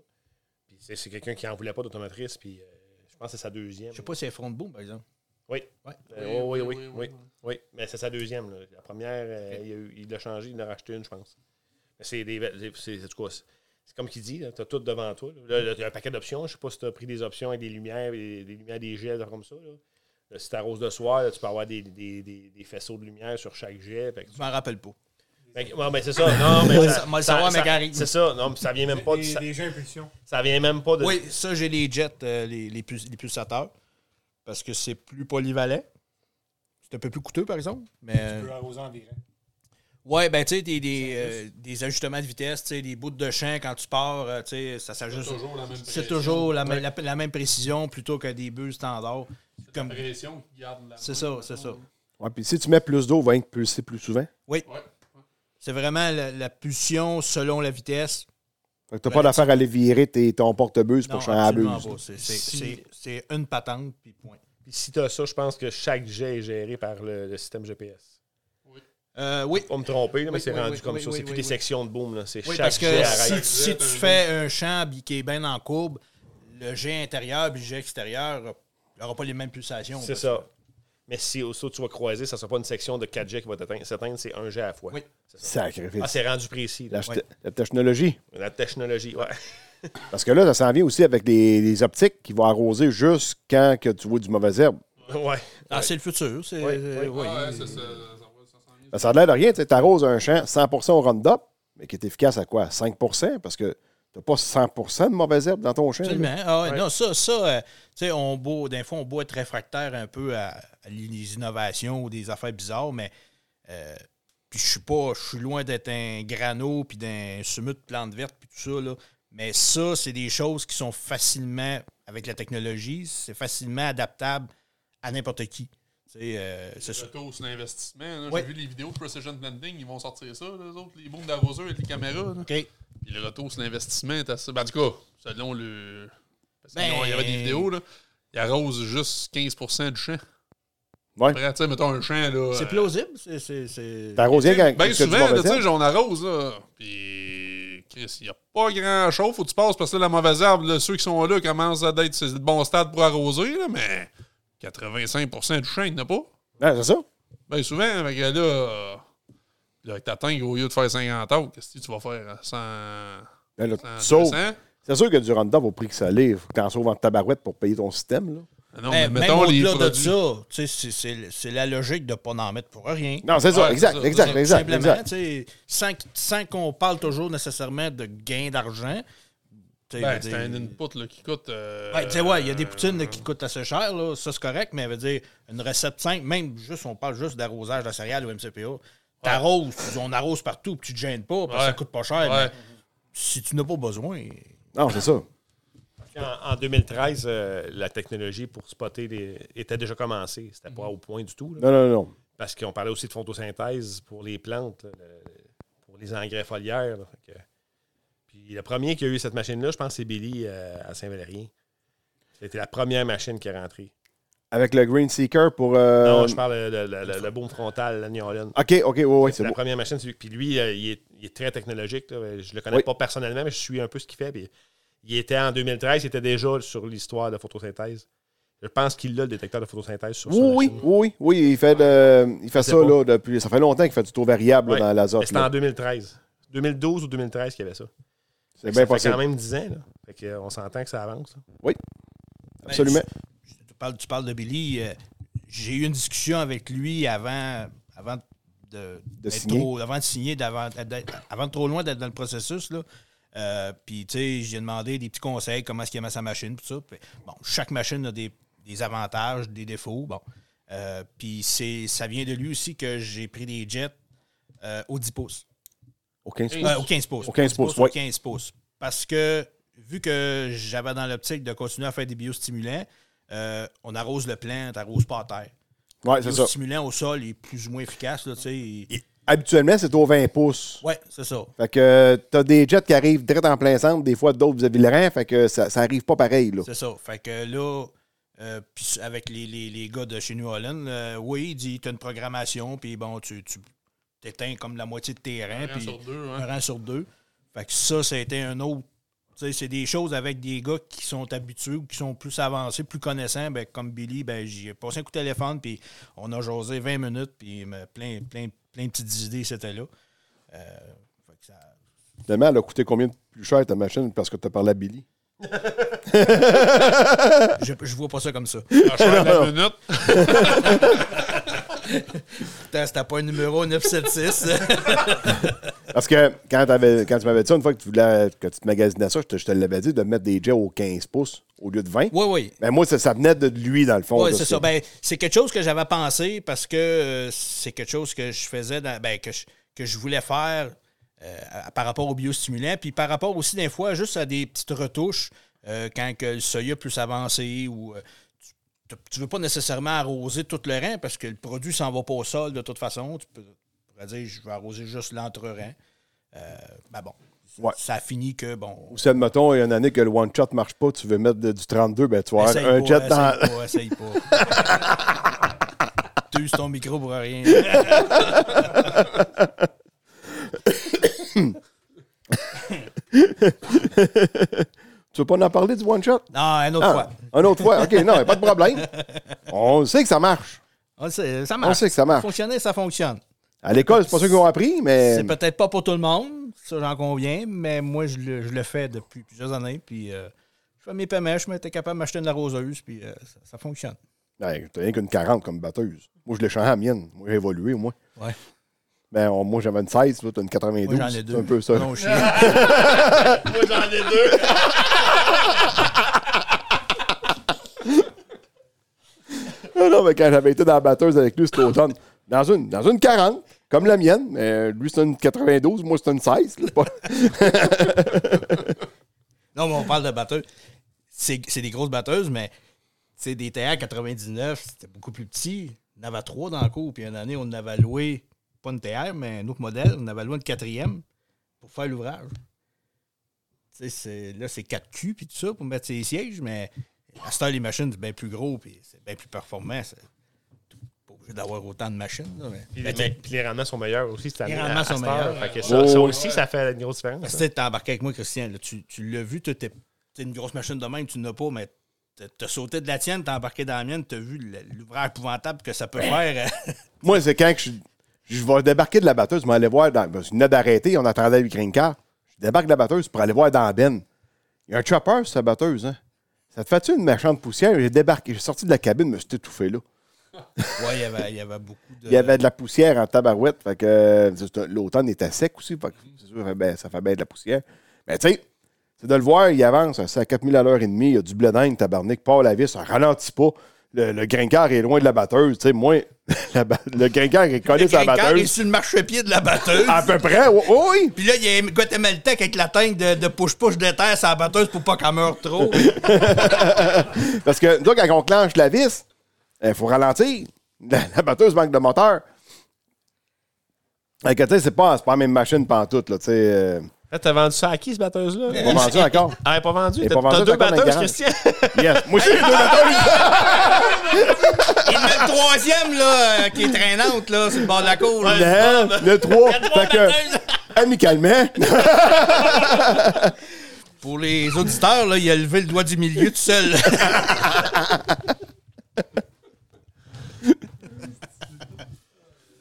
S6: Puis c'est c'est quelqu'un qui n'en voulait pas d'automatrice, puis euh, je pense que c'est sa deuxième.
S5: Je sais pas si c'est front boom, par exemple.
S6: Oui.
S5: Ouais.
S6: Euh, oui, oui, oui, oui, oui. mais c'est sa deuxième. là. La première, euh, il a eu- il l'a changé, il en a racheté une, je pense. Mais c'est des. c'est- C'est c'est- en tout cas, c'est- c'est comme qu'il dit, tu as tout devant toi. Là, Là, t'as un paquet d'options. Je sais pas si tu as pris des options avec des lumières, des, des lumières, des jets, des affaires comme ça. Là. Là, si tu arroses de soir, là, tu peux avoir des, des, des, des faisceaux de lumière sur chaque jet. Fait que
S5: Je m'en rappelle pas.
S6: fait que- ouais, mais c'est ça. Non, mais ça,
S5: Moi, le
S6: ça-
S5: savoir,
S6: ça-
S5: mais Gary.
S6: C'est ça. Non, mais ça vient même pas de. Ça,
S13: Des jeux impulsion.
S6: ça vient même pas de.
S5: Oui, ça, j'ai les jets, euh, les, les, pul- les pulsateurs, parce que c'est plus polyvalent. C'est un peu plus coûteux, par exemple. Mais,
S13: Tu peux arroser en virant.
S5: ouais, ben, tu sais, des, des, euh, des ajustements de vitesse, tu sais, des bouts de champ quand tu pars, euh, tu sais, ça s'ajuste.
S10: toujours la même
S5: C'est
S10: pression.
S5: toujours la, même- la- la même précision plutôt que des bulles standards. Comme-
S10: pression qui garde la.
S5: C'est ça, c'est ça.
S3: Ouais, puis si tu mets plus d'eau, il va être pulsé plus souvent.
S10: Ouais.
S5: C'est vraiment la, la pulsion selon la vitesse.
S3: Fait que t'as pas d'affaire à aller virer tes- ton porte-buse
S5: Non,
S3: pour changer la buse.
S5: absolument pas. C'est- c'est- C'est c'est une patente, puis point.
S6: Puis si tu as ça, je pense que chaque jet est géré par le, le système GPS.
S5: Euh, oui,
S6: Pas me tromper, là, mais
S5: Oui,
S6: c'est
S5: oui,
S6: rendu
S5: oui,
S6: comme
S5: oui,
S6: ça.
S5: oui,
S6: c'est plus
S5: oui,
S6: des
S5: oui.
S6: sections de boom. là. C'est
S5: Oui,
S6: chaque
S5: parce
S6: jet
S5: que
S6: à
S5: si,
S6: rail.
S5: si tu fais un champ bi- qui est bien en courbe, le jet intérieur puis le jet extérieur n'aura pas les mêmes pulsations.
S6: C'est ça. Mais si aussi tu vas croiser, ça ne sera pas une section de 4 jets qui va t'atteindre- s'atteindre, c'est un jet à la fois.
S5: Oui.
S3: Sacrifice.
S6: Ah, c'est rendu précis. là.
S3: la, la technologie.
S6: La technologie, ouais.
S3: Parce que là, ça s'en vient aussi avec les, les optiques qui vont arroser juste quand que tu vois du mauvais herbe.
S6: ouais.
S5: Ah, c'est le futur. C'est,
S6: Oui,
S5: euh,
S6: oui.
S5: oui.
S10: Ah ouais, ça, ça, ça, ça, ça s'en vient.
S3: Ça a l'air de rien, tu arroses un champ 100% au Roundup, mais qui est efficace à quoi? 5%? Parce que t'as pas 100% de mauvaises herbes dans ton champ. là.
S5: Absolument. Ah ouais,
S6: Ouais.
S5: Non, ça, ça euh, tu sais, on beau, d'un fois, on beau être réfractaire un peu à, à les innovations ou des affaires bizarres, mais euh, puis je suis pas, je suis loin d'être un grano puis d'un semut de plantes vertes puis tout ça, là. Mais ça, c'est des choses qui sont facilement, avec la technologie, c'est facilement adaptable à n'importe qui. Tu sais, euh, c'est sûr.
S10: Retour sur l'investissement. là.
S5: Ouais.
S10: J'ai vu les vidéos de Precision Blending, ils vont sortir ça, les autres, les booms d'arroseurs avec les caméras. là.
S5: OK.
S10: Puis le retour sur l'investissement est assez. Ben, en tout cas, selon le. Parce que
S5: Ben-
S10: non, il y avait des vidéos, là. Il arrose juste 15 du champ.
S3: Ouais.
S10: Après, tu sais, mettons un champ, là.
S5: C'est
S10: euh,
S5: plausible. C'est, c'est- c'est-
S3: T'arroses rien quand
S10: Ben
S3: que du
S10: souvent, là,
S3: mauvais
S10: tu sais,
S3: herbe.
S10: on arrose, là. Puis, Chris, il n'y a pas grand chose. Faut que tu passes parce que là, la mauvaise herbe, là, ceux qui sont là commencent à être sur le bon stade pour arroser, là, mais 85 du champ, il n'y en a pas.
S3: Ouais, c'est ça.
S10: Ben souvent, fait que là, euh, là, t'atteins au lieu de faire 50 autres, qu'est-ce que tu vas faire? euh, 100,
S3: Ben là, tu
S10: 100
S3: sauves.
S10: 200?
S3: C'est sûr que du Roundup, au prix que ça l'est, faut que t'en sauves en tabarouette pour payer ton système. là.
S5: Mais
S10: Non, mais
S5: Eh, même
S10: mettons les
S5: au-delà de
S10: produits.
S5: ça, tu sais, c'est, c'est- c'est la logique de ne pas en mettre pour rien.
S3: Non, c'est ça,
S10: Ouais,
S3: exact,
S10: c'est ça,
S3: exact,
S10: c'est
S5: Tout
S3: exact,
S5: simplement,
S3: exact.
S5: tu sais, sans, sans qu'on parle toujours nécessairement de gain d'argent. tu sais,
S10: Ben,
S5: je veux
S10: c'est un
S5: dire-
S10: input là, qui coûte. euh,
S5: Ouais, tu sais, ouais, il y a des poutines là, qui coûtent assez cher, là, ça c'est correct, mais veut dire une recette simple, même juste, on parle juste d'arrosage de céréales ou MCPA. T'arroses, on arrose partout, puis tu te gênes pas, parce que ça
S10: Ouais.
S5: coûte pas cher.
S10: Ouais.
S5: mais si tu n'as pas besoin,
S3: Non, c'est ça.
S6: Puis En, en 2013, euh, la technologie pour spotter les- était déjà commencée. C'était pas au point du tout. là.
S3: Non, non, non.
S6: Parce qu'on parlait aussi de photosynthèse pour les plantes, là, le- pour les engrais foliaires. là. Fait que- Puis le premier qui a eu cette machine-là, je pense, c'est Billy euh, à Saint-Valérien. C'était la première machine qui est rentrée.
S3: Avec le Green Seeker pour. euh,
S6: Non, je parle de, de- de- de- le boom frontal, la New
S3: Ok, ok, ouais, ouais, c'est
S6: C'est la
S3: bon.
S6: première machine. c'est lui. Puis lui, euh, il, est, il est très technologique. là. Je le connais
S3: Oui.
S6: pas personnellement, mais je suis un peu ce qu'il fait. Puis il était en 2013, il était déjà sur l'histoire de la photosynthèse. Je pense qu'il a le détecteur de photosynthèse sur sa
S3: Oui, oui,
S6: machine.
S3: oui, oui, il fait, de- il fait
S6: sais
S3: ça
S6: pas.
S3: là, depuis. Ça fait longtemps qu'il fait du taux variable là,
S6: Ouais,
S3: dans
S6: Mais
S3: l'azote.
S6: C'était en
S3: là.
S6: 2013. 2012 ou 2013 qu'il y avait ça.
S3: C'est
S6: ça
S3: bien
S6: fait
S3: possible.
S6: quand même 10 ans. Là. Fait que, euh, on s'entend que ça avance. là.
S3: Absolument.
S5: tu parles, tu parles de Billy. euh, j'ai eu une discussion avec lui avant, avant de, d'être
S3: signer.
S5: trop- avant de signer, d'avant- d'être- avant de trop loin d'être dans le processus. Là. Euh, puis, tu sais, j'ai demandé des petits conseils, comment est-ce qu'il aimait sa machine, puis ça. Puis, bon, chaque machine a des, des avantages, des défauts. Bon. Euh, puis, c'est, ça vient de lui aussi que j'ai pris des jets euh, au 10 pouces.
S3: Au 15
S5: Euh, au 15 pouces.
S3: Au 15 pouces,
S5: au
S3: oui.
S5: 15 pouces. Parce que, vu que j'avais dans l'optique de continuer à faire des biostimulants, euh, on arrose le plant, t'arrose pas à terre.
S3: Ouais,
S5: Le
S3: c'est ça.
S5: biostimulant au sol est plus ou moins efficace, là, tu sais. il-
S3: Habituellement, c'est au 20 pouces.
S5: Ouais, c'est ça.
S3: Fait que euh, t'as des jets qui arrivent direct en plein centre, des fois d'autres vis-à-vis le rang, fait que ça, ça arrive pas pareil. Là.
S5: C'est ça. Fait que là, euh, puis avec les, les- les gars de chez New Holland, euh, oui, il dit, t'as une programmation, puis bon, tu, tu t'éteins comme la moitié de terrain,
S10: Un
S5: puis
S10: sur deux,
S5: un
S10: hein.
S5: rang sur deux. Fait que ça, ça a été un autre. Tu sais, c'est des choses avec des gars qui sont habitués ou qui sont plus avancés, plus connaissants. Ben, comme Billy, ben, j'y ai passé un coup de téléphone, puis on a jasé 20 minutes, puis il m'a plein, plein, plein de petites idées, c'était là. Euh, fait que ça-
S3: Finalement, elle a coûté combien de plus cher ta machine parce que tu as parlé à Billy?
S5: Je, je vois pas ça comme ça.
S10: Ça change la minute.
S5: Putain, c'était pas un numéro 976.
S3: Parce que quand, t'avais- quand tu m'avais dit ça, une fois que tu voulais que tu te magasinais ça, je te, je te l'avais dit de mettre des jets aux 15 pouces au lieu de 20.
S5: oui, oui.
S3: Ben moi, ça, ça venait de lui, dans le fond.
S5: Oui,
S3: là,
S5: c'est ça. Ben, c'est quelque chose que j'avais pensé parce que euh, c'est quelque chose que je faisais, dans- ben, que, je, que je voulais faire euh, à- par rapport aux biostimulants, puis par rapport aussi des fois juste à des petites retouches euh, quand que le soya plus avancé ou euh, tu- tu ne veux pas nécessairement arroser tout le rang parce que le produit s'en va pas au sol de toute façon. Tu peux, tu pourrais dire je vais arroser juste l'entre-rang. Euh, ben bon.
S3: Ouais.
S5: Ça a fini que bon.
S3: Ou si, admettons, il y a une année que le one-shot marche pas, tu veux mettre de- du 32, ben tu vas avoir
S5: Essaye
S3: un
S5: pas,
S3: jet dans...
S5: essaye pas, essaye pas. tu uses ton micro pour rien.
S3: Tu veux pas en parler du one-shot?
S5: Non, une autre
S3: Ah,
S5: fois.
S3: un autre fois. OK, non, pas de problème. On sait que ça marche.
S5: On le sait, ça marche.
S3: On sait que ça marche. Euh,
S5: Fonctionner, ça fonctionne.
S3: À l'école, c'est pas ça qu'ils ont appris, mais
S5: C'est peut-être pas pour tout le monde, ça j'en conviens, mais moi je le, je le fais depuis plusieurs années, puis euh, je fais mes paiements, je m'étais capable de m'acheter une arroseuse, puis euh, ça, ça fonctionne.
S3: Ouais, ben, t'as rien qu'une 40 comme batteuse. Moi, je l'ai changé à la mienne. Moi, j'ai évolué, moi.
S5: Ouais.
S3: Ben, on- moi, j'avais une 16, toi, t'as une 92.
S5: Moi j'en ai deux.
S3: C'est un peu ça.
S5: Non, je suis-
S10: Moi, j'en ai deux.
S3: Ah non, mais quand j'avais été dans la batteuse avec lui, c'était automne. Dans une, dans une 40, comme la mienne. Mais lui, c'est une 92, moi, c'est une 16. là, c'est pas-
S5: non, mais on parle de batteuse. C'est c'est des grosses batteuses, mais c'est des TR 99, c'était beaucoup plus petit. On en avait trois dans le cours, puis une année, on en avait loué, pas une TR, mais un autre modèle, on en avait loué une quatrième pour faire l'ouvrage. Tu sais, c'est- Là, c'est 4Q, puis tout ça, pour mettre ses sièges, mais à cette heure, les machines, c'est bien plus gros, puis c'est bien plus performant. C'est pas obligé d'avoir autant de machines, là, mais...
S8: Puis les, mais- puis les rendements sont meilleurs aussi cette année.
S5: Les
S8: à-
S5: rendements
S8: à
S5: sont
S8: cette heure.
S5: meilleurs.
S8: Fait que ça,
S3: Oh,
S8: ça
S3: ouais.
S8: aussi, ça fait une grosse différence.
S5: Parce que t'es embarqué avec moi, Christian. là, tu tu l'as vu, toi, t'es t'es une grosse machine de même, tu n'as pas, mais t'as- t'as sauté de la tienne, t'as embarqué dans la mienne, t'as vu le- l'ouvrage épouvantable que ça peut faire.
S3: moi, c'est quand que je, je vais débarquer de la batteuse, je vais aller voir. Dans, ben, je venais d'arrêter, on attendait le green car. Je débarque de la batteuse pour aller voir dans la benne. Il y a un chopper sur sa batteuse. Hein. Ça te fait-tu une méchante poussière? J'ai débarqué, j'ai sorti de la cabine, je me suis étouffé là.
S5: ouais, il y avait, il y avait beaucoup de.
S3: Il y avait de la poussière en tabarouette. Fait que euh, c'est- l'automne était sec aussi. Fait que c'est sûr, ça fait bien- ça fait bien de la poussière. Mais tu sais, c'est de le voir, il avance. C'est à 4000 à l'heure et demie. Il y a du blé d'Inde, tabarnak, part la vis, ça ralentit pas. Le, le grinqueur est loin de la batteuse. Tu sais, moi, la ba- le grinqueur est collé
S5: Le
S3: sur la
S5: crinqueur est
S3: batteuse.
S5: sur le marchepied de la batteuse.
S3: À peu près, oui. oui.
S5: Puis là, il y a un Guatemaltec avec la teinte de, de push-push de terre sur la batteuse pour pas qu'elle meure trop.
S3: Parce que nous, quand on clenche la vis, il faut ralentir. La, la batteuse manque de moteur. Fait que, tu sais, c'est pas, c'est pas la même machine pantoute, là, tu sais. euh,
S6: Là, t'as vendu ça à qui, ce batteuse-là?
S3: pas vendu encore.
S6: Ah, elle est pas vendue.
S3: Elle est pas
S6: T'as
S3: vendue,
S6: t'as
S3: elle
S6: deux
S3: est encore dans le
S6: batteuses,
S3: garage.
S6: Christian.
S3: Yes. Moi, j'ai les deux batteuses.
S5: Et même le troisième, là, euh, qui est traînante, là, sur le bord de la cour. là.
S3: Non, le 3. Fait
S5: batteuses.
S3: que, amicalement,
S5: Pour les auditeurs, là, il a levé le doigt du milieu tout seul.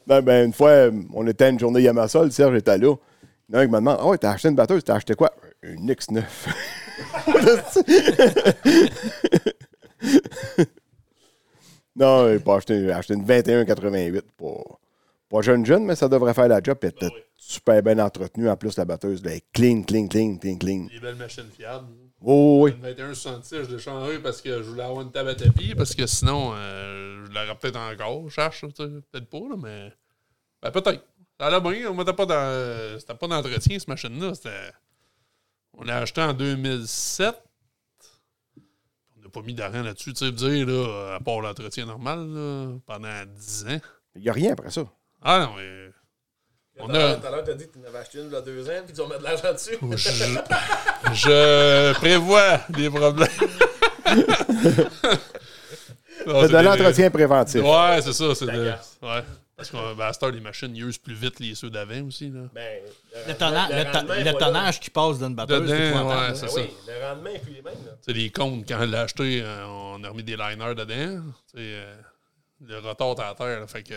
S3: ben, ben, une fois, euh, on était à une journée Yamasol, Serge était là. Il y en a un qui me demande Oh, t'as acheté une batteuse, t'as acheté quoi Une X9. non, j'ai pas acheté, j'ai acheté une 2188. Pas, pas jeune, jeune, mais ça devrait faire la job. puis Elle était super bien entretenue. En plus, la batteuse, là, elle est clean, clean, clean, clean, clean.
S10: Des belles machines fiables.
S3: Oh, oui.
S10: Une 2166, je l'ai changé parce que je voulais avoir une table à tapis, parce que sinon, euh, je l'aurais peut-être encore. Je cherche, tu sais, peut-être pas, là, mais. Ben, peut-être. Ça allait bien, on mettait pas dans. C'était pas d'entretien, cette machine-là. C'était. On l'a acheté en 2007. On n'a pas mis d'argent là-dessus, tu sais, dire, là, à part l'entretien normal, là, pendant 10 ans.
S3: Il n'y a rien après ça.
S10: Ah non, mais. On a.
S6: Tout à l'heure, t'as dit que t'en avais acheté une il y a deux ans, puis tu vas mettre de l'argent dessus.
S10: Je, je prévois des problèmes. Non,
S3: C'est
S10: des-
S3: de l'entretien préventif.
S10: Ouais, c'est ça. C'est de, ouais. Parce qu'à ben, à cette heure, les machines usent plus vite les ceux d'avant aussi. Là.
S8: Ben,
S5: Le,
S6: euh,
S5: tonna- le ton-
S8: rendement est
S5: le
S8: pas là.
S5: tonnage qui passe d'une batteuse, c'est
S10: Dedans,
S5: épouvantable.
S10: ouais,
S8: Ben
S10: c'est ça.
S8: oui, le rendement est plus les mêmes. là.
S10: Tu sais, les comptes, quand on l'a acheté, euh, on a remis des liners dedans. Tu sais, euh, le retard est à terre. là, fait que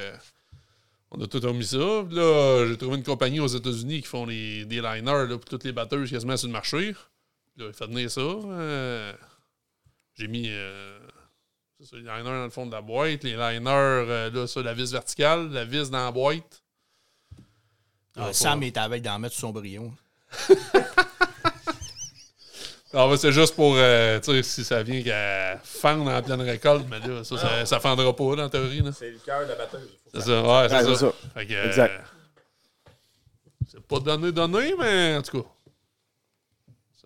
S10: On a tout remis ça. Puis Là, j'ai trouvé une compagnie aux États-Unis qui font les- des liners là, pour toutes les batteuses quasiment sur le marché. Puis Là, il fait venir ça. Euh, j'ai mis euh, c'est ça, les liners dans le fond de la boîte. Les liners, euh, là, ça, la vis verticale, la vis dans la boîte.
S5: Ah, Sam est avec d'en mettre sur son brio.
S10: Ah ouais, c'est juste pour, euh, tu sais, si ça vient qu'à fendre en pleine récolte, mais là, ça,
S3: Ah.
S10: ça, ça fendra pas, là, en théorie, là.
S6: C'est le cœur de la batteuse.
S10: C'est ça, ouais, c'est
S3: Ouais,
S10: ça.
S3: c'est ça.
S10: Fait que, euh,
S3: Exact.
S10: c'est pas donné, donné, mais en tout cas.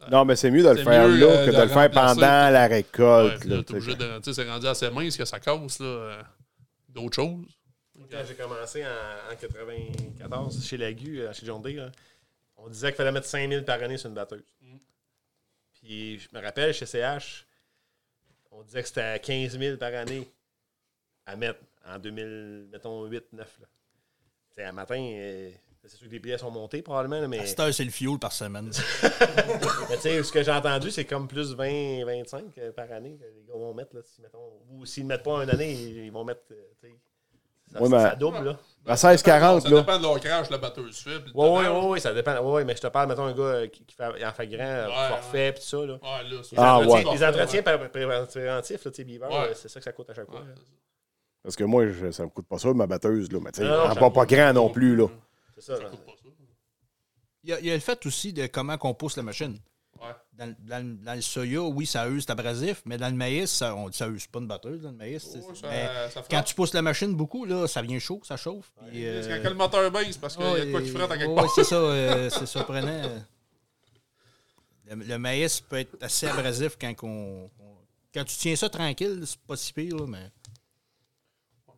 S3: Non, mais c'est mieux de le
S10: C'est
S3: faire
S10: mieux,
S3: là
S10: euh,
S3: que
S10: de
S3: de le faire
S10: remplacer.
S3: pendant la
S10: Ouais,
S3: récolte.
S10: puis
S3: là,
S10: là, t'es
S3: tu sais.
S10: obligé de. Tu sais, c'est rendu assez mince que ça casse, là. euh, D'autres choses.
S6: Quand j'ai commencé en, en 94 chez Lagu, euh, chez John Deere, là, on disait qu'il fallait mettre 5000 par année sur une batteuse.
S5: Mm.
S6: Puis je me rappelle, chez CH, on disait que c'était à 15 000 par année à mettre en 2000, mettons 8, 9. Là. C'est un matin, euh, c'est sûr que les billets sont montés probablement, là, mais,
S5: À cette heure, c'est le fioul par semaine.
S6: mais tu sais, ce que j'ai entendu, c'est comme plus 20, 25 euh, par année que les gars vont mettre. Là, si, mettons, ou s'ils ne mettent pas une année, ils ils vont mettre. euh, tu sais, ça,
S3: Ouais, ben,
S6: ça-
S3: mais-
S6: ça double, là.
S3: À 16,40,
S10: Ça
S3: Ah, là.
S10: dépend de leur crash, la batteuse faible.
S6: Ouais, ouais, ouais, ouais, ça dépend. Ouais, ouais, mais je te parle, mettons, un gars euh, qui, qui fait, en fait grand, euh,
S10: Ouais,
S6: forfait, pis tout ça. Là.
S10: Ouais, là, c'est-
S3: Ah, ouais.
S6: Les entretiens pré- pré- préventifs, là, tu sais, Beaver,
S10: Ouais.
S6: euh, c'est ça que ça coûte à chaque fois. là.
S3: Parce que moi, je- ça me coûte pas ça, ma batteuse, là. Mais
S10: Ah
S3: tu sais,
S6: Non,
S3: en
S6: ça
S3: pas, pas grand
S10: Mm.
S3: non plus, là.
S6: C'est ça. là.
S5: Il y, a, il y a le fait aussi de comment qu'on pousse la machine.
S10: Ouais.
S5: Dans, le- dans le- dans le soya, oui, ça use, c'est abrasif, mais dans le maïs, ça, on, ça use pas une batteuse dans le maïs. c'est-
S10: Ouais,
S5: c'est-
S10: Oh, ça-
S5: mais
S10: ça frappe.
S5: ben, quand tu pousses la machine beaucoup, là, ça vient chaud, ça chauffe. puis, euh,
S10: Parce que Quand le moteur baisse, parce qu'il y a de quoi qui
S5: Ouais,
S10: frotte à quelque
S5: ouais,
S10: part.
S5: c'est ça, euh, c'est surprenant. Le, le maïs peut être assez abrasif quand qu'on- on- quand tu tiens ça tranquille, c'est pas si pire, là, mais.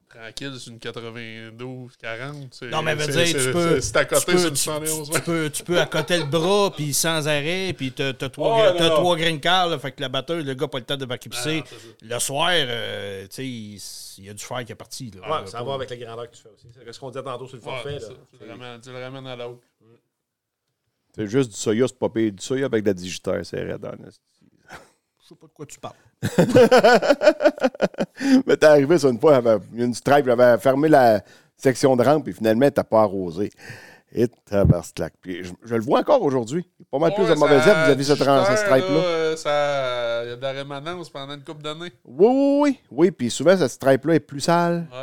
S10: Tranquille, c'est une 92, 40. c'est-
S5: Non, mais veut
S10: c'est-
S5: dire,
S10: c'est-
S5: tu
S10: c'est-
S5: peux.
S10: C'est à
S5: tu
S10: côté,
S5: peux-
S10: c'est une
S5: tu-
S10: 111.
S5: tu, tu peux, tu peux accoter le bras, puis sans arrêt, puis t'as t'as trois,
S10: Ouais,
S5: gra-
S10: non,
S5: t'as
S10: non.
S5: trois green cars, là, fait que la batteuse, le gars, pas le temps de
S10: Ah,
S5: backipser.
S10: non, c'est
S5: Le soir, euh, tu sais, il s- il y a du fer qui est parti. Là,
S6: Ouais,
S5: Là,
S6: ça
S5: pas-
S6: va avec la grandeur que tu fais aussi. C'est ce qu'on disait tantôt sur le
S10: Ouais,
S6: forfait.
S10: c'est
S6: là.
S10: ça. Tu le ramènes- tu le ramènes à la haute.
S3: C'est juste du soya, c'est pas pire. Du soya avec de la digitaire, c'est raide. hein,
S5: Je sais pas de quoi tu parles.
S3: Mais t'es arrivé sur une fois, il y avait une stripe, j'avais fermé la section de rampe, puis finalement, t'as pas arrosé. Et tabarclac. Puis je, je le vois encore aujourd'hui. Pas mal plus de
S10: Ouais,
S3: mauvaise
S10: ça-
S3: herbe vis-à-vis cette, ran- cette
S10: Jupiter,
S3: stripe-là.
S10: euh, ça- Il y a de la rémanence pendant une couple d'années.
S3: Oui, oui, oui. Oui, puis souvent, cette stripe-là est plus sale.
S10: Ouais.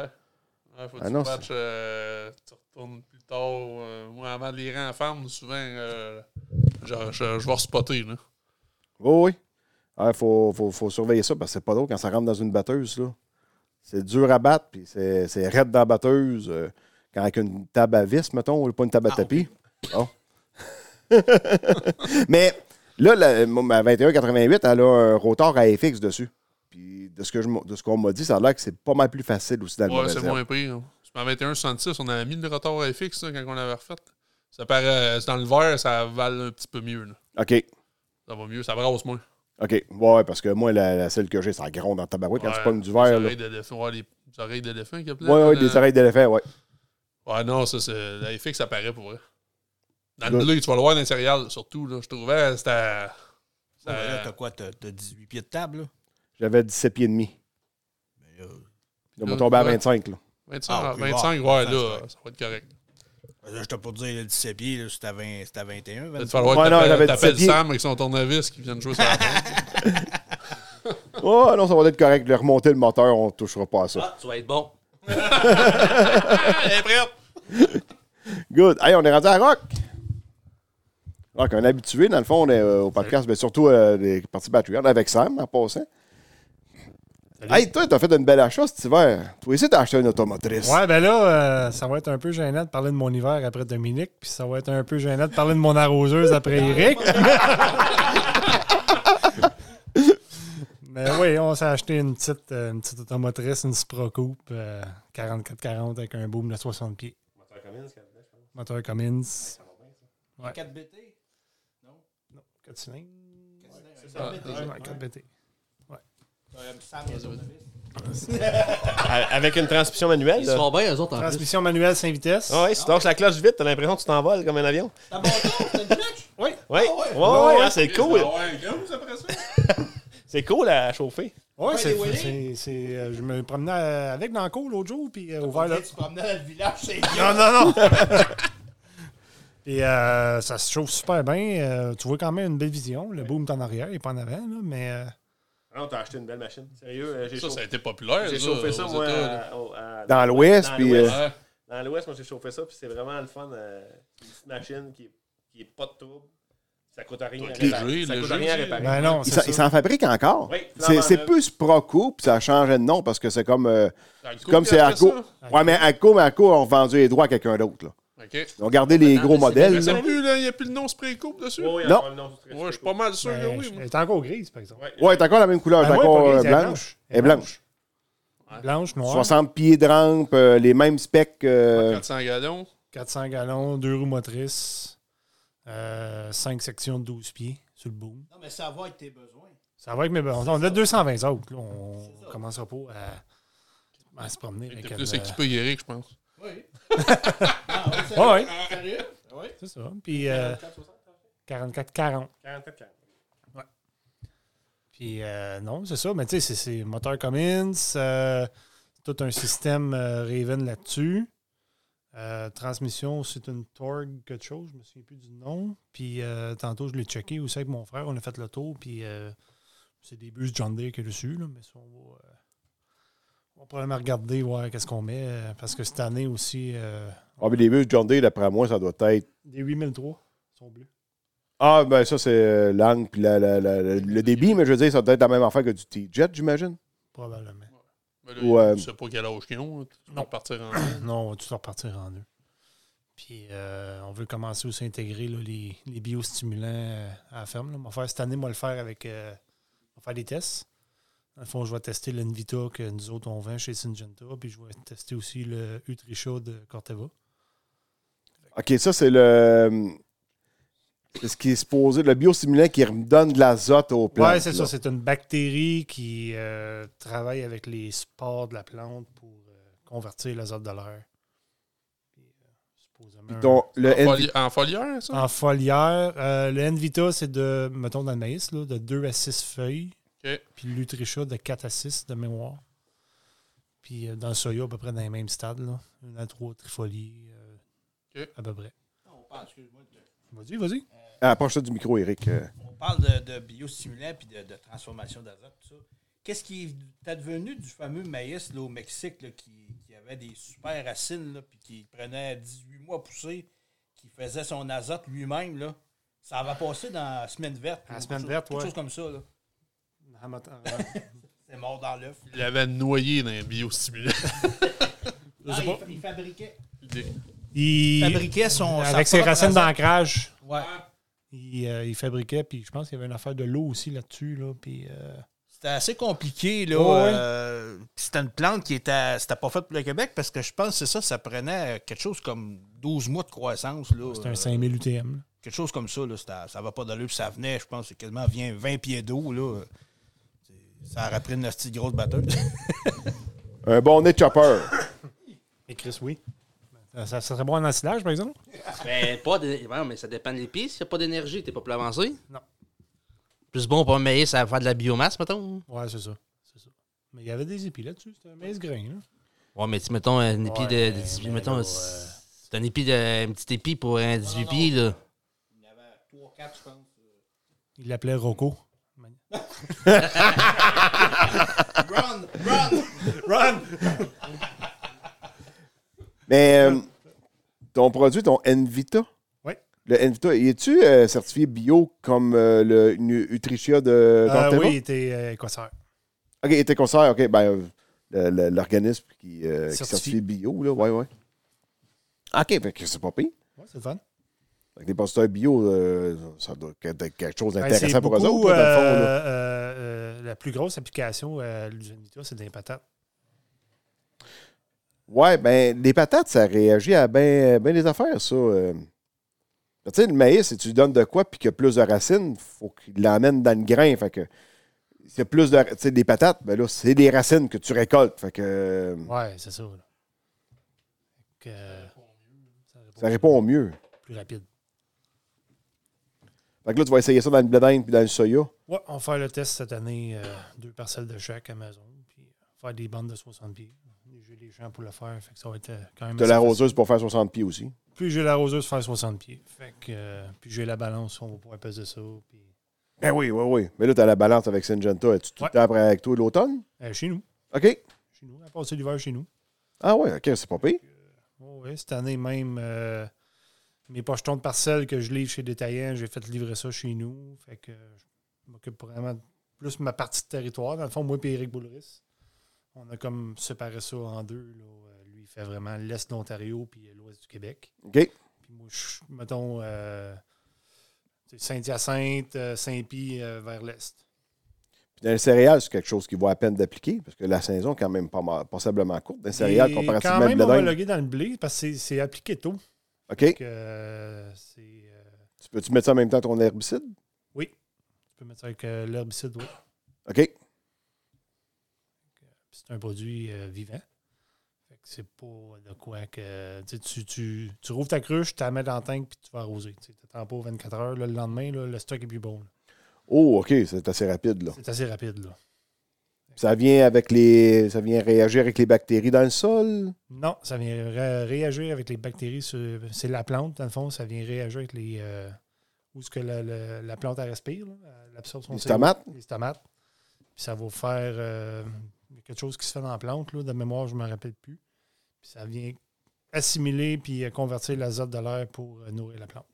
S10: Ouais, faut que
S3: Ah
S10: tu
S3: non,
S10: patches, euh, tu retournes plus tard. euh, moi, avant de les rendre en ferme, souvent, euh, genre, je, je vais respotter. Là.
S3: Oui, oui. Il faut, faut- faut surveiller ça, parce que c'est pas drôle quand ça rentre dans une batteuse. là. C'est dur à battre, puis c'est c'est raide dans la batteuse. euh, quand avec une table à vis, mettons, ou pas une table
S10: Ah,
S3: à tapis. Bon. Mais là, la, mon- ma 2188, elle a un rotor AFX dessus. Puis de ce que je m- de ce qu'on m'a dit, ça a l'air que c'est pas mal plus facile aussi dans le
S10: Ouais,
S3: mauvais
S10: c'est
S3: herbe.
S10: moins pire. C'est en 21,66, on avait mis le rotor FX là, quand on l'avait refait. Ça paraît, c'est dans le vert, ça vale un petit peu mieux. là.
S3: OK.
S10: Ça va mieux, ça brasse moins.
S3: OK. Ouais, parce que moi, la, la celle que j'ai, ça gronde dans le tabarouette quand
S10: Ouais,
S3: tu pognes du
S10: les
S3: verre. là.
S10: oreilles d'éléphant, ouais, les oreilles d'éléphant qu'il y a
S3: Ouais, ouais, des oreilles d'éléphant, ouais.
S10: Ouais, non, ça, c'est. La FX, ça paraît pour vrai. Dans le bleu, tu vas le voir dans les céréales, surtout. Là, je trouvais, c'était.
S5: Ouais, mais là,
S10: ça-
S5: t'as quoi? T'as t'as 18 pieds de table, là?
S3: J'avais 17 pieds et demi.
S5: Mais, euh,
S3: Ils m'ont tombé à
S10: Ouais.
S3: 25, là.
S10: 25,
S5: Ah, oui,
S10: 25
S5: ouais,
S10: ouais,
S5: ça,
S10: là,
S5: c'est
S10: ça va être correct.
S5: Là, Euh, je t'ai pas dire le 17 pieds, là, c'était à, 20 c'était à 21.
S10: Il va
S5: 22.
S10: falloir
S3: Ouais, non,
S10: que
S3: j'avais
S10: t'appelles-
S3: 17 pieds.
S10: t'appelles Sam avec son tournevis qui vient de jouer sur la table.
S3: Oh non, ça va être correct. Le remonter le moteur, on ne touchera pas à ça.
S4: Ah, tu vas être bon.
S10: Ah, Elle est prête!
S3: Good. Hey, on est rendu à Rock. Rock, un habitué, dans le fond, on est, euh, au podcast, mais surtout euh, les parties Patreon avec Sam en passant. Hey, toi, t'as fait une belle achat cet hiver. Toi aussi, t'as acheté une automotrice.
S7: Ouais, ben là, euh, ça va être un peu gênant de parler de mon hiver après Dominique, puis ça va être un peu gênant de parler de mon arroseuse après Eric. Mais oui, on s'est acheté une petite, euh, une petite automotrice, une Supra Coupe euh, 4440 avec un boom de 60 pieds. Moteur Cummins. Ouais.
S5: 4 BT?
S7: 4 cylindres.
S5: ça,
S7: Ouais, 4 BT.
S6: À- Avec une transmission manuelle.
S4: Ils
S6: là.
S4: se font bien, eux autres, en plus.
S7: Transmission manuelle 5 vitesses.
S6: Ah ouais, si tu lâches la cloche vite, t'as l'impression que tu t'envoles comme un avion.
S7: Oui.
S6: Ouais, ouais, ouais, hein, c'est cool.
S8: Ah
S10: Ouais, gros, après ça.
S6: C'est cool à chauffer.
S7: Ouais, c'est,
S5: des
S7: c'est, c'est- euh, je me promenais euh, avec dans le cours l'autre jour, puis euh, ouvert
S5: Tu
S7: là.
S5: sais, tu promenais dans le village, c'est
S7: Non, non, non! Puis euh, ça se chauffe super bien. euh, tu vois quand même une belle vision. Le boom est en arrière, il est pas en avant, là, mais euh,
S8: Ah Non, t'as acheté une belle machine. Sérieux, euh, j'ai
S10: Ça, ça a
S8: chauffé
S10: été populaire.
S8: j'ai
S10: ça, euh,
S8: chauffé ça,
S10: aux
S8: moi.
S10: États, là.
S8: à- au- à-
S3: Dans l'Ouest,
S8: dans
S3: puis,
S8: l'Ouest.
S3: euh,
S10: Ouais.
S8: Dans l'Ouest, moi, j'ai chauffé ça, puis c'est vraiment le fun. euh, une petite machine qui, qui est pas de trouble. Ça coûte rien à
S10: Donc,
S8: réparer.
S10: léger,
S8: Ça coûte rien
S10: léger,
S8: à
S10: tu sais.
S8: réparer.
S7: ben non,
S3: Ils
S7: c'est
S3: s'en-
S7: ça.
S3: ils s'en fabriquent encore.
S8: Oui,
S3: c'est, c'est
S8: flambant
S3: plus Proco, puis ça a changé de nom parce que c'est comme. euh,
S10: Arco
S3: comme
S10: qui
S3: c'est
S10: a fait
S3: Arco. Ouais, mais Arco, mais Arco ont vendu les droits à quelqu'un d'autre. là.
S10: ça? OK.
S3: Ils ont gardé les gros modèles.
S10: Mais ça
S3: là.
S10: pue, là, il n'y a plus le nom spray coupe dessus.
S8: Oui, oui,
S3: Non.
S8: encore le nom du truc,
S10: Ouais, je
S8: c'est
S10: suis
S8: cool.
S10: pas mal sûr que
S7: Ben,
S10: oui.
S7: je-
S10: moi.
S7: Elle est encore grise, par exemple.
S8: Ouais.
S3: Ouais, t'as encore la même couleur.
S7: Ben,
S3: t'as
S7: moi,
S3: encore
S7: pas
S3: euh,
S7: hein. grise, elle est
S3: blanche. Elle est blanche.
S7: Blanche, noire.
S3: 60 pieds de rampe, euh, les mêmes specs. euh,
S10: 400 gallons.
S7: 400 gallons, deux roues motrices, euh, cinq sections de 12 pieds sur le boom.
S5: Non, mais ça va avec tes besoins.
S7: Ça va avec mes On, on a 220 autres. là. On commencera pas à, à se promener avec
S10: T'es
S7: une,
S10: plus
S7: euh,
S10: équipé guéri, je pense.
S5: Oui.
S7: Ouais, ouais.
S5: Sérieux? Oui.
S7: C'est ça. Puis euh, 44-40.
S8: 44, 40.
S7: Puis euh, non, c'est ça. Mais tu sais, c'est- c'est moteur Cummins, euh, tout un système euh, Raven là-dessus. Euh, transmission, c'est une Torg quelque chose, je me souviens plus du nom. Puis euh, tantôt, je l'ai checké aussi avec mon frère, on a fait le tour. Puis euh, c'est des bus John Deere qui est dessus, là, mais ça, on va, euh, on va probablement regarder, voir qu'est-ce qu'on met. euh, Parce que cette année aussi, euh,
S3: Ah, mais les bus John Deere, d'après moi, ça doit être.
S7: des 8003 sont bleus.
S3: Ah, ben ça, c'est euh, l'angle puis la- la- la- la- le débit, mais je veux dire, ça doit être la même affaire que du T-Jet, j'imagine.
S7: Probablement.
S10: Mais là,
S3: Ou, euh,
S10: Je sais pas quel âge qu'ils ont. hein.
S7: Non.
S10: Non. Partir en...
S7: Non, on va tout repartir en deux. Puis euh, on veut commencer aussi à intégrer là, les, les biostimulants euh, à la ferme. là. On va faire, cette année, on va le faire avec. euh, on va faire des tests. Dans le fond, je vais tester l'Invita que nous autres on vend chez Syngenta. Puis je vais tester aussi le Utrisha de Corteva.
S3: OK, ça, c'est le. C'est ce qui est supposé, le biostimulant qui redonne de l'azote aux plantes.
S7: Oui, c'est ça.
S3: là.
S7: C'est une bactérie qui euh, travaille avec les spores de la plante pour euh, convertir l'azote de l'air. Puis, euh, supposément
S3: Puis
S7: un-
S3: ton- le
S10: En,
S3: NV
S10: foli- en foliaire, hein, ça?
S7: En foliaire. Euh, le Envita, c'est de, mettons, dans le maïs, là, de 2 à 6 feuilles.
S10: OK.
S7: Puis l'Utricha, de 4 à 6 de mémoire. Puis euh, dans le soya, à peu près dans les mêmes stades. Là. Une à trois trifolies, euh,
S10: OK.
S7: à peu près.
S5: On parle, excuse-moi, de-
S7: Vas-y, vas-y.
S3: Ah, Approche-toi du micro, Eric. Euh,
S5: on parle de, de biostimulant puis de, de transformation d'azote, tout ça. Qu'est-ce qui est advenu du fameux maïs là, au Mexique là, qui, qui avait des super racines là, puis qui prenait 18 mois à pousser, qui faisait son azote lui-même? là? Ça va passer dans la semaine verte.
S7: La
S5: ou
S7: semaine
S5: quelque
S7: verte,
S5: chose-
S7: ouais.
S5: Quelque chose comme ça. là. C'est mort dans l'œuf.
S10: Il l'avait noyé dans un biostimulant.
S5: Ah, il, fa- il fabriquait,
S7: Il-
S5: fabriquait son.
S7: avec ses racines
S5: dans
S7: d'ancrage,
S5: Ouais.
S7: il, euh, il fabriquait. Puis je pense qu'il y avait une affaire de l'eau aussi là-dessus. Là, puis, euh,
S5: C'était assez compliqué, là.
S7: Ouais, ouais.
S5: Euh, puis c'était une plante qui était, c'était pas faite pour le Québec parce que je pense que c'est ça, ça prenait quelque chose comme 12 mois de croissance, là.
S7: C'était un
S5: Euh,
S7: 5000 UTM. là.
S5: quelque chose comme ça, là. c'était- ça va pas de l'eau, puis ça venait, je pense, c'est quasiment vient 20 pieds d'eau, là. C'est- Ça aurait pris une petite grosse batteuse.
S3: un bon nez de chopper.
S7: Et Chris, oui. Ça, ça serait bon en ensilage, par exemple?
S4: Ben, pas de... ouais, mais ça dépend de l'épice. S'il n'y a pas d'énergie, t'es pas plus avancé.
S7: Non.
S4: Plus bon pour un maïs à faire de la biomasse, mettons.
S7: Ouais, c'est ça. C'est ça. Mais il y avait des épis là-dessus. C'était un maïs grain. Là.
S4: Ouais, mais tu mettons un épi de,
S7: Ouais,
S4: de 18,
S7: mais
S4: mettons,
S7: là,
S4: c'est c'est un épi de, un petit épi pour un 18 pieds, là.
S7: Il l'appelait Rocco.
S5: run, run!
S3: Mais euh, ton produit, ton Envita.
S7: Ouais.
S3: Le Envita, es-tu euh, certifié bio comme euh, le Nu- Nutritia de
S7: Euh,
S3: Corteva?
S7: oui, il était euh, écossais.
S3: OK, était concert, OK. Ben, euh, le- le- l'organisme qui, euh, qui
S7: Certifie.
S3: certifie bio, là, ouais, ouais. OK, fait que c'est pas pire.
S7: Ouais, c'est le fun.
S3: Fait que les pasteurs bio, euh, ça doit être quelque chose
S7: Ben,
S3: d'intéressant
S7: c'est
S3: pour eux
S7: beaucoup,
S3: autres, là, dans le fond. là.
S7: euh, euh, euh, la plus grosse application euh, à l'Usanita, c'est des patates.
S3: Ouais, ben, les patates, ça réagit à bien ben des affaires, ça. euh. Ben, Tu sais, le maïs, si tu lui donnes de quoi, puis qu'il y a plus de racines, faut qu'il l'emmène dans le grain. Fait que, s'il y a plus de. Tu sais, des patates, ben là, c'est des racines que tu récoltes. Fait que, euh,
S7: Ouais, c'est ça. là. Fait que, euh, ça répond,
S3: ça répond au mieux.
S7: plus rapide.
S3: Fait que là, tu vas essayer ça dans le blé d'Inde puis dans le soya.
S7: Ouais, on va faire le test cette année, euh, deux parcelles de chaque Amazon, puis faire des bandes de 60 pieds. J'ai les gens pour le faire, fait que ça va être euh, quand même.
S3: T'as la
S7: assez facile.
S3: roseuse pour faire 60 pieds aussi.
S7: Puis j'ai la roseuse faire 60 pieds. Fait que, euh, puis j'ai la balance, on va pouvoir peser ça. Puis,
S3: Ben oui, oui, oui. Mais là, t'as la balance avec Syngenta. Es-tu tout le
S7: Ouais.
S3: temps après avec toi l'automne?
S7: euh, chez nous.
S3: OK.
S7: Chez nous. À passer l'hiver chez nous. Oh,
S3: Ah ouais, OK, c'est pas pire.
S7: Ouais, ouais, cette année même, euh, mes pochetons de parcelles que je livre chez détaillant, j'ai fait livrer ça chez nous. Fait que je m'occupe vraiment de- plus de ma partie de territoire. Dans le fond, moi et Eric Boulris, on a comme séparé ça en deux. là. Euh, Lui, il fait vraiment l'Est de l'Ontario puis l'Ouest du Québec.
S3: OK.
S7: Puis moi, je- mettons, euh, tu sais, Saint-Hyacinthe, euh, Saint-Pie euh, vers l'Est.
S3: Puis dans les céréales, c'est quelque chose qui vaut à peine d'appliquer parce que la saison est quand même pas mal- passablement courte. Dans les céréales,
S7: Et
S3: comparativement
S7: quand
S3: à
S7: même
S3: la dinde.
S7: homologué dans le blé parce que c'est- c'est appliqué tôt.
S3: OK.
S7: Donc, euh, c'est, euh,
S3: Tu peux-tu mettre ça en même temps que ton herbicide?
S7: tu peux mettre ça avec euh, l'herbicide, oui.
S3: OK.
S7: Puis c'est un produit euh, vivant. Fait que c'est pas de quoi que. tu sais, Tu, tu, tu rouvres ta cruche, tu la mets dans la tank, puis tu vas arroser. Tu n'attends pas 24 heures. là, le lendemain, là, le stock est plus bon. là.
S3: Oh, OK, c'est assez rapide, là.
S7: C'est assez rapide. Là.
S3: Ça vient avec les. Ça vient réagir avec les bactéries dans le sol.
S7: Non, ça vient ré- réagir avec les bactéries. sur- C'est la plante, dans le fond. Ça vient réagir avec les. euh, où ce que la, la- la plante elle respire. là, elle absorbe son
S3: Les
S7: CO2.
S3: tomates?
S7: Les tomates. Puis ça va faire euh, quelque chose qui se fait dans la plante. Là, de mémoire, je ne me rappelle plus. Puis ça vient assimiler puis euh, convertir l'azote de l'air pour euh, nourrir la plante.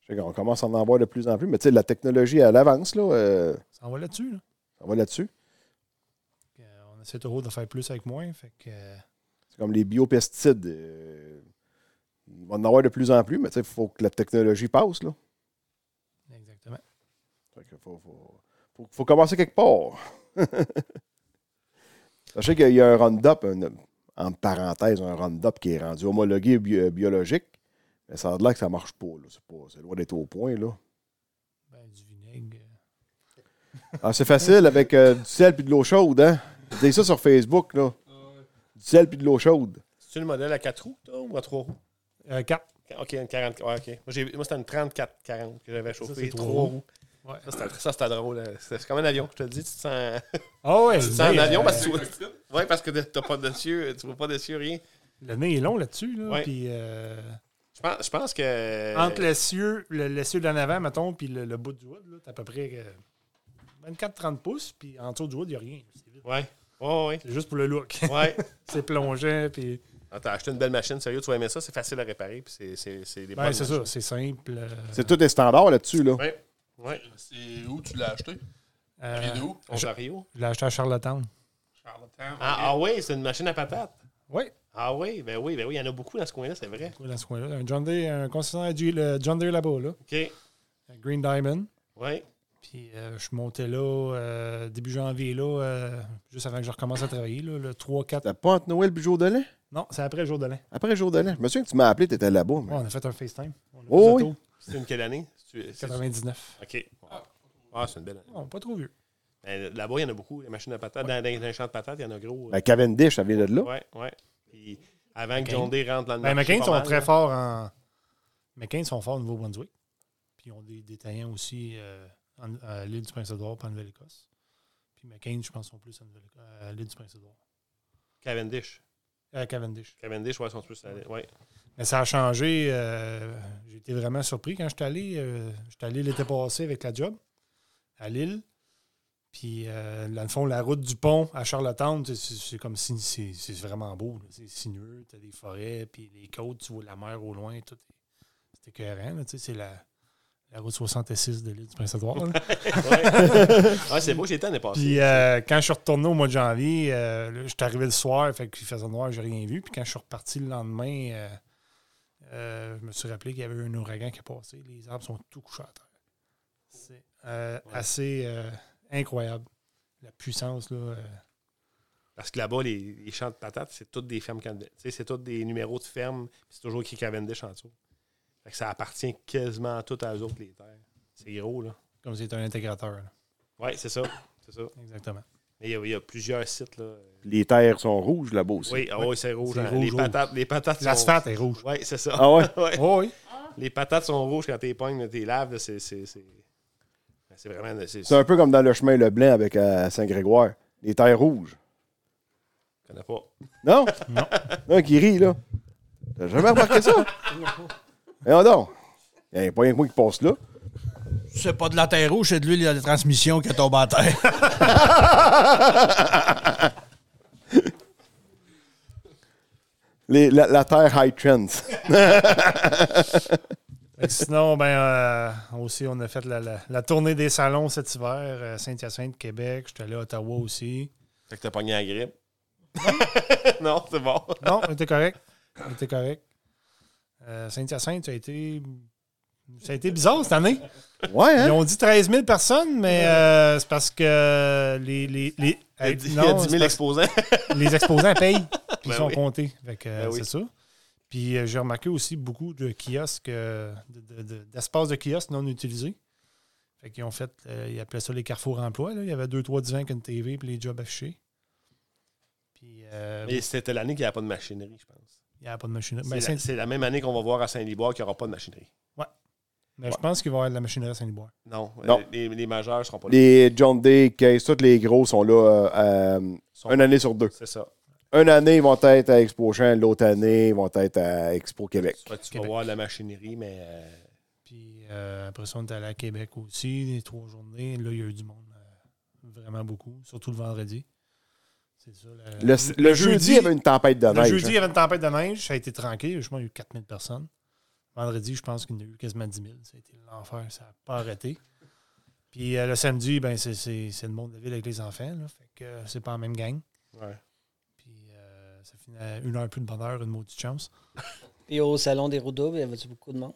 S3: Je sais qu'on commence à en avoir de plus en plus, mais tu sais, la technologie, elle avance, là. euh,
S7: Ça en va là-dessus. là.
S3: on va là-dessus.
S7: Fait que, euh, on essaie toujours de faire plus avec moins. Fait que, euh,
S3: C'est comme les biopesticides. euh, on va en avoir de plus en plus, mais tu sais, il faut que la technologie passe, là.
S7: exactement.
S3: Fait que faut, faut- faut- faut commencer quelque part. Sachez qu'il y a un Roundup, un- en parenthèse, un Roundup qui est rendu homologué bio- biologique, mais ça a l'air que ça marche pas. là. C'est pas- C'est loin d'être au point. là.
S7: Ben, du vinaigre. euh,
S3: Ah, c'est facile avec euh, du sel puis de l'eau chaude. Hein? Dis ça sur Facebook. là. Du sel puis de l'eau chaude.
S6: C'est-tu le modèle à 4 roues, toi, ou à 3 roues?
S7: euh, quatre.
S6: OK, une 40. Ouais, OK. Moi, j'ai- moi, c'était une 34-40 que j'avais chauffé.
S7: c'est trois
S6: 3 roues.
S7: Ouais.
S6: Ça, c'était- Ça, c'était drôle. hein. C'était c'est comme un avion, je te le dis. Tu te sens, tu
S7: Ah ouais,
S6: te
S7: le
S6: sens un
S7: nez,
S6: avion
S7: euh,
S6: parce que tu vois, ouais, parce que t'as pas dessus, euh, tu vois pas dessus rien.
S7: Le nez est long là-dessus. Là,
S6: Ouais.
S7: Puis. euh,
S6: Je pense, je pense que.
S7: Entre l'essieu, le- l'essieu d'en avant, mettons, puis le, le bout du wood, là, t'as à peu près euh, 24-30 pouces, puis en dessous du wood, il n'y a rien. C'est vite.
S6: Ouais. Ouais, ouais.
S7: C'est juste pour le look.
S6: Ouais.
S7: c'est plongeant, puis.
S6: Ah, T'as acheté une belle machine, sérieux, tu vas aimer ça, c'est facile à réparer. Puis c'est- c'est c'est des
S7: Ben,
S6: bonnes
S7: c'est
S6: machines.
S7: ça, c'est simple. euh,
S3: C'est tout des standards là-dessus. Là.
S6: Ouais. Ouais.
S10: C'est où tu l'as acheté?
S7: euh,
S10: Il est où?
S6: Ontario.
S7: je l'ai acheté à Charlottetown.
S10: Charlottetown.
S6: Ah, ah oui, c'est une machine à patates.
S7: Oui,
S6: Ah oui, ben oui, ben oui, il y en a beaucoup dans ce coin-là, c'est vrai.
S7: dans ce coin-là. Un John Deere, un concessionnaire du- le John Deere là-bas, là.
S6: OK.
S7: Un Green Diamond.
S6: Oui.
S7: Puis euh, je suis monté là, euh, début janvier, là, euh, juste avant que je recommence à travailler, là, le 3-4.
S3: T'as pas entre Noël puis jour de l'an?
S7: Non, c'est après le jour de l'an.
S3: Après jour de l'an. Je me souviens que tu m'as appelé, t'étais là-bas. mais-
S7: Ouais, on a fait un FaceTime. On l'a
S3: Oh
S7: pris
S3: oui.
S7: auto,
S6: C'est une quelle année? C'est- c'est-
S7: 99.
S6: OK. Ah, c'est une belle année.
S7: Non, pas trop vieux.
S6: Ben, Là-bas, il y en a beaucoup, les machines à patates. Dans, dans les champs de patates, il y en a gros. euh.
S3: Ben, Cavendish, ça vient de là.
S6: Ouais, ouais. Puis avant que John Deere rentre dans le
S7: Ben,
S6: marché,
S7: McCain
S6: pas
S7: sont
S6: mal,
S7: très
S6: là.
S7: forts en. McCain sont forts au Nouveau-Brunswick. Puis ils ont des détaillants aussi euh, en- à l'île du Prince-Édouard puis en Nouvelle-Écosse. Puis McCain, je pense, sont plus en Nouvelle- à l'île du Prince-Édouard.
S6: Cavendish.
S7: À Cavendish.
S6: Cavendish, ouais, ils sont plus allés. Ouais.
S7: Mais ça a changé. euh, J'ai été vraiment surpris quand je suis allé. euh, J'étais allé l'été passé avec la job à Lille. Puis, euh, dans le fond, la route du pont à Charlottetown, tu sais, c'est c'est comme si c'est c'est vraiment beau. là. C'est sinueux, tu as des forêts, puis les côtes, tu vois la mer au loin. tout est- C'est écœurant. là, tu sais, C'est la, la route 66 de l'île du Prince-Édouard. là.
S6: Ah, c'est beau, j'étais l'année passée.
S7: Puis euh, quand je suis retourné au mois de janvier, euh, là, je suis arrivé le soir, fait qu'il faisait noir, j'ai rien vu. Puis quand je suis reparti le lendemain, euh, euh, je me suis rappelé qu'il y avait un ouragan qui est passé. Les arbres sont tout couchés à terre. C'est euh, assez euh, incroyable. La puissance, là. euh,
S6: Parce que là-bas, les, les champs de patates, c'est toutes des fermes Cavendish. Tu sais, C'est toutes des numéros de fermes, puis c'est toujours écrit Cavendish en dessous. Fait que ça appartient quasiment à tout à eux autres, les terres. C'est gros, là.
S7: comme c'est un intégrateur. là.
S6: Oui, c'est ça. C'est ça.
S7: Exactement.
S6: Mais il y a- il y, a plusieurs sites, là.
S3: Les terres sont rouges là-bas aussi.
S6: Oui, ah oui, c'est rouge.
S7: C'est
S6: hein.
S7: rouge,
S6: les,
S7: rouge.
S6: Patates, les patates
S7: L'asphalte est rouge.
S6: Oui, c'est ça.
S3: Ah ouais?
S6: Ouais.
S7: Oh oui.
S6: Les patates sont rouges quand t'es pognes, là, t'es laves, là, c'est. c'est- c'est-
S8: ben, C'est vraiment. C'est,
S3: C'est un peu comme dans le chemin Leblanc avec euh, Saint-Grégoire. Les terres rouges.
S8: je connais pas.
S3: Non? Non. Non, qui rit, là. T'as jamais remarqué ça? Non. non. Il n'y a pas rien que moi qui passe là.
S5: C'est pas de la terre rouge, c'est de l'huile de transmission qui tombe en terre.
S3: Les- la, la terre high trends.
S7: Fait que Sinon, ben, euh, aussi, on a fait la, la- la tournée des salons cet hiver, euh, Saint-Hyacinthe, Québec. J'étais allé à Ottawa aussi.
S8: Fait que t'as pogné la grippe. non, c'est bon.
S7: Non, on était correct. On était correct. Euh, Saint-Hyacinthe, ça a été. Ça a été bizarre cette année.
S3: Ouais,
S7: Ils
S3: hein?
S7: ont dit 13 000 personnes, mais euh, c'est parce que les. les, les
S6: Il y a
S7: euh,
S6: dix- il y a
S7: non,
S6: 10
S7: c'est
S6: 000
S7: parce
S6: exposants.
S7: que les exposants payent, puis ils
S6: Ben
S7: sont
S6: oui.
S7: comptés. Fait que, euh,
S6: Ben oui.
S7: c'est ça. Puis euh, j'ai remarqué aussi beaucoup de kiosques, euh, de- de- de- d'espaces de, kiosques non utilisés. Fait qu'ils ont fait, euh, ils appelaient ça les carrefours emploi. là. Il y avait deux, trois divans avec une TV, puis les jobs affichés. Puis euh,
S8: Mais c'était l'année qu'il n'y avait pas de machinerie, je pense.
S7: il n'y avait pas de machine.
S8: C'est,
S7: Ben,
S8: la,
S7: Saint-
S8: c'est la même année qu'on va voir à Saint-Liboire qu'il n'y aura pas de machinerie.
S7: ben, Je pense qu'il va y avoir de la machinerie à Saint-Liboire.
S8: Non. euh,
S3: Non.
S8: Les, les majeurs ne seront pas là.
S3: Les John Day, Case, tous les gros sont là euh, euh,
S8: Sont-
S3: une année sur deux.
S8: C'est ça.
S3: Une année, ils vont être à Expo Champ, l'autre année, ils vont être à Expo Québec.
S8: Soit tu
S7: Québec.
S8: vas voir de la machinerie, mais. euh,
S7: Puis euh, après ça, on est allé à Québec aussi, les trois journées. Là, il y a eu du monde, euh, vraiment beaucoup, surtout le vendredi. C'est ça.
S3: Le, le jeudi, il y avait une tempête de
S7: le
S3: neige.
S7: jeudi, il
S3: hein.
S7: y avait une tempête de neige. Ça a été tranquille. Je pense qu'il y a eu 4000 personnes. Vendredi, je pense qu'il y en a eu quasiment 10 000. Ça a été l'enfer. Ça n'a pas arrêté. Puis euh, le samedi, ben, c'est- c'est c'est le monde de la ville avec les enfants. là. Fait que euh, c'est pas la même gang.
S8: Ouais.
S7: Puis euh, ça finit à une heure plus de bonheur, une maudite chance.
S9: Puis au salon des roues doubles, il y avait beaucoup de monde.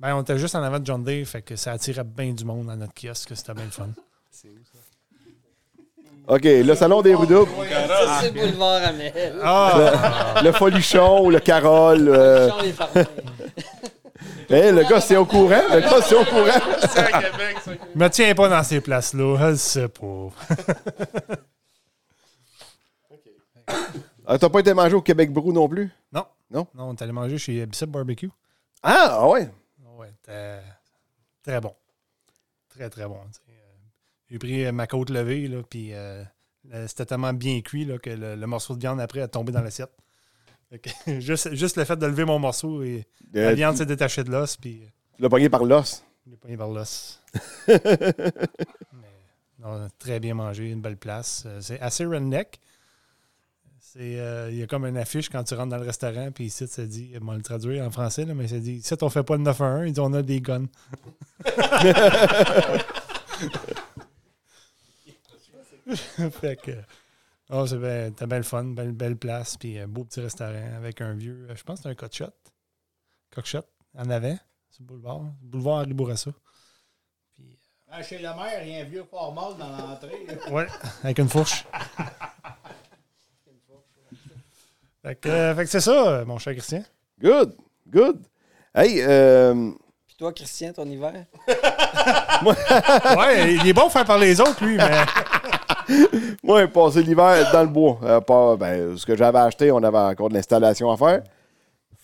S7: Ben, on était juste en avant de John Day. Fait que ça attirait bien du monde à notre kiosque. C'était bien le fun.
S3: OK, le salon des Roudoubles,
S9: Ça, c'est boulevard Amel.
S7: Ah!
S3: le Folichon, le Carole. euh,
S9: Jean les Farniers.
S3: hey, Eh, le gars, c'est au courant. Le gars, c'est au courant.
S7: Je me tiens pas dans ces places-là. Je le sais pas.
S3: Ah, T'as pas été manger au Québec Brou non plus?
S7: Non.
S3: Non?
S7: Non, on est allé manger chez Bicep Barbecue.
S3: Ah, ah ouais.
S7: Ouais, t'as- très bon. Très, très bon. tu sais. Euh, J'ai pris euh, ma côte levée, là, puis euh, euh, c'était tellement bien cuit là, que le, le morceau de viande après a tombé dans l'assiette. Fait que juste, juste le fait de lever mon morceau et la
S3: Euh,
S7: viande s'est détachée de l'os, puis euh,
S3: Tu l'as pogné par l'os.
S7: je l'ai pogné par l'os. Mais non, on a très bien mangé, une belle place. Euh, C'est assez redneck. C'est, euh, Il y a comme une affiche quand tu rentres dans le restaurant, puis ici, ça dit, on va le traduire en français, là, mais ça dit, ici, on fait pas le 911, ils disent, on a des guns. fait que, oh, c'est bien- c'était bien le fun, belle, belle place, puis un beau petit restaurant avec un vieux, euh, je pense que c'est un cockshot. Cockshot, en avant, sur le boulevard. Boulevard Henri Bourassa.
S5: Ah, chez la mère, il y a un vieux fort mort dans l'entrée.
S7: Ouais, avec une fourche. fait que, euh, fait que c'est ça, mon cher Christian.
S3: Good, good. Hey, euh,
S9: Puis toi, Christian, ton hiver?
S7: Ouais, il est bon de faire parler les autres, lui, mais
S3: moi, j'ai passé l'hiver dans le bois. Euh, pas- ben, ce que j'avais acheté, on avait encore de l'installation à faire.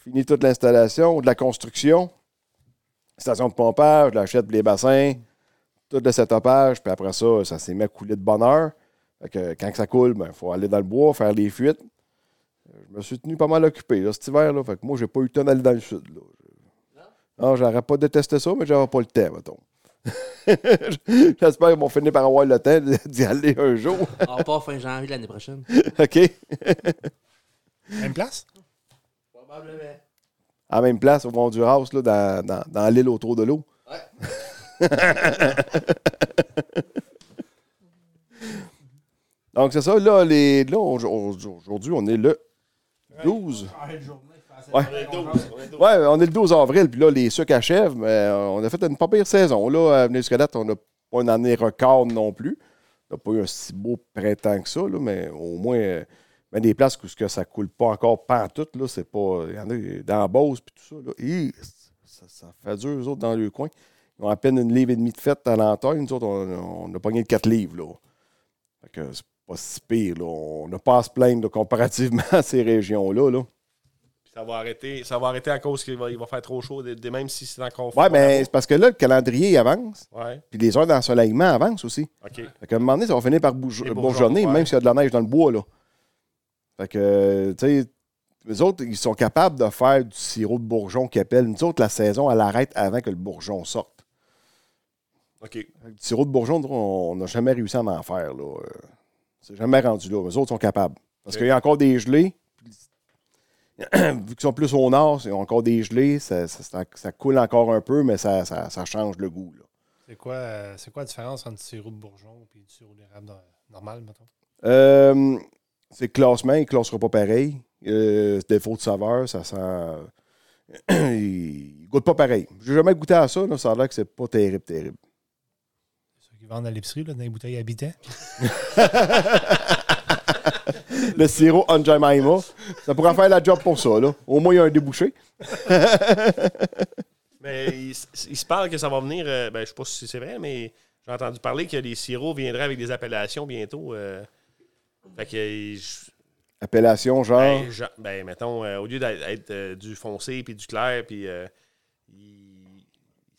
S3: Fini toute l'installation, de la construction, station de pompage, l'achète pour les bassins, tout le setupage, puis après ça, ça s'est mis à couler de bonne heure. Fait que quand que ça coule, il faut aller dans le bois, faire les fuites. Je me suis tenu pas mal occupé là, cet hiver. Là, fait que moi, j'ai pas eu le temps d'aller dans le sud. là. Non, j'aurais pas détesté ça, mais j'avais pas le temps, mettons. J'espère qu'ils vont finir par avoir le temps d'y aller un jour.
S4: On repart Ah, fin janvier l'année prochaine.
S3: OK?
S7: même place.
S4: Probablement.
S3: À la même place, au Mont du House, là, dans, dans- dans l'île autour de l'eau. Donc, c'est ça. Là, les, là on- on- aujourd'hui, on est le 12.
S7: Ah,
S3: Ouais. Ouais, on est le 12 avril, puis là, les sucres achèvent, mais euh, on a fait une pas pire saison. Là, à venir jusqu'à date, on n'a pas une année record non plus. On n'a pas eu un si beau printemps que ça, là, mais au moins, euh, ben, des places où ce que ça coule pas encore pantoute, là, c'est pas. Il y en a dans la Beauce, puis tout ça, là. hi, ça, ça fait dur, eux autres, dans le coin. Ils ont à peine une livre et demie de fête à l'entaille. Nous autres, on, on a pogné 4 livres, là. Fait que c'est pas si pire, là. On n'a pas à se plaindre là, comparativement à ces régions-là, là.
S6: Puis Ça va arrêter, ça va arrêter à cause qu'il va, il va faire trop chaud, de- de- même si c'est encore froid.
S3: Ouais, mais c'est parce que là, le calendrier avance,
S6: Ouais,
S3: puis les heures d'ensoleillement avancent aussi.
S6: OK.
S3: Fait qu'à un moment donné, ça va finir par bouge-
S6: Les
S3: bourgeonner,
S6: bourgeons, ouais.
S3: même s'il y a de la neige dans le bois, là. Fait que, euh, tu sais, les autres, ils sont capables de faire du sirop de bourgeon qu'ils appellent. Nous autres, la saison, elle arrête avant que le bourgeon sorte.
S6: OK.
S3: Fait que du sirop de bourgeon, on on n'a jamais réussi à en faire, là. Euh, C'est jamais rendu là. Les autres sont capables. Parce
S6: Ok.
S3: qu'il y a encore des gelées. Vu qu'ils sont plus au nord, ils ont encore des gelées, ça, ça- ça- ça coule encore un peu, mais ça, ça- ça change le goût. là.
S7: C'est quoi, euh, c'est quoi la différence entre du sirop de bourgeon et du sirop d'érable no- normal, mettons?
S3: Euh, c'est classement, il ne classera pas pareil. Euh, défaut de saveur, ça sent. il goûte pas pareil. J'ai jamais goûté à ça, là, ça a l'air que c'est pas terrible, terrible.
S7: Ceux qui vendent à l'épicerie, là, dans les bouteilles habitantes.
S3: Le sirop on Jemima, ça pourra faire la job pour ça. Là. Au moins, il y a un débouché.
S6: Mais il, s- il se parle que ça va venir. euh, ben, je sais pas si c'est vrai, mais j'ai entendu parler que les sirops viendraient avec des appellations bientôt. euh. fait que, euh, je-
S3: Appellation, genre.
S6: ben, je- ben, mettons, euh, au lieu d'être d'être, euh, du foncé puis du clair, puis. euh, il-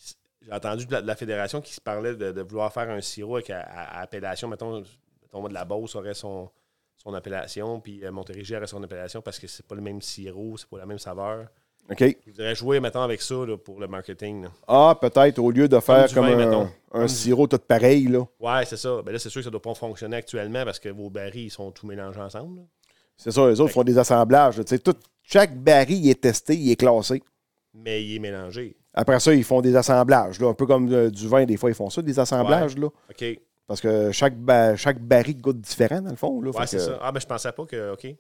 S6: s- j'ai entendu de la, de la fédération qui se parlait de, de vouloir faire un sirop avec à- à- à appellation. Mettons, mettons, de la Beauce aurait son, son appellation, puis euh, Montérégie aurait son appellation parce que c'est pas le même sirop, c'est pas la même saveur.
S3: OK.
S6: Je voudrais jouer, mettons, avec ça là, pour le marketing. là.
S3: Ah, peut-être, au lieu de faire
S6: du
S3: comme,
S6: vin,
S3: un,
S6: mettons.
S3: un sirop tout pareil, là.
S6: Ouais, c'est ça. Ben là, c'est sûr que ça doit pas fonctionner actuellement parce que vos barils, ils sont tout mélangés ensemble. là.
S3: C'est ça, les autres font des assemblages. là, tu sais, tout- chaque baril il est testé, il est classé.
S6: Mais il est mélangé.
S3: Après ça, ils font des assemblages, là, un peu comme euh, du vin, des fois, ils font ça, des assemblages. Là.
S6: OK. Ouais,
S3: Parce que chaque, ba- chaque baril goûte différent, dans le fond. Là, Fait
S6: c'est
S3: que-
S6: ça. Ah, ben je pensais pas que. OK. Je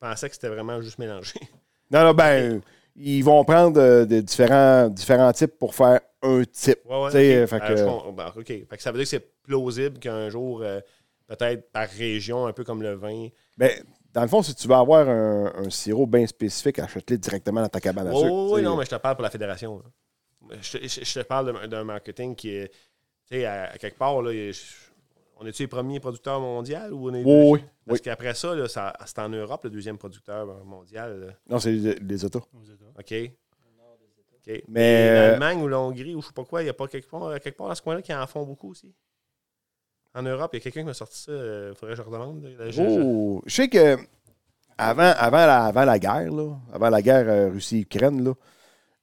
S6: pensais que c'était vraiment juste mélangé.
S3: Non, non, ben, ils vont prendre euh, des différents, différents types pour faire un type.
S6: Ouais, ouais.
S3: Tu sais,
S6: ok.
S3: euh, fait
S6: Ah,
S3: que-
S6: je comprends. Ben, OK. Fait que ça veut dire que c'est plausible qu'un jour, euh, peut-être par région, un peu comme le vin.
S3: Ben, dans le fond, si tu veux avoir un, un sirop bien spécifique, achète-le directement dans ta cabane à
S6: Oui,
S3: sucre. tu sais.
S6: non, mais je te parle pour la fédération. là. Je, te- je- je te parle d'un- d'un marketing qui est. Tu sais, à, à quelque part, là, je- on est-tu les premiers producteurs mondiaux ou on est.
S3: Oui, oui,
S6: Parce
S3: oui.
S6: qu'après ça, là, ça- c'est en Europe le deuxième producteur mondial. là.
S3: Non, c'est les, les autos.
S6: OK. OK.
S3: Mais- euh,
S6: Mais l'Allemagne ou l'Hongrie ou je sais pas quoi, il n'y a pas quelque part, quelque part dans ce coin-là qui en font beaucoup aussi. En Europe, il y a quelqu'un qui m'a sorti ça. Il faudrait que je redemande. là. Je- je-
S3: Oh, je sais que avant, avant, la, avant la guerre, là, avant la guerre euh, Russie-Ukraine, là,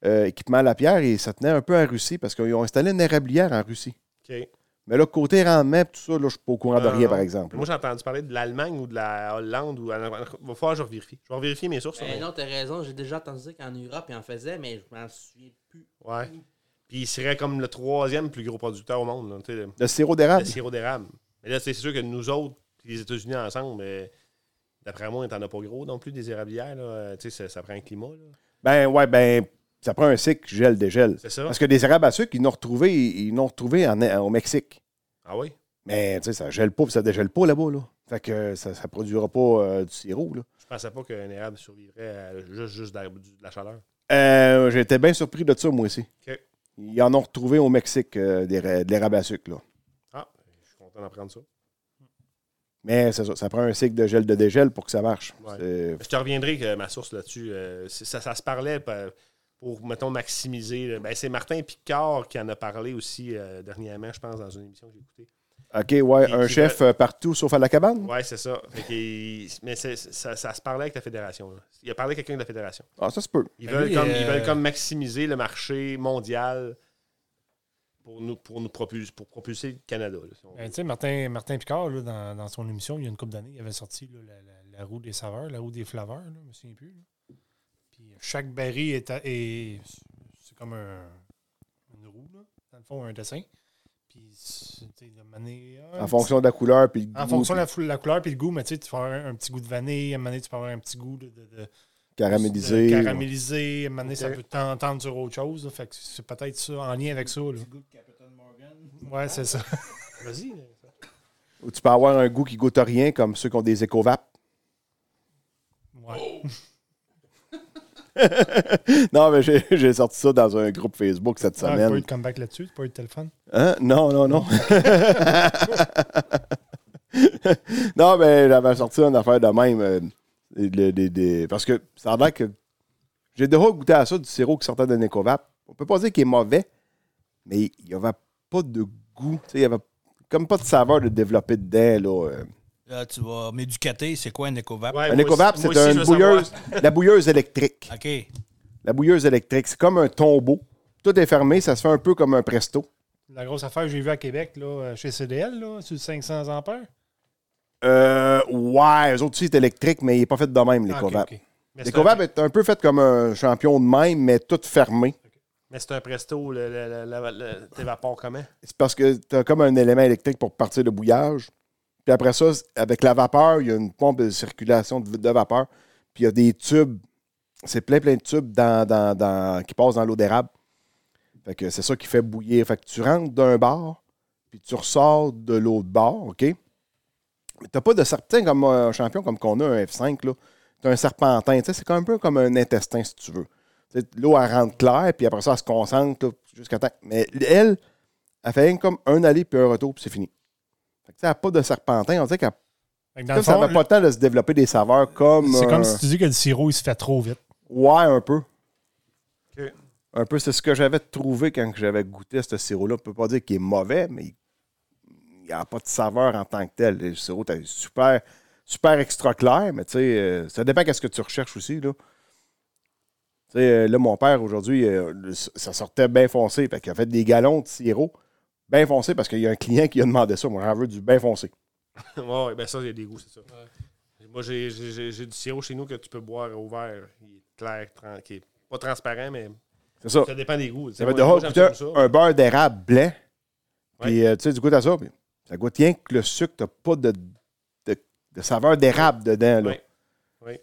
S3: euh, équipement à la pierre, et ça tenait un peu en Russie parce qu'ils ont installé une érablière en Russie.
S6: OK.
S3: Mais là, côté rendement, tout ça, là, je suis pas au courant de
S6: Non,
S3: rien,
S6: non.
S3: par exemple.
S6: Moi, j'ai entendu parler de l'Allemagne ou de la Hollande. Ou... Il va falloir que je revérifie. Je vais vérifier mes sources. mais-
S4: Ben non, t'as raison, j'ai déjà entendu dire qu'en Europe, ils en faisaient, mais je m'en souviens plus.
S6: Ouais. Puis il serait comme le troisième plus gros producteur au monde, là, tu sais, le,
S3: Le sirop
S6: le
S3: d'érable.
S6: sirop d'érable. Mais là, c'est c'est sûr que nous autres, puis les États-Unis ensemble, euh, d'après moi, t'en as pas gros non plus des érablières. Là, euh, tu sais, ça, ça prend un climat. là.
S3: Ben ouais, ben ça prend un cycle gel-dégel.
S6: C'est ça?
S3: Parce que des arabes à sucre, ils n'ont retrouvé, ils n'ont retrouvé en- en- au Mexique.
S6: Ah oui?
S3: Mais tu sais, ça gèle pas, puis ça dégèle pas là-bas, là. Fait que euh, ça, ça produira pas euh, du sirop, là.
S6: Je pensais pas qu'un érable survivrait à juste, juste de, la, du- de la chaleur.
S3: Euh, J'étais bien surpris de ça, moi aussi.
S6: OK.
S3: Ils en ont retrouvé au Mexique, euh, des ra- de l'érable à sucre, là.
S6: Ah, je suis content d'apprendre ça.
S3: Mais c'est ça, ça prend un cycle de gel de dégel pour que ça marche.
S6: Ouais.
S3: C'est-
S6: Je te reviendrai que ma source là-dessus, euh, c'est- ça, ça se parlait pa- pour, mettons, maximiser. là. Ben, c'est Martin Picard qui en a parlé aussi euh, dernièrement, je pense, dans une émission que j'ai écoutée.
S3: OK, ouais,
S6: Qui-
S3: un
S6: qui
S3: chef euh, partout sauf à la cabane?
S6: Ouais, c'est ça. Fait qu'il- mais c'est- ça, ça se parlait avec la fédération. là. Il a parlé à quelqu'un de la fédération.
S3: Ah, ça se peut.
S6: Ils,
S7: Ben
S6: veulent,
S7: lui,
S6: comme,
S7: euh,
S6: ils veulent comme maximiser le marché mondial pour nous, pour nous propulser, pour propulser le Canada. là, si on veut.
S7: Ben, tu sais, Martin, Martin Picard, là, dans, dans son émission, il y a une couple d'années, il avait sorti là, la, la- la roue des saveurs, la roue des flaveurs, là, je me souviens plus. là. Puis euh, chaque baril est, à- est- c'est comme un, une roue, là, dans le fond, un dessin. Puis, c'est- tu sais, de manière-
S3: En fonction de la couleur puis le
S7: En
S3: goût,
S7: fonction de
S3: puis
S7: la, fou- la couleur puis le goût, mais tu sais, tu vas avoir un, un petit goût de vanille, à un moment donné, tu peux avoir un petit goût de, de- de-
S3: caramélisé.
S8: Euh,
S7: de caramélisé, à un moment donné, ça
S6: Ok.
S7: peut t'en- tendre sur autre chose. là. fait que c'est peut-être ça, en lien avec ça. Là. Ouais, c'est ça.
S6: Vas-y. là.
S3: Ou tu peux avoir un goût qui goûte à rien, comme ceux qui ont des éco-vapes.
S7: Ouais.
S3: non, mais j'ai j'ai sorti ça dans un groupe Facebook cette
S7: Ah, tu peux
S3: semaine.
S7: être comeback là-dessus, tu peux être téléphone.
S3: Hein? Non, non, non. non, mais j'avais sorti une affaire de même. euh, de- de- de- parce que ça a l'air que J'ai déjà goûté à ça du sirop qui sortait de Necovap. On peut pas dire qu'il est mauvais, mais il n'y avait pas de goût. Tu sais, il n'y avait comme pas de saveur de développer dedans. Là. euh.
S5: Là, tu vas m'éducater, c'est quoi un écovap?
S8: Ouais,
S3: Un
S8: moi
S3: écovap,
S8: aussi-
S3: c'est
S8: moi aussi, je
S3: une
S8: veux savoir.
S3: bouilleuse, la bouilleuse électrique.
S5: OK. Fait
S3: La bouilleuse électrique, c'est comme un tombeau. Tout est fermé, ça se fait un peu comme un presto.
S7: La grosse affaire que j'ai vue à Québec, là, euh, chez CDL, là, sur le 500 ampères.
S3: Euh, ouais, eux autres aussi, c'est électrique, mais il n'est pas fait de même, les
S7: Ah, ok,
S3: Covap.
S7: ok.
S6: Mais
S3: Les
S6: c'est
S3: Covap est un peu fait comme un champion de même, mais tout fermé.
S6: Mais c'est un presto, le, le, le- le- le- t'évapores comment?
S3: C'est parce que tu as comme un élément électrique pour partir le bouillage. Puis après ça, c- avec la vapeur, il y a une pompe de circulation de, de vapeur. Puis il y a des tubes. C'est plein, plein de tubes dans, dans- dans- qui passent dans l'eau d'érable. Fait que c'est ça qui fait bouillir. Fait que tu rentres d'un bar, puis tu ressors de l'autre bar, OK? Mais t'as pas de serpentin comme euh, un champion comme qu'on a un F5, là. T'as un serpentin, tu sais, c'est comme un peu comme un intestin, si tu veux. Tu sais, L'eau, elle rentre claire, puis après ça, elle se concentre là, jusqu'à temps. Mais elle, elle fait rien que comme un aller puis un retour, puis c'est fini. Fait que, tu sais, elle n'a pas de serpentin. On dirait qu'elle
S7: Fait que dans
S3: comme
S7: le
S3: ça
S7: fond,
S3: n'avait pas le temps de se développer des saveurs comme.
S7: c'est
S3: euh,
S7: comme si tu dis que le sirop, il se fait trop vite.
S3: Ouais, un peu.
S6: Ok.
S3: Un peu, c'est ce que j'avais trouvé quand que j'avais goûté ce sirop-là. On ne peut pas dire qu'il est mauvais, mais il n'y a pas de saveur en tant que tel. Le sirop est super, super extra clair, mais tu sais, euh, ça dépend qu'est-ce que tu recherches aussi. Là, Tu sais, euh, là mon père, aujourd'hui, euh, le- ça sortait bien foncé. Fait qu'il a fait des galons de sirop bien foncé parce qu'il y a un client qui a demandé ça. Moi, j'en veux du bien foncé.
S6: ouais, ouais, ben ça, il y a des goûts, c'est ça. Moi, j'ai- j'ai j'ai- j'ai du sirop chez nous que tu peux boire au verre. Il est clair, tranquille. Pas transparent, mais
S3: C'est ça.
S6: ça dépend des goûts.
S3: Oh. Ça
S6: Moi,
S3: va de
S6: moi, j'aime
S3: goûter
S6: ça comme ça.
S3: un beurre d'érable blanc. Puis,
S6: Ouais.
S3: euh, tu sais, du goût à ça, puis ça goûte rien que le sucre. T'as pas de, de, de saveur d'érable dedans, là.
S6: Ouais. Ouais.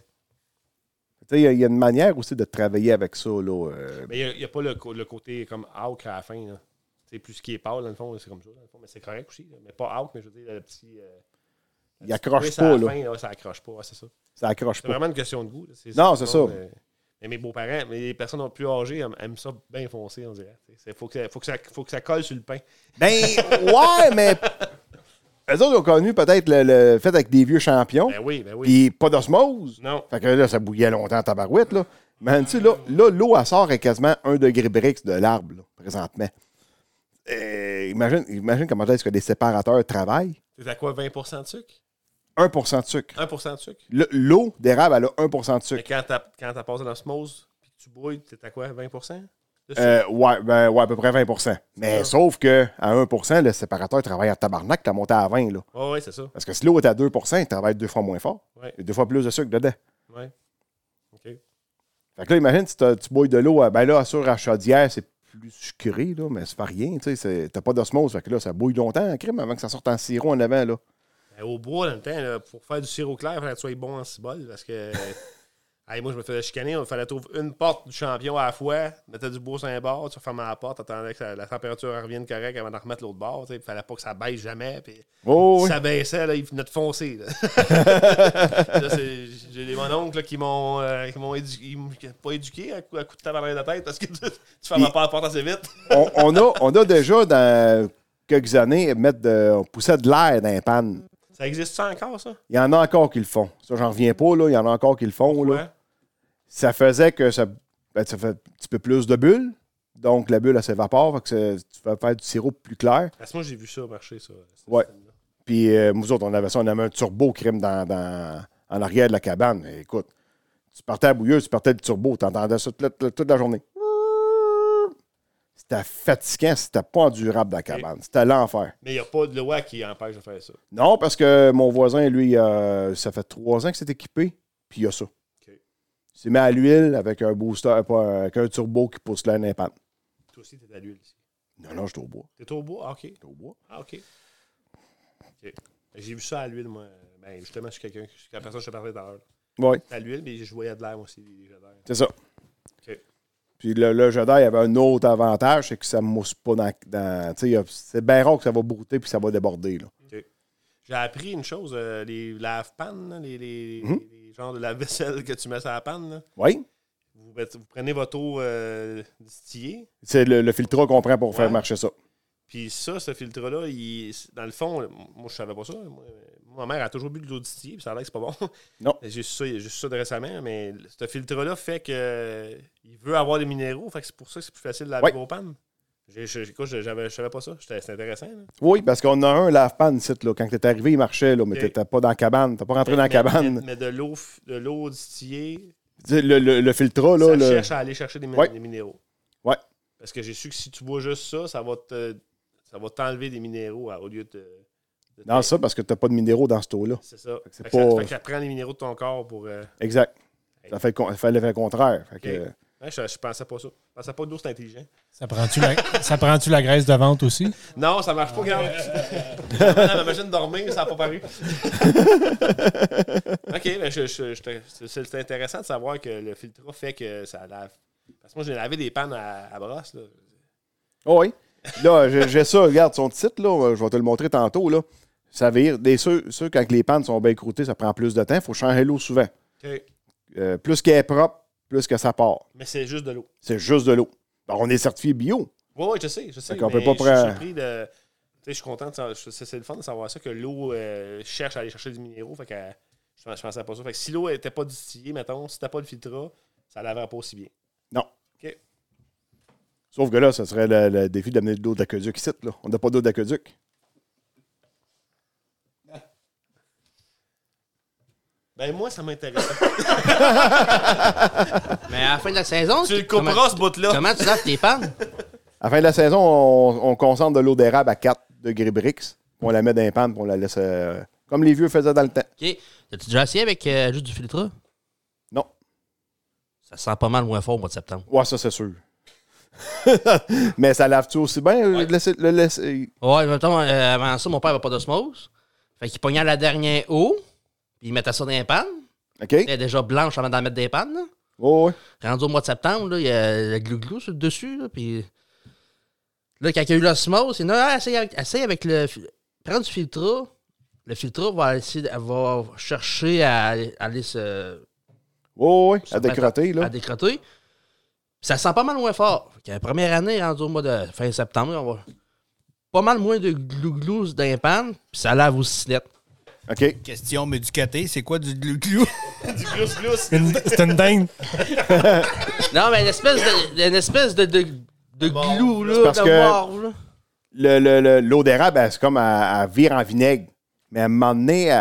S3: Tu sais, il y a- il y, a une manière aussi de travailler avec ça, là. euh,
S6: Mais il n'y a, pas le, co- le côté comme out à la fin. là. C'est plus ce qui est pâle, dans le fond, c'est comme ça. dans le fond. Mais c'est correct aussi. là. Mais pas out, mais je veux dire, le petit. euh,
S3: Il
S6: la petite
S3: accroche
S6: twist
S3: pas,
S6: à la
S3: là.
S6: Fin, là, ça accroche pas, ouais, c'est ça.
S3: ça accroche
S6: C'est
S3: pas.
S6: vraiment une question de goût. là.
S3: Non, c'est
S6: tout le
S3: ça.
S6: monde, euh, Mais mes beaux-parents, mais les personnes les plus âgées aiment, aiment ça bien foncé, on dirait. Il faut, que ça- faut, que ça- faut que ça colle sur le pain.
S3: Ben, ouais, mais... Eux autres ont connu peut-être le, le fait avec des vieux champions,
S6: Ben oui, ben oui.
S3: puis pas d'osmose.
S6: Non.
S3: Fait que là, ça bouillait longtemps, tabarouette, là. Mais tu sais, là, là, l'eau, elle sort à quasiment un degré brix de l'arbre, là, présentement. Et imagine, imagine comment est-ce que les séparateurs travaillent.
S6: C'est à quoi 20 de sucre
S3: 1 de sucre.
S6: 1 de sucre.
S3: Le- L'eau d'érable, elle a 1 de
S6: Mais
S3: sucre.
S6: quand tu quand t'as passé l'osmose puis que tu bouilles, t'es à quoi 20 de sucre?
S3: Euh, ouais, ben, ouais, à peu près 20 Mais sauf que à 1 le séparateur travaille en tabarnak, t'as monté à 20 là.
S6: Ouais, ouais, c'est ça.
S3: Parce que si l'eau est à 2 il travaille deux fois moins fort.
S6: Ouais.
S3: Et deux fois plus de sucre dedans.
S6: Ouais. OK.
S3: Fait que là, imagine si t'as- tu bouilles de l'eau, à- ben là, sur la chaudière, c'est plus sucré, là, mais ça fait rien, tu sais, c'est- t'as pas d'osmose. Fait que là, ça bouille longtemps en crème avant que ça sorte en sirop en avant, là.
S6: Ben, au bois, dans le temps, là, pour faire du sirop clair, il fallait que tu sois bon en cibole parce que. Hey, moi, je me faisais chicaner. Il fallait trouver une porte du champion à la fois. Mettais du bois sur un bord, tu fermais la porte, attendais que ça- la température revienne correcte avant de remettre l'autre bord. tu sais. Il fallait pas que ça baisse jamais. Puis,
S3: Oh,
S6: Si
S3: oui.
S6: ça baissait, là, il venait de foncer. là. Là, c'est- J'ai des mon oncle là, qui m'ont euh, qui m'ont édu- ils m'ont pas éduqué à, coup- à coup de tabarnak de la tête parce que tu, tu fermes
S3: Puis-
S6: pas la porte assez vite.
S3: on, on a, on a déjà, dans quelques années, mettre de, on poussait de l'air dans les pannes.
S6: Ça existe ça encore, ça?
S3: Il y en a encore qui le font. Ça, j'en reviens pas, là. Il y en a encore qui le font, là. Ça faisait que ça, ben, ça fait un petit peu plus de bulles. Donc, la bulle, elle s'évapore. Fait que c'est- tu vas faire du sirop plus clair.
S6: Parce que moi, j'ai vu ça marcher, ça. ce
S3: Ouais.
S6: système-là.
S3: Puis, euh, nous autres, on avait ça. On avait un turbo crème dans, dans- en arrière de la cabane. Et écoute, tu partais à bouilleuse, tu partais le turbo. Tu entendais ça toute, la- toute- toute la journée. C'était fatigant. C'était pas endurable dans la cabane. C'était l'enfer.
S6: Mais il n'y a pas de loi qui empêche de faire ça.
S3: Non, parce que mon voisin, lui, euh, ça fait trois ans que c'est équipé, puis il a ça. Il s'est mis à l'huile avec un booster, euh, pas, avec un turbo qui pousse l'air d'impact.
S6: Toi aussi, t'es à l'huile ici.
S3: Non, non, j'étais au bois.
S6: T'es au bois? Ah, OK.
S3: J'étais au bois.
S6: Ah, OK. OK. J'ai vu ça à l'huile, moi. Ben, justement, je suis quelqu'un, je suis la personne que je te parlais tout à l'heure.
S3: Oui,
S6: C'était à l'huile, mais je voyais de l'air aussi, des jets d'air.
S3: c'est ça. Puis le, le jet d'air, il y avait un autre avantage, c'est que ça mousse pas dans. dans- tu sais, il y a- c'est bien rare que ça va brouter puis ça va déborder. Là.
S6: J'ai appris une chose, euh, les lave-pannes, là, les, les, les genres de lave-vaisselle que tu mets sur la panne, là.
S3: Oui,
S6: Vous, mettez- vous prenez votre eau euh, distillée,
S3: c'est le, le filtre qu'on prend pour faire
S6: Ouais.
S3: marcher ça.
S6: Puis ça, ce filtre-là, il- dans le fond, euh, moi, je savais pas ça. Moi, euh, ma mère a toujours bu de l'eau distillée, puis ça a l'air que c'est pas bon.
S3: Non.
S6: J'ai su ça, j'ai su ça de récemment, mais ce filtre-là fait que euh, il veut avoir des minéraux, fait que c'est pour ça que c'est plus facile de laver
S3: Ouais.
S6: vos pannes. J'ai- j'ai- écoute, j'avais- Je savais pas ça. J'étais- C'est intéressant. là.
S3: Oui, parce qu'on a un lave-panne ici, là. Quand t'es arrivé, il marchait, là, mais
S6: Ok.
S3: t'étais pas dans la cabane. T'as pas rentré dans la
S6: Mais-
S3: cabane.
S6: Mais, mais de l'eau f- de l'eau distillée,
S3: Tu sais, Le, le, le filtre, là.
S6: ça
S3: le-
S6: cherche à aller chercher des, mi-
S3: Ouais.
S6: des minéraux.
S3: Ouais.
S6: Parce que j'ai su que si tu bois juste ça, ça va te ça va t'enlever des minéraux à- au lieu de. de-
S3: Non, ça, parce que t'as pas de minéraux dans ce taux-là.
S6: C'est ça.
S3: que c'est
S6: Fait que ça-
S3: pas-
S6: fait que ça prend les minéraux de ton corps pour. euh,
S3: Exact. Ça fait le con- ça fait l'effet contraire. Fait que, euh,
S6: Ok. ouais, hein, je, je pensais pas ça. Je pensais pas que l'eau, c'est intelligent.
S7: Ça prend-tu la, ça prend-tu la graisse de vente aussi?
S6: Non, ça marche pas,
S3: Ah.
S6: grave. la machine dormir, ça n'a pas paru. ok, mais je, je- je te- c'est- c'est intéressant de savoir que le filtre fait que ça lave. Parce que moi, j'ai lavé des pannes à, à brosse. Là.
S3: Oh oui. Là, j'ai j'ai ça, regarde son titre, là. Je vais te le montrer tantôt, là. Ça vire. Des ceux, ceux, quand les pannes sont bien croûtées, ça prend plus de temps. faut changer l'eau souvent. Euh, plus qu'elle est propre, plus que ça part.
S6: Mais c'est juste de l'eau.
S3: C'est juste de l'eau. Alors, on est certifié bio.
S6: Oui, oui, je sais, je sais.
S3: Fait qu'on peut
S6: mais
S3: pas
S6: je suis
S3: prendre-
S6: surpris de- tu sais, Je suis content, de sa- je- c'est c'est le fun de savoir ça, que l'eau euh, cherche à aller chercher des minéraux. Fait que euh, je, pens- je pensais pas ça. Fait que si l'eau n'était pas distillée, mettons, si t'as pas de filtre, ça laverait pas aussi bien.
S3: Sauf que là, ce serait le, le défi d'amener de l'eau d'aqueduc ici. Là. On n'a pas d'eau d'aqueduc.
S6: Ben moi, ça m'intéresse.
S5: Mais à la fin de la saison,
S6: tu le
S5: comment-
S6: couperas, ce bout-là.
S5: Comment tu laves tes pannes?
S3: À la fin de la saison, on, on concentre de l'eau d'érable à 4 degrés Brix. On la met dans les pannes puis on la laisse euh, comme les vieux faisaient dans le temps.
S5: OK. As-tu déjà essayé avec euh, juste du filtre?
S3: Non.
S5: Ça sent pas mal moins fort au mois de septembre.
S3: Ouais, ça, c'est sûr. Mais ça lave-tu aussi bien? euh, le laisser- le laisser-
S5: Ouais, en même temps, euh, avant ça, mon père avait pas d'osmose. Fait qu'il pognait la dernière eau, puis il mettait ça dans les pannes.
S3: OK?
S5: Elle est déjà blanche avant d'en mettre des pannes. là.
S3: Ouais, ouais.
S5: Rendu au mois de septembre, là, il y a le glou-glou sur le dessus. Là, puis là, quand il y a eu l'osmose, il a dit ah, essaye, avec, essaye avec le. fil- Prends du filtre. Le filtre va essayer de- va chercher à aller se.
S3: Ouais, ouais.
S5: se
S3: À décrotter,
S5: mettre à-
S3: là.
S5: À décrotter. Ça sent pas mal moins fort. Fait que la première année, rendu au mois de fin septembre, on va. Pas mal moins de glou-glou dans les pannes, puis ça lave aussi net.
S3: OK.
S14: Question médicatée, c'est quoi du glou-glou?
S6: Du glousse-glousse.
S7: Une- C'est une dingue.
S5: Non, mais une espèce de, une espèce de, de, de glou, là,
S3: parce
S5: de
S3: que-
S5: morve, là.
S3: le- le- le- l'eau d'érable, elle, c'est comme à, vire en vinaigre. Mais à un moment donné,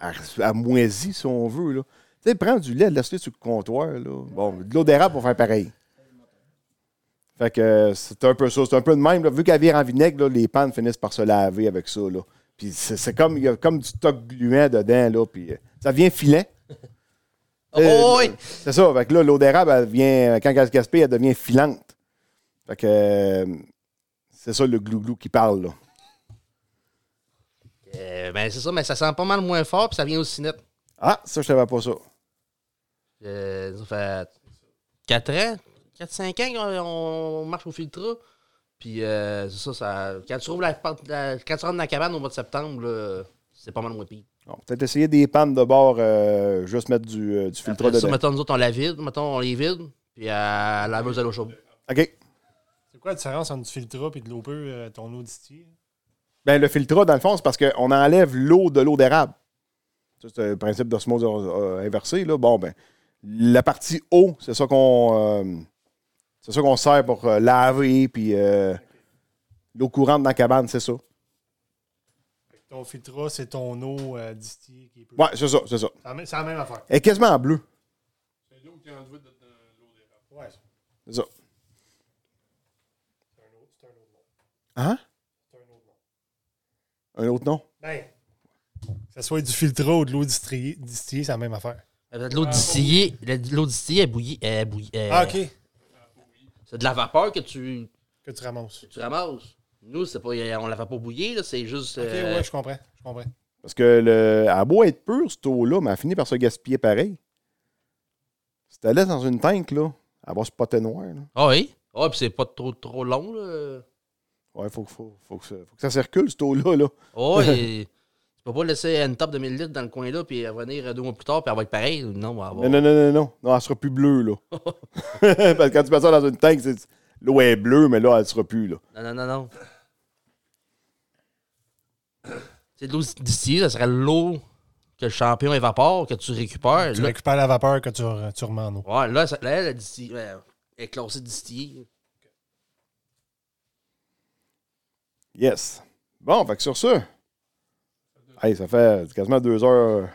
S3: à, moisie, si on veut. Là. Tu sais, prends du lait, laisse-le sur le comptoir. Là. Bon, de l'eau d'érable, on va faire pareil. Fait que euh, c'est un peu ça. C'est un peu de même. là. Vu qu'elle vire en vinaigre, là, les pannes finissent par se laver avec ça. Là. Puis c'est c'est comme, il y a comme du stock gluant dedans. Là, puis euh, ça vient filant.
S5: Oh, oui.
S3: C'est ça. Fait que là, l'eau d'érable, elle vient, quand elle se gaspille, elle devient filante. Fait que euh, c'est ça le glouglou qui parle. Là.
S5: Euh, ben, c'est ça, mais ça sent pas mal moins fort, puis ça vient aussi net.
S3: Ah, ça, je savais pas ça.
S5: Euh, ça fait 4 ans, 4-5 ans qu'on on marche au filtre. Puis, euh, c'est ça, ça. Quand tu, ouvres la, porte- la- quand tu rentres dans la cabane au mois de septembre, là, c'est pas mal moins pire.
S3: Bon, Peut-être essayer des pannes de bord, euh, juste mettre du, euh, du filtre
S5: Après ça,
S3: dedans.
S5: mettons, nous autres, on la vide, mettons, on les vide, puis euh, à la laveuse à l'eau chaude.
S3: OK.
S7: C'est quoi la différence entre du filtre et de l'eau pure, euh, ton eau distillée?
S3: Ben, le filtre, dans le fond, c'est parce qu'on enlève l'eau de l'eau d'érable. Ça, C'est le principe d'osmose euh, inversée. Là. Bon, ben, la partie eau, c'est ça qu'on euh, c'est ça qu'on sert pour euh, laver, puis euh, l'eau courante dans la cabane, c'est ça.
S7: Ton filtre, c'est ton eau euh, distillée qui est pure.
S3: Ouais, c'est ça, c'est ça.
S7: C'est la même- C'est la même affaire.
S3: Elle est quasiment en bleu.
S15: C'est l'eau qui est enlevée de de l'eau d'érable.
S7: Ouais.
S3: C'est ça.
S7: C'est un autre nom.
S3: Hein?
S7: C'est un autre nom.
S3: Un autre nom?
S7: Ben, que ce soit du filtre ou de l'eau distillée, distillée, c'est la même affaire.
S5: Euh, L'eau distillée, la- l'eau distillée, elle bouillit. elle bouillit, elle-
S7: Ah, OK.
S5: C'est de la vapeur que tu,
S7: Que tu ramasses.
S5: tu ramasses. Nous, c'est pas, on la fait pas bouillir, là, c'est juste.
S7: OK,
S5: euh,
S7: ouais, je comprends. Je comprends.
S3: Parce que le, elle a beau être pure, cette eau-là, mais elle finit par se gaspiller pareil. Si tu la laisses dans une tank, là, elle va se poter noir. Là.
S5: Ah oui? Ah, puis c'est pas trop, trop long, là.
S3: Ouais, faut, que- faut, faut, que ça, faut que ça circule, cette eau-là. Là.
S5: Ah et tu peux pas laisser une top de 1000 litres dans le coin là, puis revenir deux mois plus tard, puis elle va être pareille. Non, elle
S3: Non,
S5: va
S3: non, non, non, non. Non, elle sera plus bleue, là. Parce que quand tu mets ça dans une tank, c'est- l'eau est bleue, mais là, elle sera plus, là.
S5: non, non, non.
S4: C'est de l'eau distillée, ça serait l'eau que le champion évapore, que tu récupères.
S7: Tu
S4: Là-
S7: récupères la vapeur que tu, re- tu remets en eau.
S4: Ouais, là, ça, là, elle, a distillé- elle est classée distillée.
S3: Yes. Bon, fait que sur ça, hey, ça fait quasiment deux heures.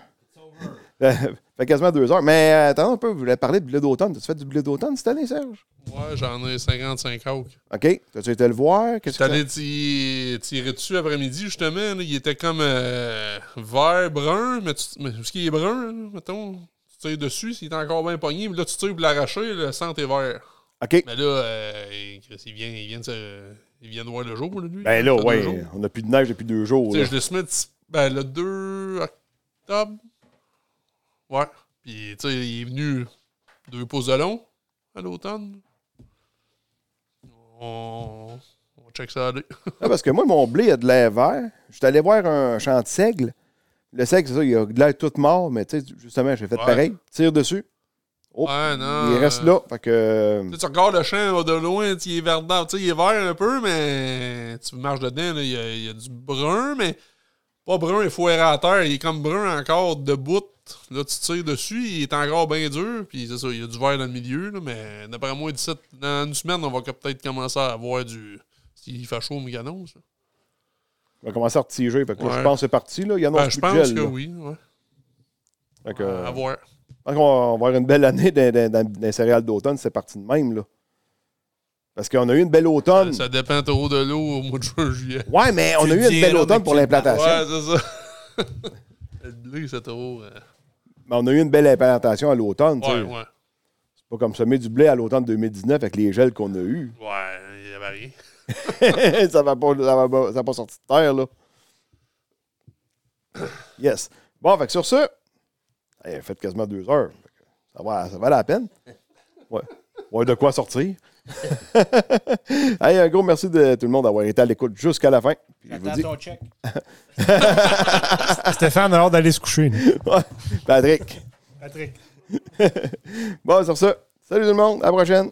S3: ça fait quasiment deux heures. Mais euh, attends un peu, vous voulez parler de blé d'automne. As-tu fait du blé d'automne cette année, Serge?
S10: Ouais, j'en ai 55 autres.
S3: OK. As-tu été le voir? Qu'est-ce
S10: J'étais
S3: que
S10: allé ti- tirer dessus après-midi, justement. là. Il était comme euh, vert-brun, mais, tu- mais parce qu'il est brun, là, mettons. Tu tires dessus, s'il est encore bien pogné, mais là, tu tires pour l'arracher, le sang est vert.
S3: ça? OK.
S10: Mais là, euh, il, Chris, il vient, il, vient de se- il vient de voir le jour, là, lui.
S3: Ben là,
S10: Ça fait deux jours.
S3: ouais, on n'a plus de neige depuis deux jours.
S10: Tu sais,
S3: là.
S10: je l'ai semé d'ici- ben, le 2 octobre. Ouais. Puis, tu sais, il est venu deux pouces de long à l'automne. On, on check ça aller.
S3: Ah, parce que moi, mon blé a de l'air vert. Je suis allé voir un champ de seigle. Le seigle, c'est ça, il a de l'air tout mort, mais tu sais, justement, j'ai fait
S10: Ouais.
S3: pareil. Tire dessus. Oh,
S10: Ouais, non.
S3: il reste
S10: euh,
S3: là. Fait que. euh,
S10: tu sais, Tu regardes le champ là, de loin, tu sais, il est verdant, tu sais, il est vert un peu, mais tu marches dedans, là, il y, a- il y a du brun, mais pas brun, il faut à terre, il est comme brun encore debout. Là, tu tires dessus, il est encore bien dur, puis c'est ça, il y a du vert dans le milieu, là, mais d'après moi, d'ici, dans une semaine, on va que- peut-être commencer à avoir du. S'il fait chaud au Méganon, ça.
S3: On va commencer à retiger. Fait que là,
S10: Ouais.
S3: je pense que c'est parti. Là. Il y en a
S10: Ben, je pense que oui, ouais.
S3: Fait que, euh,
S10: À voir.
S3: Donc, on va avoir une belle année dans, dans- dans- dans les céréales d'automne, c'est parti de même, là. Parce qu'on a eu une belle automne.
S10: Ça dépend trop de l'eau au mois de juin, juillet.
S3: Ouais, mais on a
S5: Tu
S3: eu une
S5: dis,
S3: belle
S5: là,
S3: automne pour
S5: mais-
S10: Ouais,
S3: l'implantation.
S10: c'est ça. Le blé, c'est trop. euh,
S3: Mais on a eu une belle implantation à l'automne, tu sais.
S10: Ouais, ouais.
S3: C'est pas comme semer du blé à l'automne 2019 avec les gels qu'on a eus.
S10: Ouais, il y avait rien.
S3: ça va pas, ça va pas- ça va pas sorti de terre, là. Yes. Bon, fait que sur ce, hey, faites quasiment deux heures. Fait que Ça va, ça va la peine. Ouais. Ouais, de quoi sortir. hey, un gros merci de tout le monde d'avoir été à l'écoute jusqu'à la fin. Puis je vous
S5: Attends
S3: dis-
S5: ton check.
S7: Stéphane a hâte d'aller se coucher. nous.
S3: Patrick.
S7: Patrick.
S3: Bon, sur ce, salut tout le monde, à la prochaine.